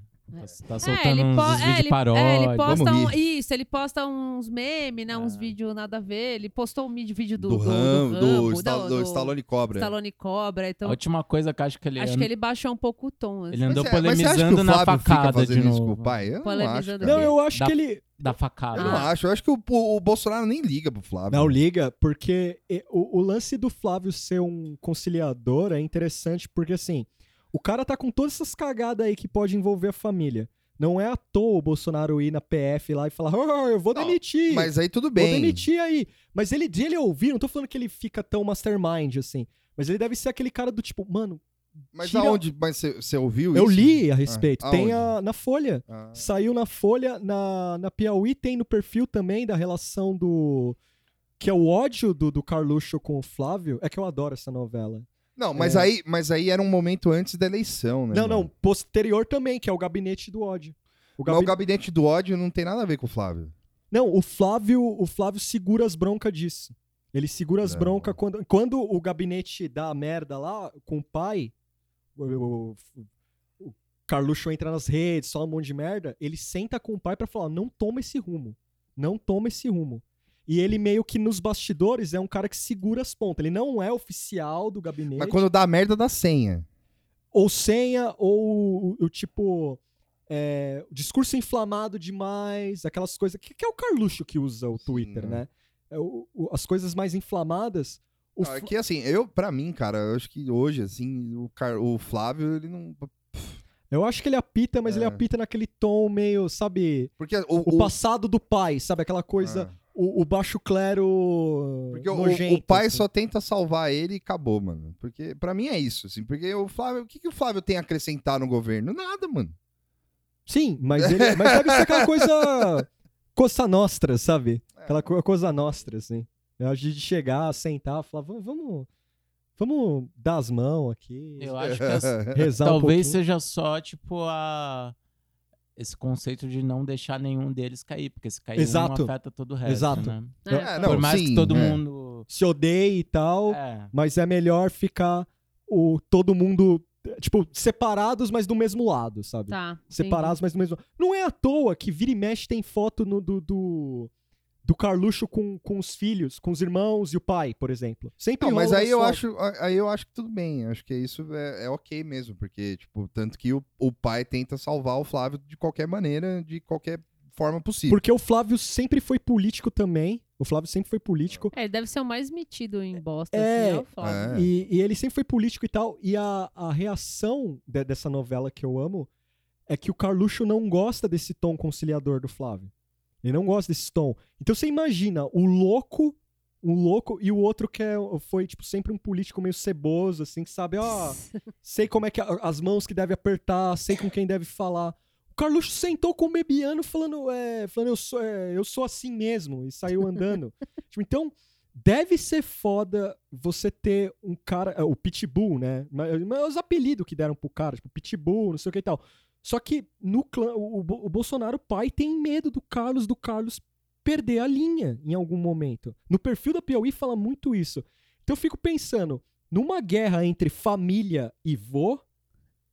E: Tá, tá soltando
D: po-
E: uns vídeos
D: é, ele- é, ele
E: paródia.
D: posta
B: Vamos
D: um, isso, ele posta uns memes, né? Uns
E: É.
D: vídeos nada a ver. Ele postou um mid- vídeo do,
B: Do, Ram, do,
D: Rambo,
B: Sta- do Stallone Cobra.
D: Stallone Cobra.
E: A
D: Então,
E: última coisa que eu acho que ele,
C: é
D: acho
E: and-
D: que ele baixou um pouco o tom. assim.
E: ele andou
B: Mas é- mas você acha que
E: polemizando
B: o
E: na
B: Flávio fica
E: facada de
B: fazendo isso com
E: novo.
B: o pai? Eu não acho.
D: Polemizando
B: cara.
C: Não, eu acho
E: Dá-
C: que ele.
E: Da facada.
B: Eu não
D: Ah.
B: acho. Eu acho que o, o- o Bolsonaro nem liga pro Flávio.
C: Não liga, porque e- o, o lance do Flávio ser um conciliador é interessante, porque assim, o cara tá com todas essas cagadas aí que pode envolver a família. Não é à toa o Bolsonaro ir na PF lá e falar, "Ah, eu vou
B: Não,
C: demitir.
B: Mas aí tudo
C: Vou
B: bem.
C: demitir aí. Mas ele, de ele ouvir, não tô falando que ele fica tão mastermind assim. Mas ele deve ser aquele cara do tipo, mano,
B: Mas
C: Tira-
B: aonde? Mas você ouviu
C: eu
B: isso?
C: li a respeito.
B: Ah,
C: tem
B: aonde?
C: a, na Folha.
B: Ah.
C: Saiu na Folha, na, na Piauí tem no perfil também da relação do. Que é o ódio do, do Carluxo com o Flávio. É que eu adoro essa novela.
B: Não, mas,
C: É.
B: aí, mas aí era um momento antes da eleição, né?
C: Não, não,
B: mano?
C: posterior também, que é o Gabinete do Ódio. O
B: Mas
C: gabi-
B: é o gabinete do ódio não tem nada a ver com o Flávio.
C: Não, o Flávio, o Flávio segura as broncas disso. Ele segura as
B: Não.
C: broncas quando, quando o gabinete dá a merda lá com o pai, o, o, o Carluxo entra nas redes, só um monte de merda, ele senta com o pai pra falar, não toma esse rumo, não toma esse rumo. E ele meio que nos bastidores é um cara que segura as pontas. Ele não é oficial do gabinete
B: Mas quando dá merda, dá senha.
C: ou senha, ou o, o tipo. é, discurso inflamado demais, aquelas coisas. Que, que é o Carluxo que usa o
B: Sim,
C: Twitter,
B: é.
C: né? É o- o- as coisas mais inflamadas. O
B: Não, é
C: Fla-
B: que assim, eu, pra mim, cara, eu acho que hoje, assim, o, Car- o Flávio, ele não.
C: Eu acho que ele apita, mas
B: É.
C: ele apita naquele tom meio, sabe?
B: Porque o.
C: O passado do pai, sabe? Aquela coisa.
B: Ah.
C: O, o baixo clero.
B: Porque o- o,
C: nojento,
B: o pai
C: assim.
B: só tenta salvar ele e acabou, mano. Porque pra mim é isso, assim. Porque o Flávio. O que, que o Flávio tem a acrescentar no governo? Nada, mano.
C: Sim, mas ele.
B: [LAUGHS] É.
C: Mas sabe isso é aquela coisa. Coça nostra, sabe? Aquela co- coisa nostra, assim. Eu acho de chegar, sentar, falar, vamos, vamos, vamos dar as mãos aqui,
E: Eu acho
C: [LAUGHS]
E: que
B: [LAUGHS]
E: as-
C: rezar um
E: talvez
C: pouquinho.
E: seja só, tipo, a... esse conceito de não deixar nenhum deles cair, porque se cair
C: Exato.
E: um afeta todo o resto,
C: Exato.
E: né?
B: É, não,
E: Por mais
B: sim,
E: que todo
B: é.
E: mundo...
C: Se odeia e tal,
E: É.
C: mas é melhor ficar o todo mundo, tipo, separados, mas do mesmo lado, sabe?
D: Tá.
C: Separados, mas do mesmo lado. Não é à toa que vira e mexe tem foto no- do, do, do Carluxo com, com os filhos, com os irmãos e o pai, por exemplo. Sempre
B: Não, mas
C: rola
B: aí eu,
C: só-
B: acho, aí eu acho que tudo bem. Acho que isso é, é ok mesmo, porque, tipo, tanto que o, o pai tenta salvar o Flávio de qualquer maneira, de qualquer forma possível.
C: Porque o Flávio sempre foi político também. O Flávio sempre foi político.
D: É, ele deve ser o mais metido em bosta,
C: É.
D: assim, é o Flávio.
B: É.
C: E, e ele sempre foi político e tal. E a, a reação de- dessa novela que eu amo é que o Carluxo não gosta desse tom conciliador do Flávio. Ele não gosta desse tom. Então você imagina o louco, um louco, e o outro que é- foi, tipo, sempre um político meio ceboso, assim, que sabe, ó, sei como é que a- as mãos que deve apertar, sei com quem deve falar. O Carluxo sentou com o Bebiano falando, é, falando eu, sou, é, eu sou assim mesmo, e saiu andando. Tipo, então, deve ser foda você ter um cara, é, o Pitbull, né? Mas, mas os apelidos que deram pro cara, tipo, Pitbull, não sei o que e tal. Só que no clã, o, o Bo- o Bolsonaro pai tem medo do Carlos, do Carlos perder a linha em algum momento. No perfil da Piauí fala muito isso. Então eu fico pensando, numa guerra entre família e vô,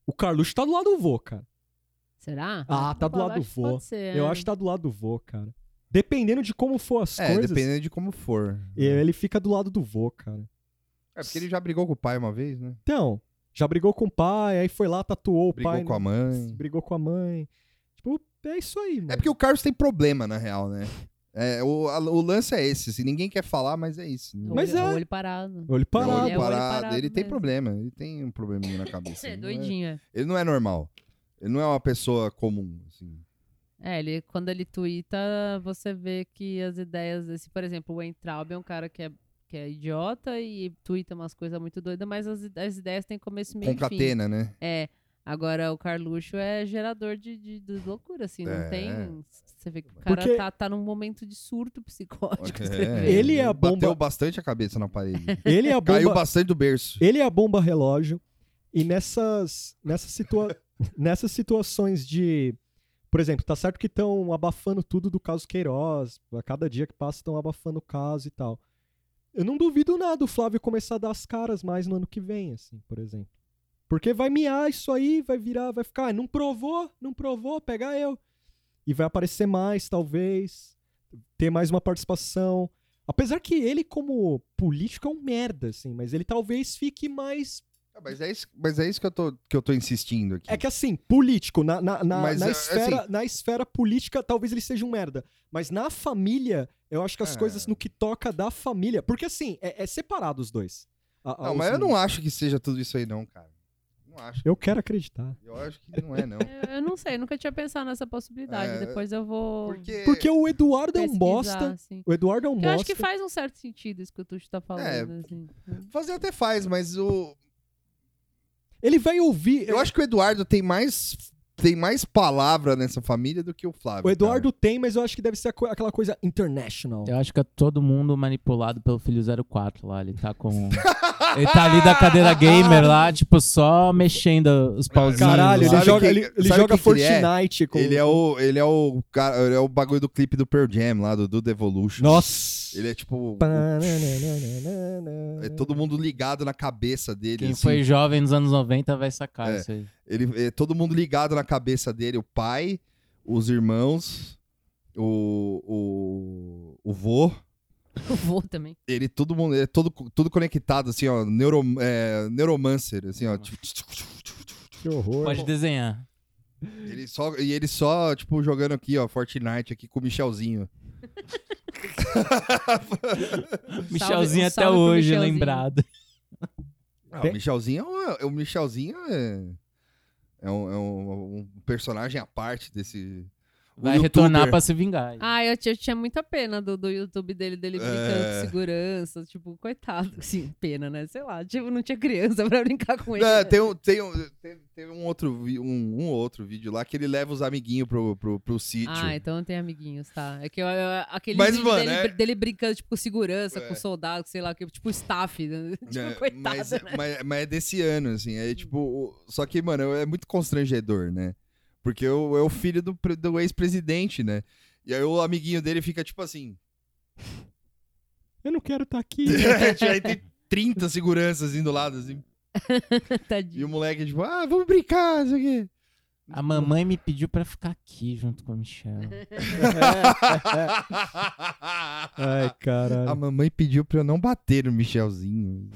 C: o Carluxo tá do lado do vô, cara.
D: [LAUGHS] Será?
C: Ah, tá do
D: Eu
C: lado do
D: acho que
C: vô.
D: pode ser,
C: Eu
D: é.
C: acho que tá do lado do vô, cara. Dependendo de como for as
B: É,
C: coisas,
B: dependendo de como for.
C: ele fica do lado do vô, cara.
B: É porque ele já brigou com o pai uma vez, né?
C: Então, já brigou com o pai, aí foi lá, tatuou o
B: Brigou
C: pai.
B: com a mãe.
C: Brigou com a mãe. Tipo, é isso aí, mano.
B: É porque o Carlos tem problema, na real, né? É, o, a- o lance é esse. Se ninguém quer falar, mas é isso.
D: Olho-
B: Né?
C: Mas é.
D: Olho parado.
C: Olho
B: É o
C: parado.
D: Ele é o olho parado
B: Ele tem
D: mesmo.
B: problema. Ele tem um probleminha
D: [LAUGHS]
B: na cabeça.
D: É
B: Ele não
D: doidinho, é.
B: Ele não é normal. Ele não é uma pessoa comum, assim.
D: É, ele, quando ele tuita, você vê que as ideias desse... Por exemplo, o Weintraub é um cara que é, que é idiota e tuita umas coisas muito doidas, mas as, ide- as ideias têm começo, meio e fim.
B: Concatena, né?
D: É. Agora, o Carluxo é gerador de, de, de loucura, assim. Não
B: É.
D: tem... Você vê que o cara
C: Porque-
D: tá, tá num momento de
C: [LAUGHS]
D: surto psicótico. você
B: É, [LAUGHS]
D: vê.
C: Ele é a
B: Bateu
C: bomba-
B: bastante a cabeça na parede.
C: Ele é a
B: Caiu
C: [LAUGHS] bomba,
B: bastante do berço.
C: ele é a bomba relógio. E nessas, nessas, situa- [LAUGHS] nessas situações de. Por exemplo, tá certo que estão abafando tudo do caso Queiroz. A cada dia que passa estão abafando o caso e tal. Eu não duvido nada o Flávio começar a dar as caras mais no ano que vem, assim, por exemplo. Porque vai miar isso aí, vai virar, vai ficar, "Ah, não provou, não provou, pega eu. E vai aparecer mais, talvez. Ter mais uma participação. Apesar que ele, como político, é um merda, assim, mas ele talvez fique mais.
B: Ah, Mas é isso, mas é isso que, eu tô, que eu tô insistindo aqui.
C: É que assim, político, na, na, na,
B: Mas,
C: na
B: ah,
C: esfera, na esfera política, talvez ele seja um merda. Mas na família, eu acho que as
B: É.
C: coisas no que toca da família. Porque assim, é, é separado os dois. A- a-
B: Não,
C: os-
B: mas eu não acho que seja tudo isso aí, não, cara. Não acho.
C: Eu quero acreditar.
B: Eu acho que não
C: [LAUGHS]
B: é, não.
D: Eu- Eu não sei, nunca tinha pensado nessa possibilidade.
B: É,
D: Depois eu vou.
B: Porque.
C: Porque o Eduardo é um
D: pesquisar,
C: bosta.
D: assim.
C: O Eduardo é um
D: Porque Eu acho que
C: bosta.
D: faz um certo sentido isso que o Tuxo tá falando.
B: É.
D: assim.
B: Fazer até faz, mas o.
C: Ele vai ouvir.
B: Eu acho que o Eduardo tem mais. Tem mais palavra nessa família do que o Flávio.
C: O Eduardo tem, mas eu acho que deve ser a co- aquela coisa international.
E: Eu acho que é todo mundo manipulado pelo filho 04 lá. Ele tá
C: [LAUGHS]
E: com. ele tá ali da cadeira gamer lá, tipo, só mexendo os pauzinhos.
C: Caralho, ele
E: lá.
B: Sabe
C: joga,
B: quem-
C: ele, ele
B: sabe
C: joga
B: quem que ele é?
C: Fortnite com.
B: cara. Ele é o. Ele é o. Cara, ele é o bagulho do clipe do Pearl Jam lá, do, do Devolution.
C: Nossa!
B: Ele é tipo.
C: Pananana.
B: É todo mundo ligado na cabeça dele.
E: Quem
B: assim.
E: foi jovem nos anos 90 vai sacar
B: É.
E: isso aí.
B: Ele, é todo mundo ligado na cabeça dele, o pai, os irmãos, o, o, o vô.
D: Eu vou também.
B: Ele todo mundo, ele é todo, tudo conectado, assim, ó. Neuro, é, neuromancer, assim, ó.
C: Que horror.
E: Pode desenhar.
B: Ele só, e ele só, tipo, jogando aqui, ó, Fortnite aqui com o Michelzinho.
E: Michelzinho
D: um
E: até
D: salve pro
E: hoje
D: Michelzinho.
E: lembrado.
B: Ah,
C: Tem-
B: o Michelzinho, é um- o Michelzinho é, é, um, é um- um personagem à parte desse.
E: Vai
B: youtuber.
E: retornar pra se vingar.
D: Ah, eu, ti- eu tinha muita pena do, do YouTube dele, dele brincando
B: É.
D: com segurança. Tipo, coitado. [LAUGHS] Sim, pena, né? Sei lá. Tipo, não tinha criança [LAUGHS] pra brincar com ele.
B: Não,
D: né?
B: tem, um, tem, um, tem, tem um, outro, vi- um, um outro vídeo lá que ele leva os amiguinhos pro, pro, pro sítio.
D: Ah, então tem amiguinhos, tá. É que eu, eu- aquele
B: Mas,
D: vídeo
B: mano,
D: dele,
B: é-
D: br- dele brincando, tipo, com segurança,
B: É.
D: com soldado, sei lá, o que, tipo, staff. né? [LAUGHS] [LAUGHS] Tipo,
B: É,
D: coitado,
B: mas,
D: né? Uhum.
B: mas, mas é desse ano, assim. É tipo. o- Só que, mano, é muito constrangedor, né? Porque eu, é o filho do, pre- do ex-presidente, né? E aí o amiguinho dele fica tipo assim. [LAUGHS]
C: Eu não quero estar aqui.
B: aí tem 30 seguranças indo do lado, assim. E
D: [LAUGHS] Tadinho.
B: o moleque, tipo, ah, vamos brincar, isso aqui.
E: A mamãe me pediu pra ficar aqui junto com a
D: Uhum.
E: Michelle.
C: Ai,
B: A
C: caralho.
B: mamãe pediu pra eu não bater no Michelzinho.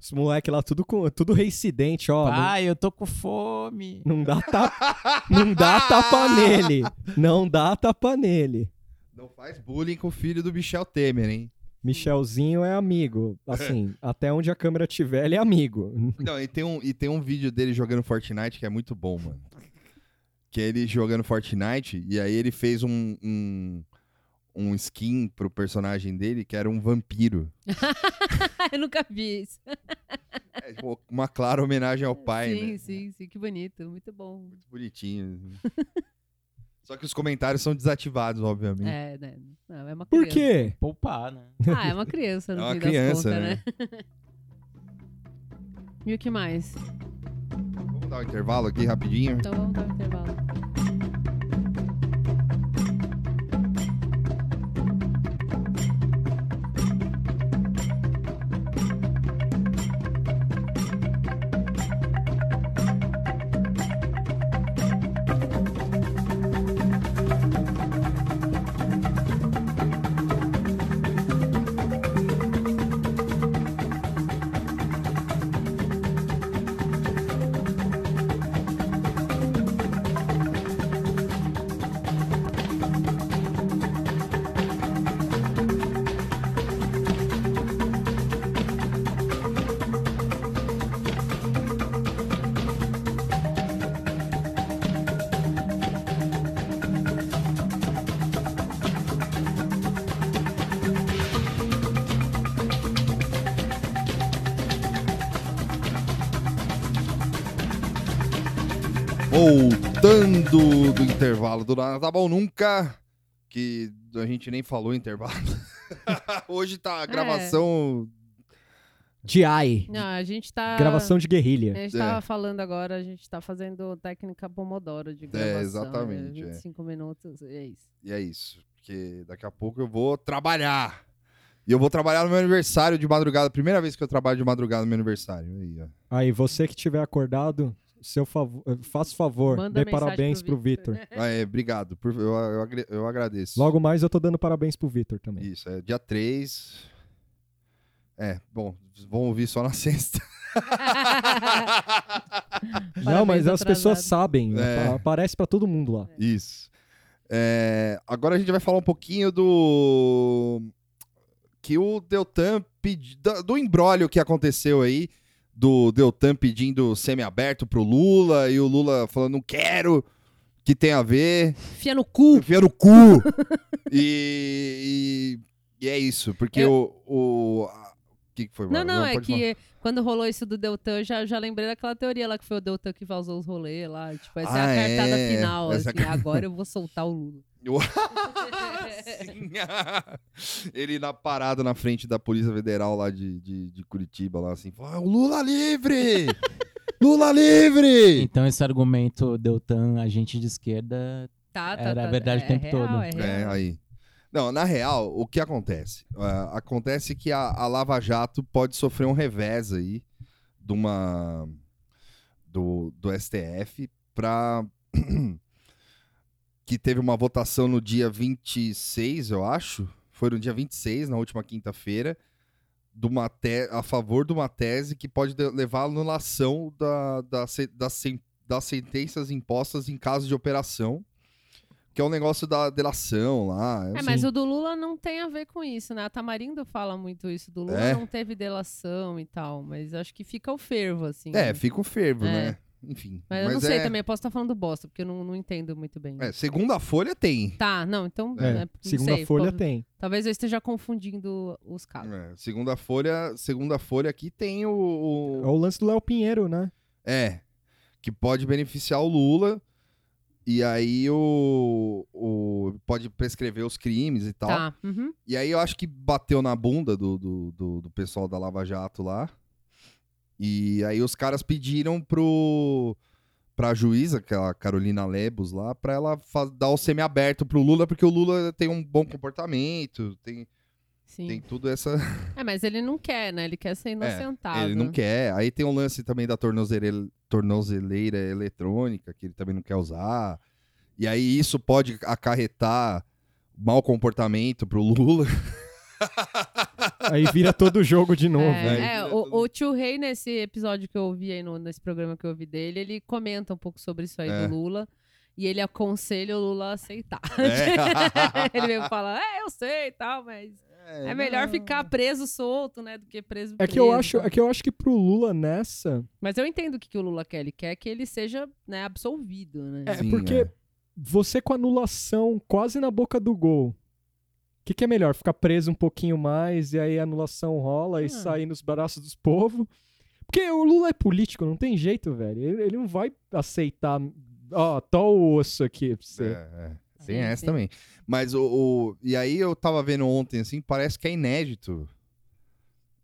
C: Os moleque lá, tudo, com, tudo reincidente, ó.
E: Pai, eu tô com fome.
C: Não, não dá tapa, não dá tapa nele. Não dá tapa nele.
B: Não faz bullying com o filho do Michel Temer, hein?
C: Michelzinho é amigo. Assim, até onde a câmera tiver, ele é amigo.
B: Não, e tem, um, e tem um vídeo dele jogando Fortnite que é muito bom, mano. Que é ele jogando Fortnite e aí ele fez um, um, um skin pro personagem dele que era um
D: [LAUGHS]
B: vampiro.
D: Ah, eu nunca vi isso.
B: É, tipo, uma clara homenagem ao pai,
D: sim,
B: né?
D: sim, sim. Que bonito. Muito bom.
B: Muito bonitinho. [LAUGHS] assim. Só que os comentários são desativados, obviamente.
D: É, né? Não, é uma
C: Por
D: criança.
C: quê?
E: Poupar, né?
D: Ah, é uma criança, no
B: É uma
D: fim
B: criança,
D: das contas,
B: né?
D: né? [LAUGHS] e o que mais?
B: Vamos dar um intervalo aqui rapidinho.
D: Então vamos dar um intervalo.
B: Voltando do intervalo do Nada Tá Bom Nunca, que a gente nem falou intervalo. [LAUGHS] Hoje tá a gravação.
C: De ai.
D: Não, a gente tá.
C: Gravação de
D: A
C: guerrilha.
B: É.
D: gente tava falando agora, a gente tá fazendo técnica Pomodoro de gravação.
B: É, exatamente, é.
D: Né? 25 minutos,
E: [LAUGHS]
D: é isso.
B: E é isso, porque daqui a pouco eu vou trabalhar. E eu vou trabalhar no meu aniversário de madrugada. Primeira vez que eu trabalho de madrugada no meu aniversário. Aí, ó.
C: Aí, você que tiver acordado, seu favor, faça favor,
D: Manda
C: dê
D: mensagem
C: parabéns pro
D: pro
C: Vitor.
B: Ah, é, obrigado. por- eu, eu, agre- eu agradeço.
C: Logo mais eu tô dando parabéns pro Vitor também.
B: Isso, é dia 3. É, bom, vão ouvir só na sexta.
C: Não, mas
D: Parabéns
C: as pessoas
D: atrasado.
C: sabem, né?
B: É.
C: Pa- aparece pra todo mundo lá.
B: Isso. É, agora a gente vai falar um pouquinho do. Que o Deltan pedi... da- do embrólio que aconteceu aí, do Deltan pedindo semi-aberto pro Lula e o Lula falando, não quero, que tem a ver,
D: Fia no cu!
B: enfia no cu. e, e- e é isso, porque o. O a- o que que foi,
D: Não,
B: Bárbara?
D: não, é
B: pode falar.
D: que quando rolou isso do Deltan, eu já, já lembrei daquela teoria lá que foi o Deltan que vazou os rolês lá. Tipo, essa
B: Ah,
D: é a cartada
B: é.
D: final.
B: Essa é a
D: assim, agora eu vou soltar o
B: [LAUGHS]
D: Lula. [LAUGHS]
B: Sim. [LAUGHS] Ele na parada na frente da Polícia Federal lá de, de, de Curitiba, lá assim, falou, "Ah, o Lula livre! Lula livre!
E: Então esse argumento Deltan, agente de esquerda,
D: Tá, tá,
E: Era
D: tá,
E: a verdade
D: é
E: o tempo
D: real,
E: todo.
D: É,
B: É,
D: real.
B: aí. Não, na real, o que acontece? Ah, acontece que a, a Lava Jato pode sofrer um revés aí de uma do, do STF pra [CLEARS THROAT] que teve uma votação no dia 26, eu acho. Foi no dia 26, na última quinta-feira, de uma te- a favor de uma tese que pode de- levar à anulação da, da, se- da sen- das sentenças impostas em caso de operação, que é o negócio da delação lá.
D: É, mas
E: Sim.
D: o do Lula não tem a ver com isso, né? A Tamarindo fala muito isso. Do Lula
B: É?
D: não teve delação e tal, mas acho que fica o fervo, assim.
B: É,
D: né?
B: fica o fervo,
D: É.
B: né? Enfim.
D: Mas, eu não sei
B: é,
D: também, eu posso estar falando bosta, porque eu não, não entendo muito bem.
B: É, segunda folha tem.
D: Tá, não, então.
C: É,
D: né, não
C: segunda
D: sei,
C: folha
D: po-
C: tem.
D: Talvez eu esteja confundindo os casos.
B: É, segunda folha, segunda folha aqui tem o-
C: É
B: o,
C: o lance do Léo Pinheiro, né?
B: É. Que pode beneficiar o Lula. E aí o, o. Pode prescrever os crimes e tal.
D: Tá. uhum.
B: E aí eu acho que bateu na bunda do, do, do, do pessoal da Lava Jato lá. E aí os caras pediram pro. Pra juíza, aquela Carolina Lebos lá, pra ela fa- dar o semiaberto pro Lula, porque o Lula tem um bom comportamento, tem,
D: Sim.
B: tem tudo essa.
D: É, mas ele não quer, né? Ele quer ser inocentado.
B: Ele não quer. Aí tem o lance também da tornozeleira, tornozeleira eletrônica, que ele também não quer usar. E aí isso pode acarretar mau comportamento pro
D: [LAUGHS]
B: Lula.
C: Aí vira todo jogo de novo.
D: É,
B: né?
D: é, o, o tio Rei, nesse episódio que eu ouvi aí, no- nesse programa que eu ouvi dele, ele comenta um pouco sobre isso aí
B: É.
D: do Lula. E ele aconselha o Lula a aceitar.
B: É.
D: [LAUGHS] ele mesmo fala, é, eu sei e tal, mas é, melhor ficar preso solto, né, do que preso
C: É que eu
D: preso,
C: acho,
D: tal.
C: é que eu acho que pro Lula nessa,
D: Mas eu entendo o que, que o Lula quer. Ele quer que ele seja, né, absolvido, né?
C: é
B: Sim,
C: porque
B: é.
C: você com anulação quase na boca do gol. O que, que é melhor? Ficar preso um pouquinho mais e aí a anulação rola e
D: Ah.
C: sair nos braços dos povos? Porque o Lula é político, não tem jeito, velho. Ele, ele não vai aceitar. Ó, tó o osso aqui pra você.
B: É, é. Tem
D: Sim,
B: essa
D: sim.
B: também. Mas o, o- E aí eu tava vendo ontem, assim, parece que é inédito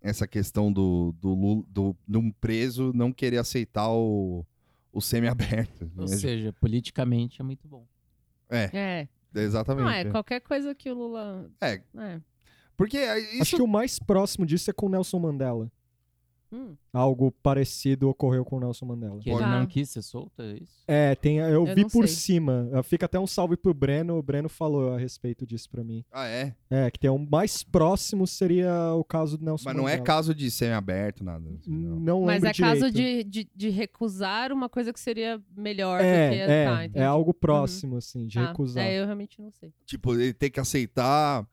B: essa questão do, do, Lula, do, de um preso não querer aceitar o, o semiaberto. né?
E: Ou seja, politicamente é muito bom.
B: É,
D: É.
B: exatamente.
D: Não, é qualquer coisa que o Lula.
B: É.
D: É.
B: Porque aí isso
C: Acho que o mais próximo disso é com o Nelson Mandela.
D: Hum.
C: Algo parecido ocorreu com o Nelson Mandela.
E: Que ele
D: Tá.
E: não quis ser solto, é isso?
C: É, tem, eu,
D: Eu
C: vi
D: não
C: por
D: sei.
C: cima. Fica até um salve pro Breno. O Breno falou a respeito disso pra mim.
B: Ah, é?
C: É, que tem um mais próximo seria o caso do Nelson
B: Mas não é
C: Mandela.
B: caso de semi-aberto, nada. assim, não.
C: Não
D: Mas
C: lembro
D: é caso
C: Um direito.
D: de, de, de recusar uma coisa que seria melhor do que.
C: É,
D: tá,
C: é,
D: entendi.
C: é algo próximo, assim, de
D: Tá.
C: recusar.
D: É, eu realmente não sei.
B: Tipo, ele ter que aceitar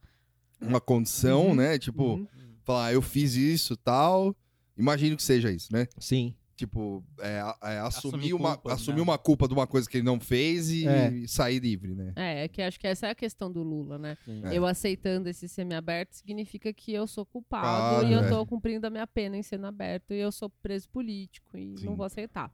B: uma condição,
C: Uhum,
B: né? Tipo,
C: Uhum.
B: falar, eu fiz isso tal. Imagino que seja isso, né?
C: Sim.
B: Tipo, é, a- é assumir,
E: Assumir
B: uma,
E: culpa,
B: assumir
E: né?
B: uma culpa de uma coisa que ele não fez e,
C: É.
B: e sair livre, né?
D: É, é que acho que essa é a questão do Lula, né?
B: É.
D: Eu aceitando esse semiaberto significa que eu sou culpado
B: Claro,
D: e eu
B: é.
D: tô cumprindo a minha pena em sendo aberto e eu sou preso político e
B: Sim.
D: não vou aceitar.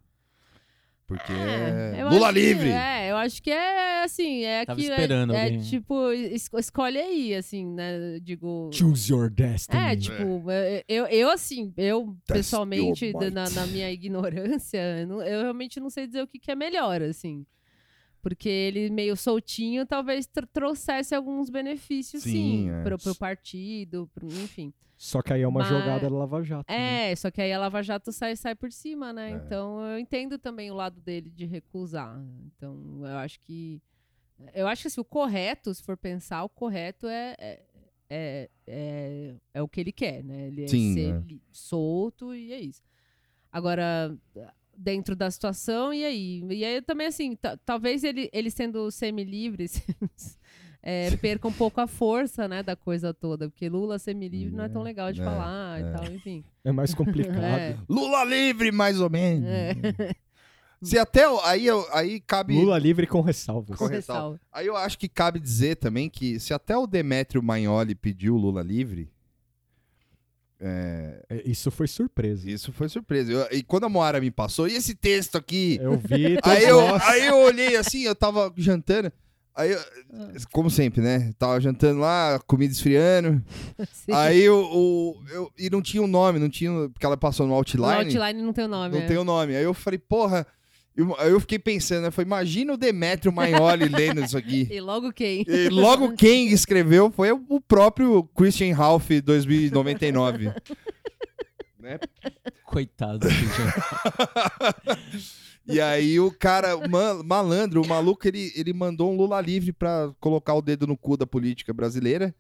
B: Porque
D: É,
B: é
D: eu
B: Lula
D: acho que-
B: livre!
D: é, eu acho que é assim, é
E: Tava
D: que é-
E: esperando
D: é,
E: alguém.
D: tipo, es- escolhe aí, assim, né? Digo.
C: Choose your destiny.
D: É, tipo, é, eu, eu assim, eu
B: Test
D: pessoalmente,
B: your might.
D: na, na minha ignorância, [LAUGHS] eu, não- eu realmente não sei dizer o que, que é melhor, assim. Porque ele meio soltinho talvez tr- trouxesse alguns benefícios, sim,
B: Sim, é.
D: pro, pro partido, pro- enfim.
C: Só que aí é uma
D: Mas-
C: jogada da Lava Jato. né?
D: É, só que aí a Lava Jato sai, sai por cima, né?
B: É.
D: Então eu entendo também o lado dele de recusar. Então eu acho que. Eu acho que assim, o correto, se for pensar, o correto é. é... É, é, é o que ele quer, né? Ele é
B: Sim,
D: ser
B: é.
D: li- solto e é isso. Agora, dentro da situação, e aí? E aí também, assim, ta- talvez ele, ele sendo semi-livre [LAUGHS] é, perca um pouco a força, né, da coisa toda. Porque Lula semi-livre não é tão legal de
B: É,
D: falar
B: é.
D: e tal, enfim.
C: É mais complicado.
D: É.
B: Lula livre, mais ou menos.
D: É.
B: Se até. o- Aí, eu- aí cabe.
C: Lula livre com ressalvas.
B: Com- Corretal. Aí eu acho que cabe dizer também que se até o Demétrio Magnoli pediu o Lula livre,
C: É, Isso foi surpresa.
B: Isso foi surpresa. Eu- e quando a Moara me passou, e esse texto aqui?
C: Eu vi. todos
B: Aí eu,
C: nós.
B: aí eu olhei assim, eu tava jantando. Aí, eu- como sempre, né? Tava jantando lá, comida esfriando.
D: [LAUGHS] Sim.
B: Aí eu, o- eu- E não tinha o nome, não tinha. Porque ela passou no
D: O
B: Outline.
D: Outline não tem o nome.
B: não
D: é.
B: tem o nome. Aí eu falei, porra. Eu, aí eu fiquei pensando, né? Foi, imagina o Demetrio Maioli lendo isso aqui.
D: E logo quem?
B: E logo quem escreveu foi o próprio Christian Ralph 2099. né?
E: Coitado.
D: [LAUGHS]
E: do Jean.
B: E aí o cara, o man- malandro, o maluco, ele, ele mandou um Lula livre pra colocar o dedo no cu da política brasileira.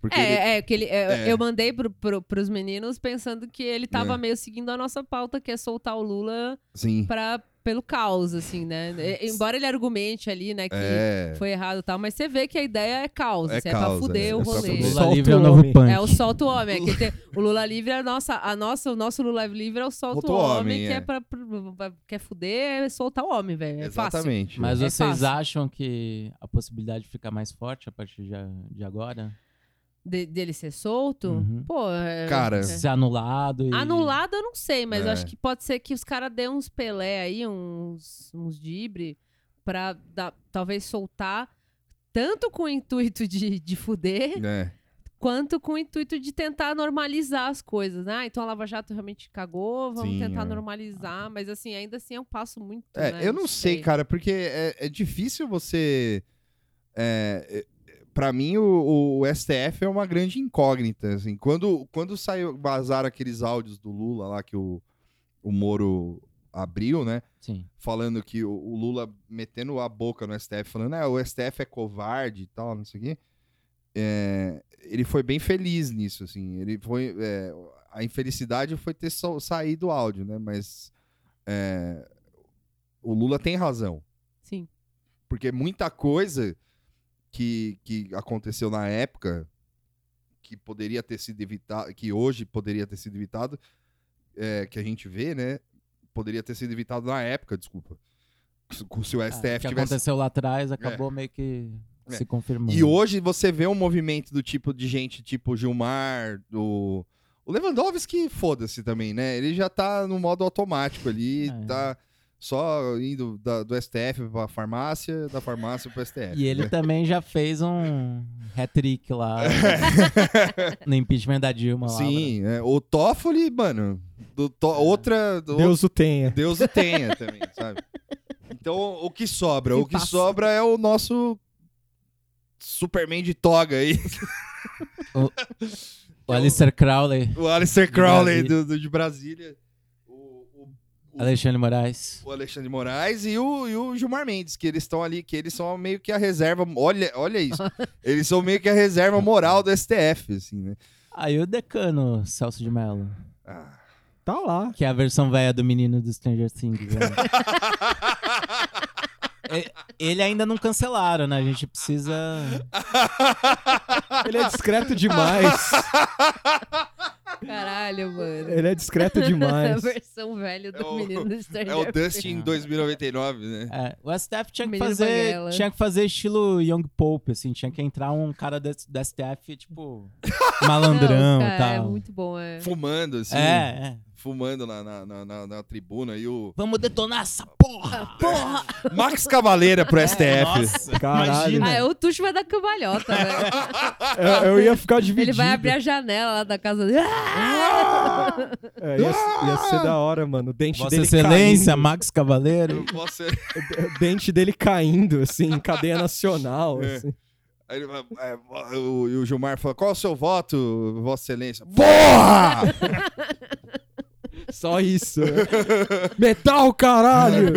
B: Porque ele-
D: É, é, que ele, é,
B: É.
D: eu mandei pro, pro, pros meninos pensando que ele tava
B: É.
D: meio seguindo a nossa pauta, que é soltar o Lula
B: Sim.
D: pra pelo caos, assim, né? E- embora ele argumente ali, né, que
B: É.
D: foi errado e tal, mas você vê que a ideia é caos,
B: É
D: assim, é, pra
B: caos,
D: fuder
B: é.
D: o
B: É pra
D: rolê.
B: fuder.
E: Lula Livre é o
C: Solta o
E: novo
C: homem.
E: punk.
D: É o solta o homem. é que tem- o Lula livre é a nossa, a nossa, o nosso Lula livre é o solta o
B: Solta o
D: homem,
B: homem,
D: que é,
B: é.
D: pra, pra- pra- quer fuder, é soltar o homem, velho. É fácil.
B: Exatamente.
E: Mas
D: É
E: vocês
D: fácil.
E: acham que a possibilidade fica mais forte a partir de, a- de agora?
D: De- dele ser solto,
E: Uhum.
D: pô, é-
B: Cara.
D: é.
E: Ser anulado e...
D: Anulado eu não sei, mas eu
B: É.
D: acho que pode ser que os caras dêem uns Pelé aí, uns, uns dibre, pra dar- talvez soltar, tanto com o intuito de, de fuder,
B: É.
D: quanto com o intuito de tentar normalizar as coisas, né? Ah, então a Lava Jato realmente cagou, vamos
B: Sim,
D: tentar
B: é.
D: normalizar, mas assim, ainda assim é um passo muito.
B: É,
D: né?
B: eu não sei, cara, porque é, é difícil você. É, é, para mim, o, o STF é uma grande incógnita. Assim. Quando, quando saiu, vazaram aqueles áudios do Lula lá que o, o Moro abriu, né?
E: Sim.
B: Falando que o, o Lula metendo a boca no STF, falando, ah, o STF é covarde e tal, não sei o quê. É, ele foi bem feliz nisso, assim. Ele foi. é, a infelicidade foi ter sa- saído o áudio, né? Mas. é, o Lula tem razão.
D: Sim.
B: Porque muita coisa que, que aconteceu na época que poderia ter sido evitado, que hoje poderia ter sido evitado, é, que a gente vê, né? Poderia ter sido evitado na época, desculpa. Se se o
E: Ah,
B: STF
E: o que
B: tivesse.
E: aconteceu lá atrás acabou meio que
B: É.
E: se confirmando.
B: E hoje você vê um movimento do tipo de gente tipo Gilmar, do. O Lewandowski, foda-se também, né? Ele já tá no modo automático ali,
E: É.
B: tá só indo da- do STF pra farmácia, da farmácia pro STF.
E: E ele
B: né?
E: também já fez um hat-trick lá [LAUGHS] no impeachment da Dilma. lá,
B: É. Sim, é, o Toffoli, mano, do to- outra. do-
C: Deus o tenha.
B: Deus o tenha também, sabe? Então, o que sobra?
D: Se
B: o que
D: passa.
B: sobra é o nosso Superman de toga aí, [LAUGHS]
E: O Alistair Crowley,
B: o Alistair
E: De
B: Crowley
E: Brasília.
B: do, do- de Brasília, o, o- o-
E: Alexandre Moraes.
B: o Alexandre Moraes e o, e o Gilmar Mendes, que eles estão ali, que eles são meio que a reserva. Olha, olha isso. eles são meio que a reserva moral do STF, assim, né?
E: Aí o decano Celso de Mello,
B: Ah.
C: Tá lá.
E: que é a versão velha do menino do Stranger Things.
B: [LAUGHS]
E: né? E- Ele ainda não cancelaram, né? A gente precisa.
C: Ele é discreto demais.
D: Caralho, mano.
C: Ele é discreto
D: A [LAUGHS]
C: demais.
D: versão velha do
B: É o-
D: menino do Stranger
B: É o
D: Things.
B: Dustin 2099, né?
E: É, o STF tinha que,
D: Menino Banguela.
E: fazer, tinha que fazer estilo Young Pope, assim. Tinha que entrar um cara do, do STF,
D: [LAUGHS]
E: tipo,
D: Não,
E: malandrão
D: cara,
E: e tal.
D: É muito bom, é.
B: Fumando, assim.
E: É, é.
B: Fumando na, na, na, na- na tribuna e o.
E: Vamos detonar essa porra!
D: Ah, Porra!
B: Max Cavaleira
C: [LAUGHS] É,
B: pro STF.
E: Nossa.
C: Caralho.
E: Imagina.
D: Ah, o Tuxo vai dar cambalhota, velho.
C: Eu, eu ia ficar dividido.
D: Ele vai abrir a janela lá da casa dele. Ah,
C: É, ia, ia ser da hora, mano. O dente
E: Vossa
C: dele
E: Excelência, Max Cavaleiro.
B: Eu posso-
C: caindo. O dente dele caindo, assim, em cadeia nacional.
B: É.
C: assim.
B: Aí ele vai- é, o, e o Gilmar fala: Qual é o seu voto, Vossa Excelência? Porra!
C: Só isso. né? Metal, caralho!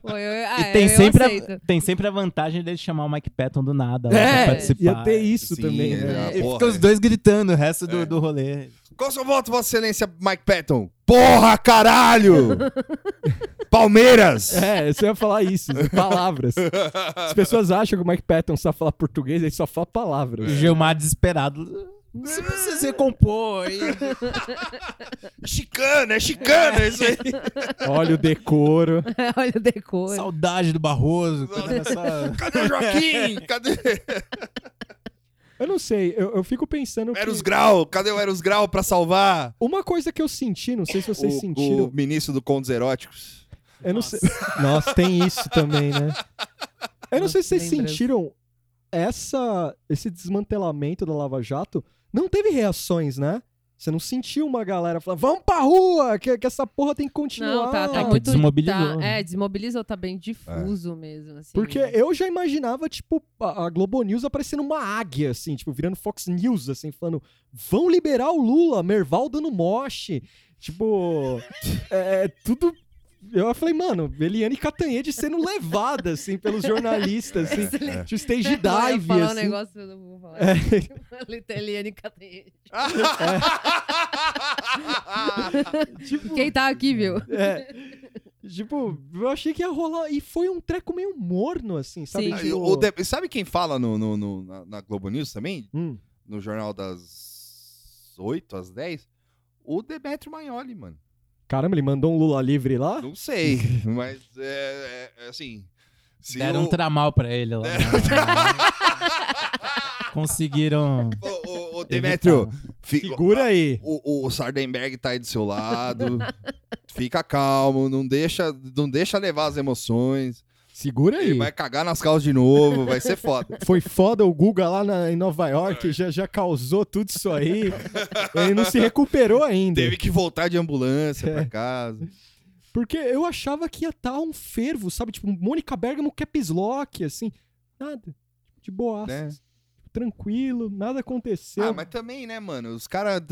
D: Pô, eu- ah,
E: E tem,
D: eu
E: sempre a,
D: aceito. [LAUGHS]
E: tem sempre a vantagem dele chamar o Mike Patton do nada lá pra
C: É,
E: participar. Ah,
C: ia ter isso
B: Sim,
C: também.
B: é.
C: né?
E: E
B: Porra,
E: fica os dois gritando o resto do, do rolê.
B: [LAUGHS] Qual é o seu voto, Vossa Excelência Mike Patton? Porra,
C: [LAUGHS]
B: caralho! Palmeiras!
C: É, você ia falar isso, palavras. As pessoas acham que o Mike Patton sabe falar português, ele só fala
E: O
C: palavras.
E: Gilmar desesperado. Você precisa se recompor. aí.
B: [LAUGHS] Chicana, é chicana, é isso aí.
C: Olha o decoro.
D: Olha o decor.
E: Saudade do Barroso. [LAUGHS] quando
B: Nossa.
E: essa-
B: Cadê o Joaquim? Cadê
C: Eu não sei, eu, eu fico pensando que...
B: Eros Grau? Cadê o Eros Grau pra salvar
C: Uma coisa que eu senti, não sei se vocês
B: o,
C: sentiram.
B: o ministro do Contos Eróticos?
C: Eu não sei. [LAUGHS] Nossa, tem isso também, né? Eu não sei se vocês
D: Lembrança.
C: sentiram essa, esse desmantelamento da Lava Jato. Não teve reações, né? Você não sentiu uma galera falar, vamos pra rua, que, que essa porra tem que continuar.
D: Não, tá, tá
E: que
D: muito.
E: desmobilizou,
D: Tá,
E: né?
D: é, desmobilizou, tá bem difuso mesmo. Assim. [LAUGHS]
C: Porque eu já imaginava, tipo, a a Globo News aparecendo uma águia, assim, tipo, virando Fox News, assim, falando: vão liberar o Lula, Merval dando moche. Tipo, é, é tudo. Eu falei, mano, Eliane Catanhede sendo levada, assim, pelos jornalistas, assim. Tipo, stage
D: [LAUGHS] Eu ia
C: dive,
D: falar um
C: assim.
D: negócio, eu não vou falar. [LAUGHS] Tipo, Liteliane Catanhede.
B: [LAUGHS]
C: É.
D: Quem tá aqui, viu?
C: É.
D: [LAUGHS]
C: Tipo, eu achei que ia rolar. E foi um treco meio morno, assim, sabe?
D: Sim.
B: Ah, e
C: Tipo,
B: o Dep- Sabe quem fala no, no- no- na, na Globo News também?
C: hum,
B: No jornal das 8 às 10? O Demetrio Maioli, mano.
C: Caramba, ele mandou um Lula livre lá?
B: Não sei, [LAUGHS] mas é, é- é assim. Se
E: Deram
B: o-
E: um tramal pra ele lá. né?
B: [LAUGHS]
E: Conseguiram.
B: o, o- o Demetrio, fi-
C: Segura aí.
B: O, o Sardenberg tá aí do seu lado. fica calmo, não deixa, não deixa levar as emoções.
C: Segura aí.
B: Ele vai cagar nas calças de novo, vai ser
C: [LAUGHS]
B: foda.
C: Foi foda o Guga lá na- em Nova
B: É.
C: York, já, já causou tudo isso aí. Ele não se recuperou ainda.
B: Teve que voltar de ambulância pra casa.
C: Porque eu achava que ia estar um fervo, sabe? Tipo, Mônica Bergamo caps lock, assim. Nada. De boaça.
B: Né?
C: Tranquilo, nada aconteceu.
B: Ah, mas também, né, mano? Os caras.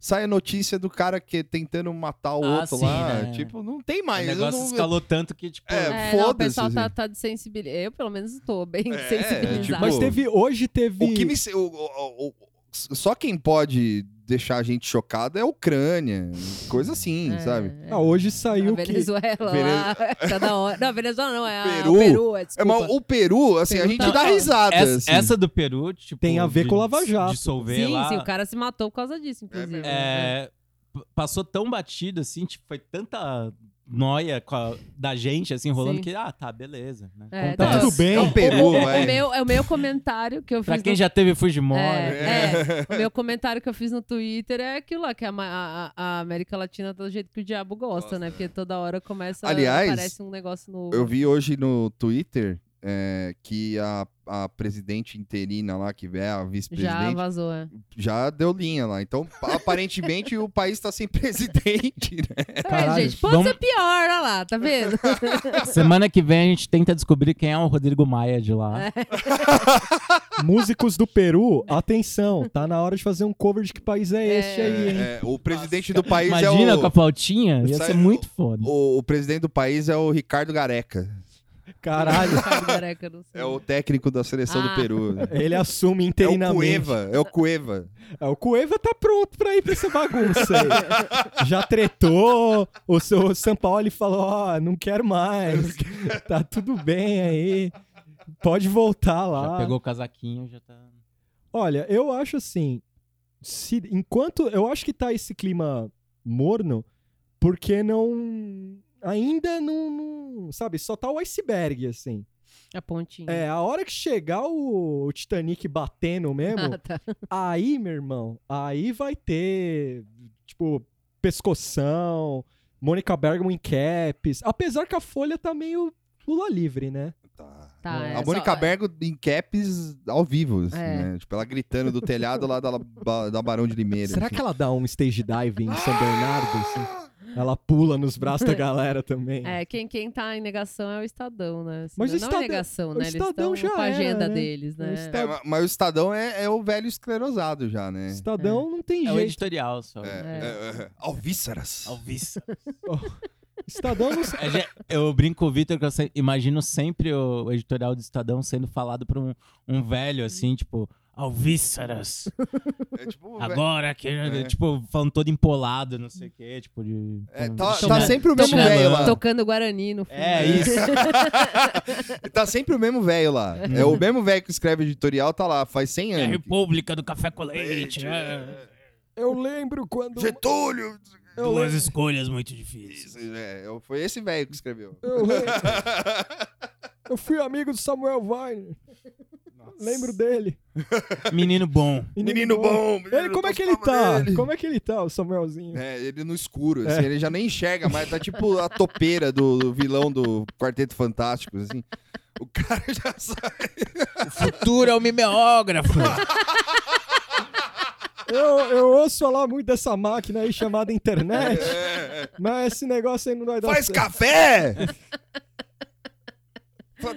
B: Sai a notícia do cara que é tentando matar o
E: Ah,
B: outro
E: sim,
B: lá.
E: né?
B: Tipo, não tem
E: O
B: mais. eu
E: negócio
B: não-
E: escalou tanto que, tipo.
B: É,
D: É, não, o
B: foda-se.
D: pessoal tá,
B: assim.
D: tá desensibilizado. Eu, pelo menos, tô bem
B: É,
D: sensibilizado.
B: tipo-
C: Mas teve. Hoje teve.
B: O que me. se- o- o- o- o- só quem pode deixar a gente chocado é a Ucrânia. Coisa assim,
D: É,
B: sabe?
D: é.
C: Ah, hoje
D: A
C: saiu que.
D: Venezuela lá, tá da hora. Não, a Venezuela não, é a
B: Peru.
D: Peru, é,
B: É, mas
D: desculpa.
B: o Peru, assim, a
D: Peru
B: gente
D: tá-
B: dá risada.
E: Essa,
B: assim.
E: essa do Peru, tipo.
C: Tem a ver
E: de
C: com o Lava Jato.
E: Dissolver
D: sim,
E: lá.
D: sim, o cara se matou por causa disso, inclusive.
E: é, p- passou tão batido, assim, tipo, foi tanta noia com a- da gente, assim, rolando,
D: Sim.
E: que, ah, tá, beleza. Né?
D: É,
E: Acontece.
D: tá.
C: Tudo bem.
B: É o Peru,
D: O
B: vai.
D: meu, é o meu comentário que eu fiz
E: Pra quem
D: no...
E: já teve Fujimori.
D: é, é, o meu comentário que eu fiz no Twitter é aquilo lá, que a, ma- a- a América Latina tá do jeito que o diabo gosta,
B: Gosta,
D: né?
B: né?
D: Porque toda hora começa,
B: Aliás,
D: aparece um negócio
B: [LAUGHS]
D: novo.
B: Eu vi hoje no Twitter é, que a, a presidente interina lá, que é a
D: Já
B: vice-presidente,
D: vazou, é.
B: já deu linha lá. Então, aparentemente, o país tá sem [LAUGHS] presidente, né?
D: É,
C: Caralho.
D: gente, pode
E: Vamos-
D: ser pior, olha lá, tá vendo?
E: [LAUGHS]
D: É.
E: Semana que vem a gente tenta descobrir quem é o Rodrigo Maia de lá.
D: É.
C: Músicos do Peru, atenção, tá na hora de fazer um cover de que país é este aí, hein?
B: É, o presidente do país
E: Imagina
B: é o...
E: com a flautinha, ia
B: Sai-
E: ser muito foda.
B: O, o presidente do país é o Ricardo Gareca.
C: [LAUGHS] Caralho.
D: Careca, não sei.
B: É o técnico da seleção do
D: Ah.
B: Peru.
C: Ele assume
B: É o
C: interinamente.
B: Cueva. É o Cueva.
C: É, o Cueva tá pronto pra ir pra essa bagunça aí. Já tretou, o seu São Paulo falou, ó, não quero mais,
B: [LAUGHS]
C: tá tudo bem aí, pode voltar lá.
E: Já pegou o casaquinho, já tá.
C: Olha, eu acho assim, se, enquanto eu acho que tá esse clima morno, porque não ainda não, não- sabe, só tá o iceberg assim.
D: A pontinha.
C: É, a hora que chegar o, o Titanic batendo mesmo,
D: [LAUGHS] [LAUGHS] Ah, tá.
C: aí, meu irmão, aí vai ter tipo pescoção, Mônica Bergamo em caps, apesar que a folha tá meio Lula livre, né?
B: Tá.
D: Tá, é
B: a
D: só-
B: Mônica Bergo em caps ao vivo, assim,
D: É.
B: né? Tipo, ela gritando do telhado lá da, da Barão de Limeira. assim.
C: Será que ela dá um stage dive em São
E: tá
C: Bernardo? assim? Ela pula nos braços da galera também.
D: É, quem, quem tá em negação é o Estadão, né? Assim,
C: Mas
D: não
C: o Estadão-
D: é negação,
C: o
D: né? Eles
C: Estadão
D: estão
C: já
D: com a
C: era,
D: agenda
C: né?
D: deles,
C: O
D: né?
C: Estadão-
B: É, ma- mas o Estadão é, é o velho esclerosado já, né?
C: Estadão não tem
E: É o
C: jeito.
E: editorial só.
B: É,
D: É.
B: é, é. Alvíceras. [LAUGHS]
E: Alvis.
C: Estadão não sabe.
E: É, já- Eu brinco com o Vitor que eu se- imagino sempre o o editorial do Estadão sendo falado por um, um velho, assim, tipo,
B: [LAUGHS]
E: Alvíceras.
B: É tipo,
E: Agora que.
B: É.
E: Tipo, falando todo empolado, não sei o quê. Tipo, de.
B: é,
E: com-
B: [LAUGHS] tá,
E: Chama-
B: tá sempre o mesmo
E: Chinelão.
B: velho lá.
D: Tocando Guarani no fundo.
E: É isso.
B: Tá sempre o mesmo velho lá. É o mesmo velho que escreve editorial, tá lá, faz 100
E: É a
B: anos.
E: República do Café com Leite. é.
C: Eu lembro quando.
B: é Getúlio!
C: Eu,
E: Duas
C: le-
E: escolhas muito difíceis.
B: Isso, é, eu- foi esse velho que escreveu.
C: eu le- eu fui amigo do Samuel Weiner. Lembro dele.
E: Menino bom.
B: Menino bom! menino,
C: Ele, como é que ele
B: gostava
C: tá?
B: dele.
C: Como é que ele tá,
B: [LAUGHS]
C: o Samuelzinho?
B: É, ele no escuro, assim, ele já nem enxerga, mas tá tipo a topeira do, do vilão do Quarteto Fantástico, assim. O cara já sabe.
E: O futuro é o [LAUGHS] mimeógrafo.
C: Eu, eu ouço falar muito dessa máquina aí chamada internet,
B: [LAUGHS]
C: mas esse negócio aí não vai dar
B: é, Faz
C: certo.
B: café! Fa-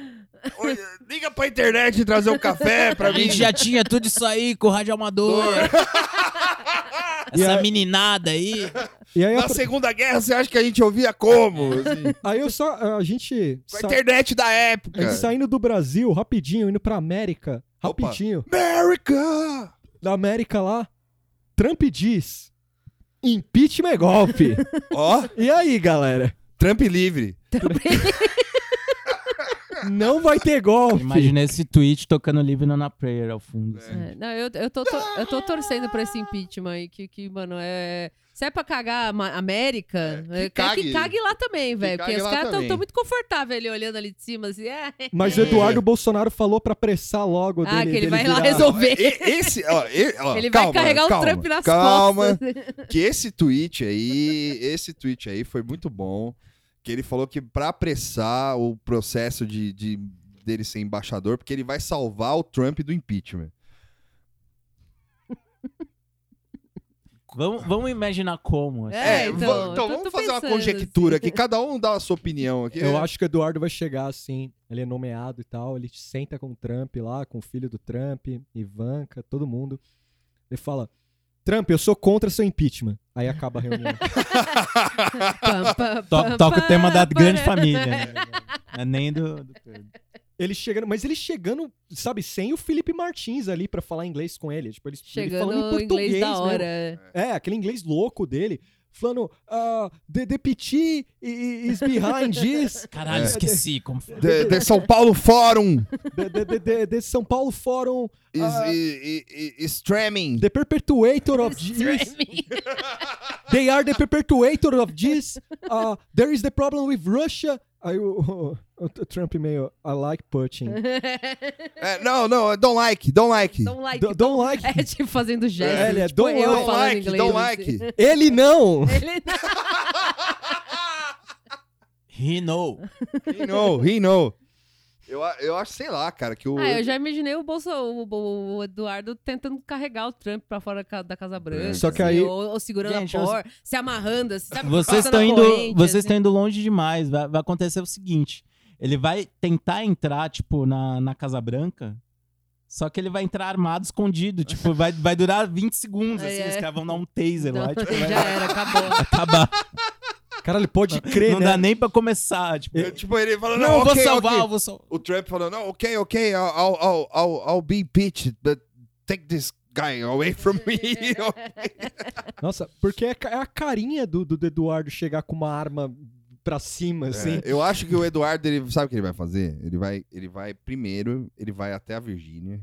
B: Oi, Liga pra internet e trazer um café pra
E: A
B: mim.
E: gente já tinha tudo isso aí com o rádio amador.
C: E
E: Essa
C: aí-
E: meninada aí.
C: E aí,
B: Na
C: eu,
B: Segunda Guerra, você acha que a gente ouvia como? Assim,
C: aí eu só. A gente.
B: com a
C: sa-
B: internet da
C: a gente
B: época.
C: saindo do Brasil rapidinho, indo pra América,
B: Opa.
C: rapidinho.
B: America!
C: Da América lá, Trump diz: impeachment é golpe.
B: Ó,
C: E aí, galera?
B: Trump livre.
C: Não vai ter golpe.
E: Imaginei esse tweet tocando Living on a Prayer ao fundo. assim.
D: É, não, eu, eu, tô, tor- eu tô torcendo pra esse impeachment aí, que, que mano, é... Se é pra cagar a Ma- América,
B: É, que
D: é, quer
B: cague.
D: que cague lá também, velho. Porque
B: cague lá
D: os caras tão,
B: também.
D: tão muito confortáveis ali, olhando ali de cima, assim, é...
C: Mas o Eduardo Bolsonaro falou pra pressar logo
D: Ah,
C: dele-
D: que
C: dele
D: ele vai lá
C: virar-
D: [LAUGHS] resolver.
B: E- esse, ó, e- ó,
D: Ele
B: calma,
D: vai carregar
B: calma,
D: o Trump nas
B: calma,
D: costas. assim.
B: [LAUGHS] que esse tweet aí, esse tweet aí foi muito bom, que ele falou que pra apressar o processo de, de- dele ser embaixador, porque ele vai salvar o Trump do impeachment.
E: Vamos, vamos imaginar como. assim.
D: É,
B: va-
D: então, eu tô-
B: vamos
D: tô
B: fazer uma
D: pensando, assim.
B: conjectura aqui, cada um dá a sua opinião aqui.
C: Eu acho que o Eduardo vai chegar assim, ele é nomeado e tal, ele senta com o Trump lá, com o filho do Trump, Ivanka, todo mundo. Ele fala: Trump, eu sou contra seu impeachment. Aí acaba a reunião.
D: Pam, pam,
E: To-
D: pam,
E: toca o tema da
D: pam,
E: grande
D: pam.
E: família. Né? É nem do. do Pedro.
C: ele chegando, mas ele chegando, sabe, sem o Felipe Martins ali pra falar inglês com ele. Tipo, ele, ele
D: Chegando
C: falando em
D: o
C: português.
D: inglês da
C: mesmo.
D: hora.
C: É, aquele inglês louco dele. Falando, ah, the, the PT is behind this.
E: Caralho,
B: É.
E: esqueci como foi.
B: The, the São Paulo Fórum
C: The, the, the, the, the São Paulo Fórum,
B: is,
C: Ah.
B: i- i- i- streaming.
C: the perpetuator of this.
D: Streaming.
C: They are the perpetuator of this. Uh, there is the problem with Russia. Aí o, [LAUGHS] o- o Trump meio, I like Putin.
B: É, não, não, don't like, don't like.
D: Don't um like.
C: Don't, don't like.
D: É tipo fazendo gestos.
C: É, ele é
D: tipo,
C: don't
D: eu
C: like,
D: falando
B: like,
D: inglês. assim.
B: don't like.
C: [LAUGHS] Ele não.
D: Ele
E: He know.
B: He know, he know. Eu, a- eu acho, sei lá, cara, que o...
D: Ah, eu já imaginei o, Bolso, o, o- o Eduardo tentando carregar o Trump pra fora ca- da Casa Branca.
C: Só que
D: assim,
C: aí-
D: ou, ou segurando
E: Gente,
D: a
E: eu-
D: porta, se amarrando, assim, sabe?
E: Vocês
D: Passando
E: estão
D: a
E: indo,
D: corrente,
E: vocês
D: assim.
E: estão indo longe demais. Vai, vai acontecer o seguinte: ele vai tentar entrar, tipo, na, na Casa Branca. Só que ele vai entrar armado, escondido.
D: [LAUGHS]
E: Tipo, vai, vai durar 20 segundos.
D: Ai,
E: Assim,
D: é.
E: Os caras vão dar um taser
D: Não,
E: lá. Tipo, vai
D: [LAUGHS] já era, acabou.
E: [LAUGHS] acabar.
C: Caralho, pode crer,
E: Não
C: né?
E: dá nem pra começar. Tipo,
B: Eu, tipo, ele falando,
E: não,
B: não,
E: eu vou
B: ok,
E: salvar,
B: ok.
E: eu vou salvar.
B: O Trump falando, não, ok, ok, I'll, I'll, I'll, I'll, I'll be pitched, but take this guy away from
D: [LAUGHS]
B: me. [LAUGHS]
C: Nossa, porque é, ca- é a carinha do, do Eduardo chegar com uma arma pra cima, assim.
B: É, eu acho que o Eduardo, ele sabe o que ele vai fazer? Ele vai, ele vai primeiro, ele vai até a Virgínia,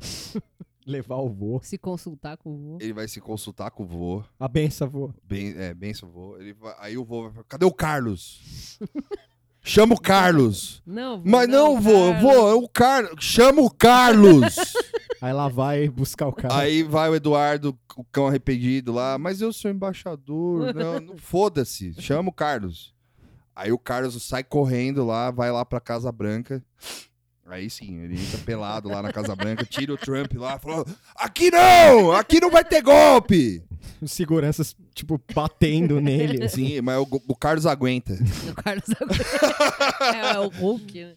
C: Levar o vô.
D: Se consultar com o vô.
B: ele vai se consultar com o vô,
C: A benção, vô.
B: bem, é, bem seu vô, ele vai- aí o vô vai falar, cadê o Carlos?
D: [LAUGHS]
B: Chama o Carlos.
D: Não, vô,
B: Mas não, vô,
D: cara,
B: vô, é o Carlos, chama o
D: [LAUGHS]
B: Carlos.
C: Aí lá vai buscar o cara.
B: Aí vai o Eduardo, o cão arrependido lá, mas eu sou
C: [LAUGHS]
B: embaixador, não, não foda-se, chama o Carlos. Aí o Carlos sai correndo lá, vai lá pra Casa Branca. Aí sim, ele entra pelado lá na Casa Branca, tira o Trump lá, fala: aqui não, aqui não vai ter golpe.
C: Os seguranças, tipo,
D: [LAUGHS]
C: batendo nele. assim.
B: Sim, mas o, o Carlos aguenta.
D: O Carlos é, é o Hulk. né?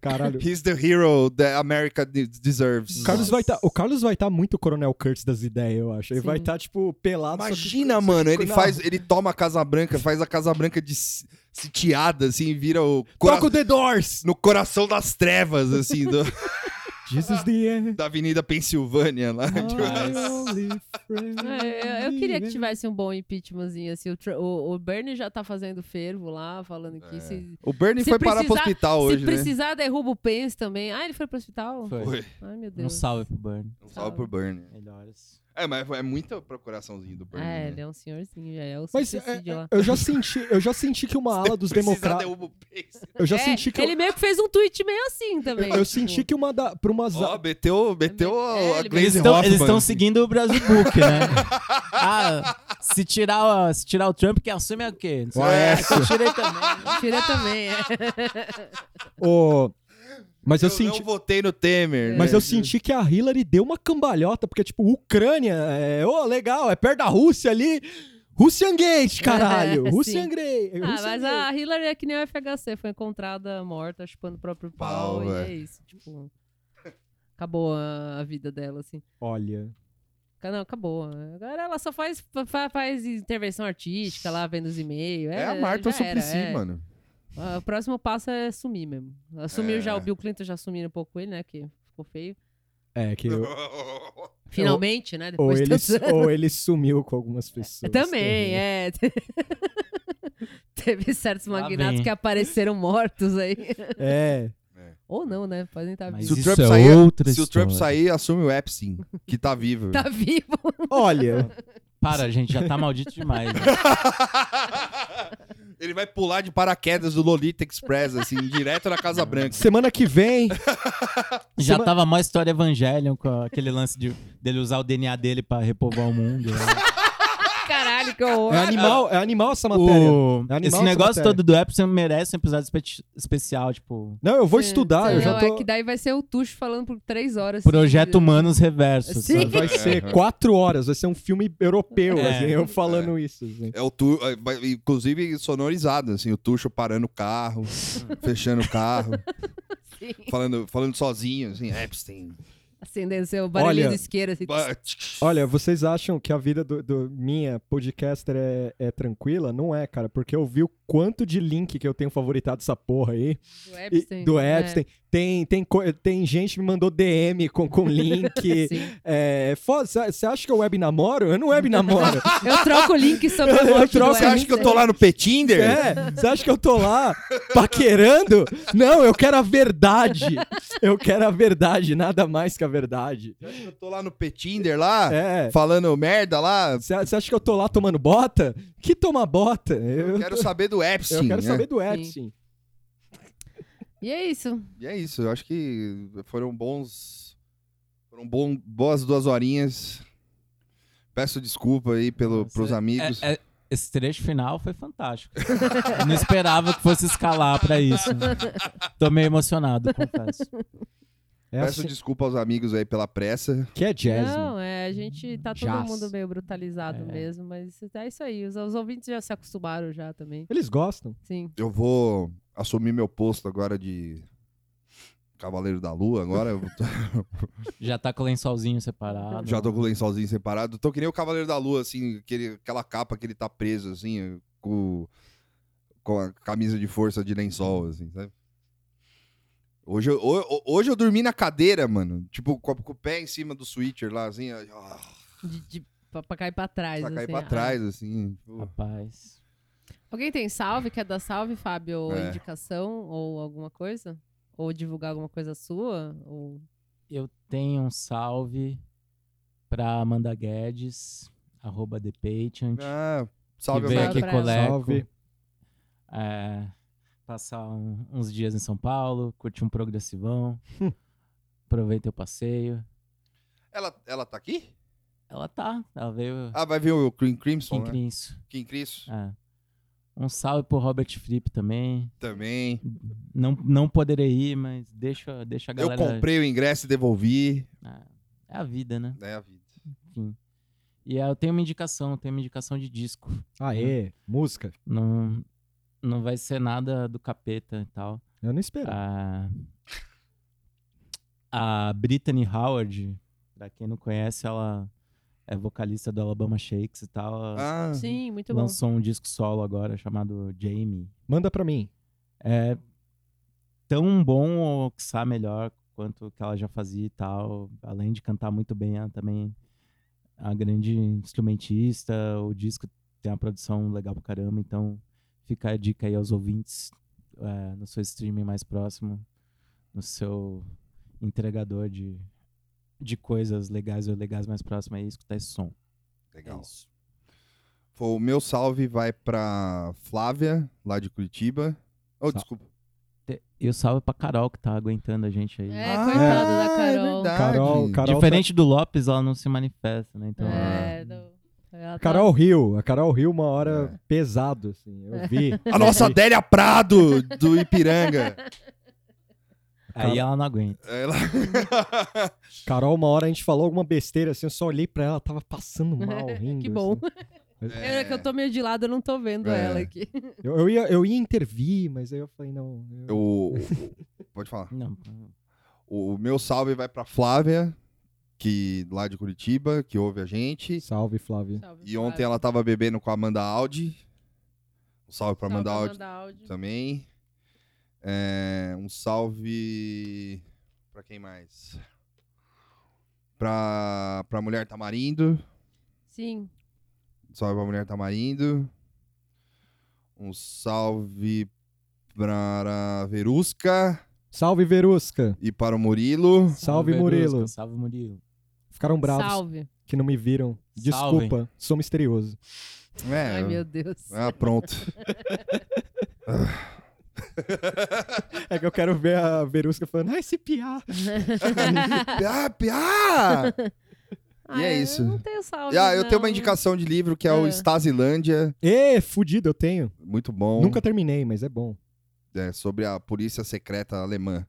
C: Caralho.
B: He's the hero that America de- deserves.
C: O Carlos vai tá, o Carlos vai estar muito Coronel Kurtz das ideias, eu acho. Ele
D: Sim.
C: vai estar, tipo, pelado. só que-
B: Imagina, mano, ele
C: Não.
B: faz, ele toma a Casa Branca, faz a Casa Branca de ci- sitiada, assim, vira o cora-
C: Toca o The Doors!
B: no coração das trevas, assim, do- [LAUGHS]
C: Jesus the end.
B: da Avenida Pensilvânia lá. tipo,
C: my only friend.
D: É, eu, eu queria que tivesse um bom impeachmentzinho. Assim, o, Tr- o, o Bernie já tá fazendo fervo lá, falando que se,
B: O Bernie
D: Se
B: foi parar pro
D: precisar-
B: hospital
D: se
B: hoje, né?
D: precisar, derruba o Pence também. Ah, ele foi pro hospital?
E: Foi.
B: Foi.
D: Ai, meu
E: Um
D: Deus.
E: salve pro Bernie.
B: Um salve pro Bernie.
E: Melhores.
B: É, mas é muita procuraçãozinha do Bernie.
D: É,
B: né?
D: ele é um senhorzinho, já é o
C: Mas
D: suicídio
C: é, é,
D: lá.
C: eu já senti, eu já senti que uma ala dos
B: Precisar
C: democratas.
B: derruba o Pace.
C: Eu já
D: É,
C: senti que. eu-
D: Ele meio que fez um tweet meio assim também.
C: Eu senti que uma da. Pra umas.
B: Ó, meteu, meteu
D: É,
B: a, a
D: ele-
E: Eles
B: Glaze
E: tão-
B: Hoffman.
E: Então, eles estão seguindo o Brasil Book, né?
D: [LAUGHS]
E: ah, se tirar, o- se tirar o Trump, quem assume é o quê? Não sei. Eu tirei também.
D: Tira também, é.
C: Ô, Mas eu,
B: Eu
C: senti.
B: não votei no Temer.
C: Mas
B: né?
C: eu senti que a Hillary deu uma cambalhota, porque, tipo, Ucrânia, é, ô, legal, é perto da Rússia ali. Russian Gate, caralho!
D: É,
C: Russian
D: [LAUGHS] sim.
C: Gate!
D: Ah,
C: Russian
D: mas
C: Gate.
D: a Hillary é que nem o FHC, foi encontrada morta, chupando o próprio pau,
B: Pau,
D: e
B: velho.
D: é isso, tipo... Acabou a, a vida dela, assim.
C: Olha.
D: Não, acabou. Agora ela só faz, fa- faz intervenção artística lá, vendo os e-mails.
B: É,
D: É,
B: a Marta
D: já era,
B: Suplicy,
D: é.
B: mano.
D: Ah, O próximo passo é sumir mesmo. Ela Sumiu
B: É.
D: já, o Bill Clinton já sumiu um pouco ele, né, que ficou feio.
C: É, que
B: [LAUGHS]
C: eu-
D: Finalmente, né,
C: ou,
D: [LAUGHS] depois É, de
C: ele,
D: tantos anos.
C: ou ele sumiu com algumas pessoas.
D: Também, é. [LAUGHS] teve certos
E: Lá
D: magnatos
E: vem.
D: que apareceram mortos aí.
C: É.
D: Ou não, né? Podem estar
E: Mas
B: Se
D: vivos.
B: o
E: isso
B: Trump
E: é
B: sair-
E: outra
B: Se o Trump
E: história.
B: sair, assume o Epstein, que tá vivo.
D: Tá vivo.
C: Olha,
E: Para, gente, já tá maldito demais. né?
B: [LAUGHS] Ele vai pular de paraquedas do Lolita Express, assim, direto na
E: [LAUGHS]
B: Casa Branca.
C: semana que
D: [LAUGHS]
C: vem.
E: Já
C: Sema-
E: tava mó história Evangelion com aquele lance de, dele usar o DNA dele pra repovoar o mundo. né?
D: Caralho, que horror.
C: É animal, é animal essa [LAUGHS] matéria.
E: O-
C: É animal
E: Esse
C: essa
E: negócio
C: matéria.
E: todo do Epson merece um episódio espe- especial, tipo.
C: Não, eu vou
D: Sim,
C: estudar,
D: sim.
C: eu já
D: Não,
C: tô.
D: É que daí vai ser o Tuxo falando por três horas. assim, né?
E: Projeto
D: seguidas.
E: Humanos Reversos.
D: Sim.
E: sabe?
D: [LAUGHS]
C: Vai ser
B: Uhum.
C: quatro horas, vai ser um filme europeu,
E: É.
C: assim, eu falando isso. assim.
B: É o tu... é, vai- Inclusive sonorizado, assim, o Tuxo parando o
D: [LAUGHS]
B: carro, fechando o carro,
D: Sim.
B: falando, falando sozinho, assim, Epstein.
D: Acendendo seu barulho
C: Olha,
D: de isqueira. Assim.
C: Olha, vocês acham que a vida do, do- minha podcaster é, é tranquila? Não é, cara, porque eu vi o quanto de link que eu tenho favoritado essa porra aí.
D: do
C: E-
D: Epstein. é.
C: do Epstein. Tem, tem, co- tem gente que me mandou DM com, com
D: É,
C: link.
D: [LAUGHS] sim.
C: é, Você acha que eu web namoro? Eu não web namoro.
D: Eu troco
C: [LAUGHS]
D: o link sobre
C: Eu
D: o post do
C: troco,
B: Você acha que eu tô
D: Epstein.
B: lá no Petinder?
C: É, você acha que eu tô lá paquerando? Não, eu quero a verdade. Eu quero a verdade, nada mais que a verdade.
B: Você acha que eu tô lá no Petinder lá,
C: É.
B: falando merda lá?
C: Você você acha que eu tô lá tomando bota? Que tomar bota? Eu,
B: Eu quero saber do Epstein.
C: eu quero
B: né?
C: saber do Epstein.
D: E é isso.
B: E é isso, eu acho que foram bons. Foram bom, boas duas horinhas. Peço desculpa aí pelo, pros amigos.
E: É- é- esse trecho final foi fantástico. Eu não esperava que fosse escalar pra isso. Tô meio emocionado, confesso.
C: É
B: Peço
C: assim
B: desculpa aos amigos aí pela pressa.
C: que é jazz. né?
D: Não, é, a gente tá todo
C: Jazz.
D: mundo meio brutalizado
E: É.
D: mesmo, mas é isso aí. Os, os ouvintes já se acostumaram já também.
C: Eles gostam.
D: Sim.
B: Eu vou assumir meu posto agora de Cavaleiro da Lua. Agora eu
E: [LAUGHS]
B: tô-
E: Já tá com o lençolzinho separado.
B: já tô com o lençolzinho separado. Tô que nem o Cavaleiro da Lua, assim, aquele, aquela capa que ele tá preso, assim, com, com a camisa de força de lençol, assim, sabe? Hoje eu, ho- hoje eu dormi na cadeira, mano. Tipo, com, a- com o pé em cima do switcher lá, assim. ó.
D: De, de, pra, pra cair pra trás.
B: Pra cair
D: assim.
B: pra
D: Ah.
B: trás, assim. tipo,
E: Rapaz.
D: Alguém tem salve? Quer dar salve, Fábio? Ou
B: É.
D: indicação? Ou alguma coisa? Ou divulgar alguma coisa sua? Ou...
E: Eu tenho um salve pra Amanda Guedes, arroba The Patient.
B: Ah, salve,
E: que veio
B: Amanda.
E: aqui
D: Salve pra ela.
E: coleco.
C: Salve.
E: é, passar um- uns dias em São Paulo, curtir um progressivão.
B: Hum.
E: Aproveita o passeio.
B: Ela, ela tá aqui?
E: Ela tá, ela veio
B: Ah, vai ver o Cream Crimson,
E: quem
B: né?
E: cria isso.
B: King Crimson
E: É. Um salve pro Robert Fripp também.
B: também.
E: Não, não poderei ir, mas deixa, deixa a
B: Eu
E: galera.
B: comprei o ingresso e devolvi.
E: É a vida, né?
B: Né, a vida.
E: Enfim. E aí eu tenho uma indicação, eu tenho uma indicação de disco.
C: Aê, música.
E: Não, não vai ser nada do capeta e tal.
C: Eu não
D: Ah.
C: espero.
E: A, Ah, a Brittany Howard, pra quem não conhece, ela é vocalista do Alabama Shakes e tal. Ela
B: Ah,
D: Sim, muito bom.
E: lançou um disco solo agora chamado Jamie.
C: Manda pra mim.
E: É tão bom ou que sabe melhor quanto o que ela já fazia e tal. Além de cantar muito bem, ela também é uma grande instrumentista. O disco tem uma produção legal pra caramba, então fica a dica aí aos ouvintes é, no seu streaming mais próximo, no seu entregador de, de coisas legais ou legais mais próximo aí, escutar esse som. É
B: legal.
E: isso.
B: Foi, o meu salve vai pra Flávia, lá de Curitiba. Oh,
E: Sal-
B: desculpa.
E: Te- E o salve pra Carol que tá aguentando a gente aí.
D: É, coitada
B: Ah,
D: da Carol.
C: Carol, Carol.
E: Diferente do Lopes, ela não se manifesta, né? Então,
D: É, não. Ela tá-
C: Carol Rio, a Carol Rio uma hora
B: É.
C: pesado, assim,
D: É.
C: eu
D: [LAUGHS]
C: vi.
B: A nossa Adélia Prado, do Ipiranga.
E: Aí ela não aguenta.
B: Ela...
C: Carol, uma hora a gente falou alguma besteira, assim, eu só olhei pra ela, tava
D: [LAUGHS]
C: passando mal, rindo.
D: Que bom.
C: assim.
D: [LAUGHS] É. que eu tô meio de lado, eu não tô vendo
B: É.
C: [LAUGHS]
D: ela aqui.
C: Eu, eu ia, eu ia intervir, mas aí eu falei, não. eu-
B: É, O- Pode falar.
E: Não,
B: O meu salve vai pra Flávia, que lá de Curitiba, que ouve a gente.
C: Salve, Flávia.
B: E ontem ela tava bebendo com a Amanda Audi. Um salve pra Amanda Audi também. É, um salve pra quem mais? Pra, pra Mulher Tamarindo.
D: Sim.
B: Um salve pra Mulher Tamarindo. Um salve para a Verusca
C: Salve, Verusca.
B: e para o Murilo.
C: Salve,
E: Verusca,
C: Murilo.
E: Salve, Murilo.
C: Ficaram bravos
D: Salve.
C: que não me viram.
E: Salve.
C: Desculpa, sou misterioso.
B: É,
D: Ai, meu Deus.
B: Ah,
D: [LAUGHS]
B: pronto.
C: É que eu quero ver a Verusca falando, "Ah, ai, se piar.
B: piá, piá!
D: Ai,
B: E é isso.
D: Eu não tenho salve.
B: Ah, eu tenho
D: não.
B: uma indicação de livro que é o
D: Ah.
B: Stasilândia,
C: Ê, fudido, eu tenho.
B: muito bom.
C: Nunca terminei, mas é bom.
B: É, sobre a polícia secreta alemã.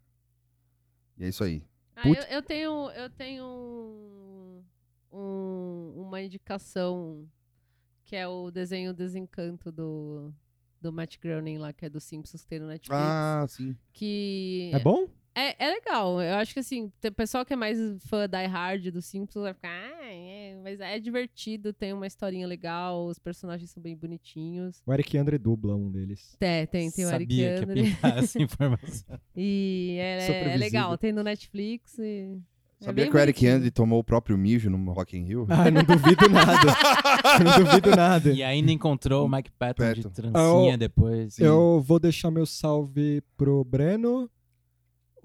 B: E é isso aí.
D: Ah, eu,
C: Put-
D: eu tenho, eu tenho um- um- uma indicação que é o desenho Desencanto do, do Matt Groening lá, que é do Simpsons, que tem no Netflix.
B: Ah, sim.
D: que
C: É bom?
D: É, é legal. Eu acho que assim, o pessoal que é mais fã da Hard do Simpsons vai ficar, ah, é", mas é divertido, tem uma historinha legal, os personagens são bem bonitinhos.
C: O Eric Andre dubla um deles.
D: É, tem, tem o Eric
E: Sabia que
D: Andre.
E: ia pintar
D: [LAUGHS]
E: essa informação.
D: E é-
C: Só
D: é,
C: previsível.
D: legal, tem no Netflix. E... é
B: Sabia
D: bem
B: que o Eric
D: bonitinho.
B: Andre tomou o próprio mijo no Rock in Rio?
C: [LAUGHS] Ah, não duvido nada.
B: [LAUGHS]
C: não duvido nada.
E: E ainda encontrou o Mike Patton de
B: Patton.
E: trancinha
C: Ah, o-
E: depois.
C: Eu vou deixar meu salve pro Breno,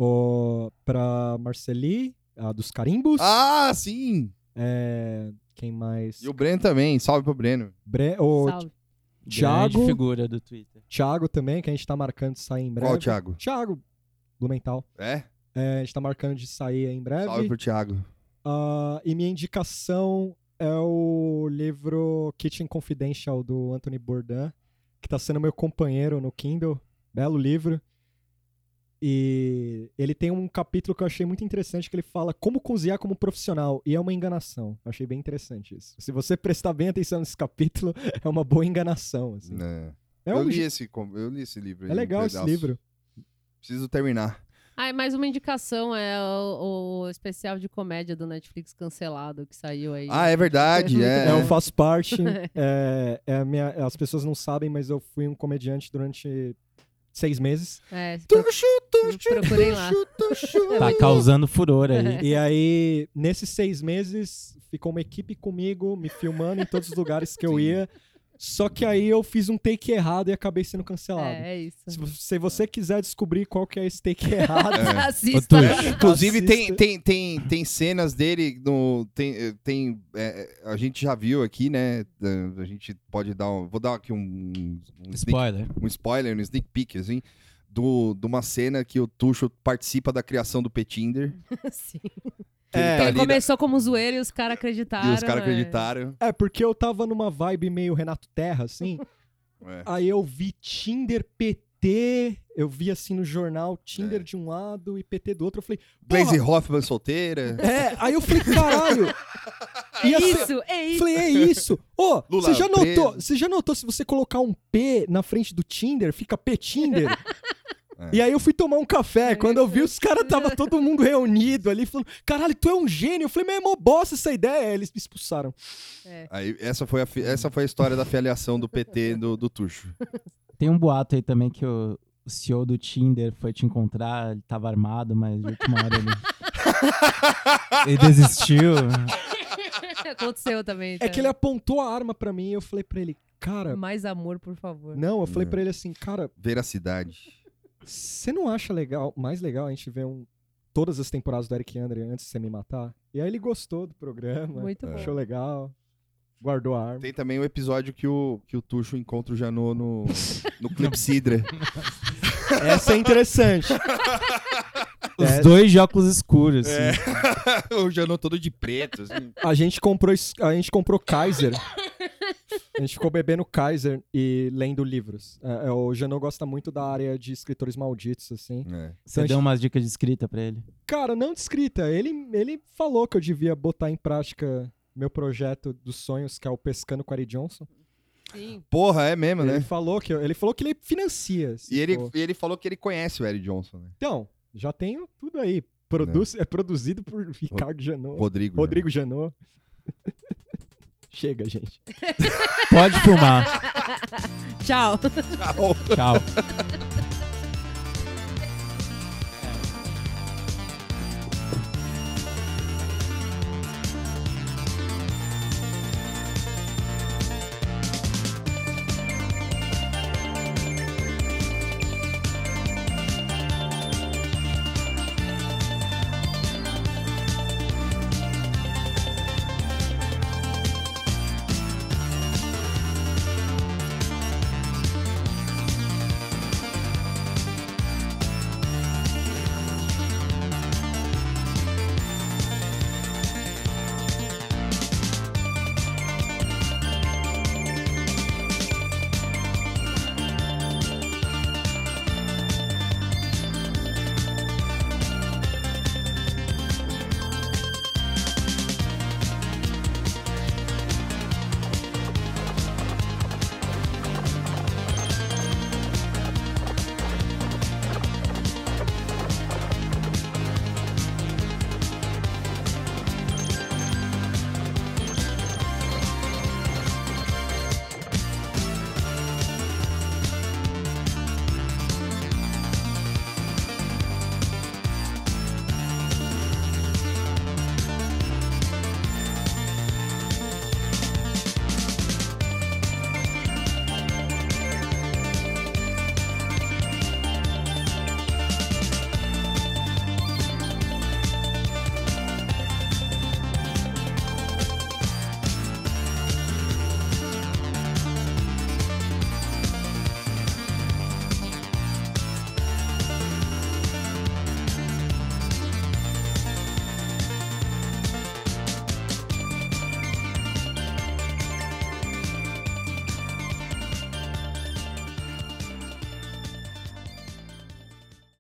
C: o, pra Marceli, a dos carimbos.
B: Ah, sim!
C: É, quem mais?
B: E o Breno também. Salve pro Breno.
C: Bre- o
D: Salve.
E: Grande
C: Thiago.
E: figura do Twitter.
C: Thiago também, que a gente tá marcando de sair em breve.
B: Qual o Thiago?
C: Thiago, Blumenthal.
B: É?
C: É, a gente tá marcando de sair em breve.
B: Salve pro Thiago.
C: Ah, e minha indicação é o livro Kitchen Confidential do Anthony Bourdain, que tá sendo meu companheiro no Kindle. Belo livro. E ele tem um capítulo que eu achei muito interessante que ele fala como cozinhar como profissional. E é uma enganação. Eu achei bem interessante isso. Se você prestar bem atenção nesse capítulo, [LAUGHS] é uma boa enganação. assim.
B: É.
C: É,
B: eu,
C: um
B: li
C: je-
B: esse, com- eu li esse livro.
C: é
B: aí, um
C: legal esse
B: pedaço.
C: livro.
B: Preciso terminar.
D: Ah, e mais uma indicação é o, o especial de comédia do Netflix cancelado que saiu aí.
B: Ah, é verdade. É.
C: É, eu faço
B: [LAUGHS]
C: parte. é, é a minha- as pessoas não sabem, mas eu fui um comediante durante seis meses.
D: É, pro-
B: Tuxu,
D: procurem lá. É
E: Tá causando furor
B: É
D: [LAUGHS]
E: aí.
C: E aí, nesses seis meses, ficou uma equipe comigo, me filmando em todos os lugares que eu
B: Sim.
C: ia. Só que aí eu fiz um take errado e acabei sendo cancelado.
D: É, é isso.
C: Se, vo- se você quiser descobrir qual que é esse take [LAUGHS] errado,
E: Ô,
D: [LAUGHS] Assista.
E: Tuxo,
B: Inclusive, tem,
C: Assista.
B: tem, tem, tem cenas dele no. Tem, tem, é, a gente já viu aqui, né? A gente pode dar um. Vou dar aqui um, um, sneak,
E: Spoiler.
B: um spoiler, um sneak peek, assim. Do, de uma cena que o Tuxo participa da criação do Petinder.
D: Sim.
B: que ele
C: É.
B: tá
D: Ele
B: ali na-
D: começou como zoeiro e os caras acreditaram.
B: e os caras
D: é.
B: acreditaram.
C: é porque eu tava numa vibe meio Renato Terra, assim.
B: É.
C: aí eu vi Tinder PT, eu vi assim no jornal Tinder
B: É.
C: de um lado e PT do outro. Eu falei,
B: Glaze
C: porra,
B: Hoffman solteira.
C: é. Aí eu falei, caralho.
D: É
C: Ia ser-
D: isso, é isso.
C: Falei, é isso. Ô,
B: Lula
C: você já notou?
B: preso.
C: Você já notou se você colocar um P na frente do Tinder, fica P Tinder?
B: É.
C: E aí eu fui tomar um café. Quando eu vi, os caras tava todo mundo reunido ali, falando: caralho, tu é um gênio. Eu falei, meu irmão, bosta essa ideia. Aí Eles me expulsaram.
B: Aí, essa, foi a, fi- essa foi a história da filiação do PT do, do Tuxo.
E: Tem um boato aí também que o, o CEO do Tinder foi te encontrar, ele tava armado, mas de última hora ele... ele desistiu.
D: [LAUGHS] Aconteceu também.
C: É
D: então.
C: que ele apontou a arma pra mim e eu falei pra ele: cara,
D: Mais amor, por favor.
C: não. Eu falei
B: É.
C: pra ele assim: cara,
B: Veracidade.
C: você não acha legal, mais legal a gente ver um, todas as temporadas do Eric Andre antes de você me matar? E aí ele gostou do programa,
D: Muito bom.
C: achou legal, guardou a [LAUGHS] arma.
B: Tem também o episódio que o, que o Tuxo encontra o Janô no, no Clepsidra.
C: Essa é interessante.
E: Os
C: É.
E: dois de óculos escuros.
B: É.
E: assim.
B: [LAUGHS] o Janô todo de preto. assim.
C: A gente comprou, es- a gente comprou Kaiser. A gente ficou bebendo Kaiser e lendo livros. É, é, o Janot gosta muito da área de escritores malditos, assim.
B: É.
E: Você deu umas dicas de escrita pra ele.
C: Cara, não de escrita. Ele, ele falou que eu devia botar em prática meu projeto dos sonhos, que é o Pescando com Ari Johnson.
D: Sim.
B: Porra, é mesmo,
C: Ele
B: né?
C: falou que eu- ele falou que ele financia. assim,
B: E ele,
C: pô.
B: e ele falou que ele conhece o Eric Johnson, né?
C: Então, já tenho tudo aí. Produz, é produzido por [LAUGHS] Ricardo Janot.
B: Rodrigo. né?
C: Rodrigo Janot. [LAUGHS] Chega, gente.
E: Pode filmar.
D: Tchau.
E: Tchau.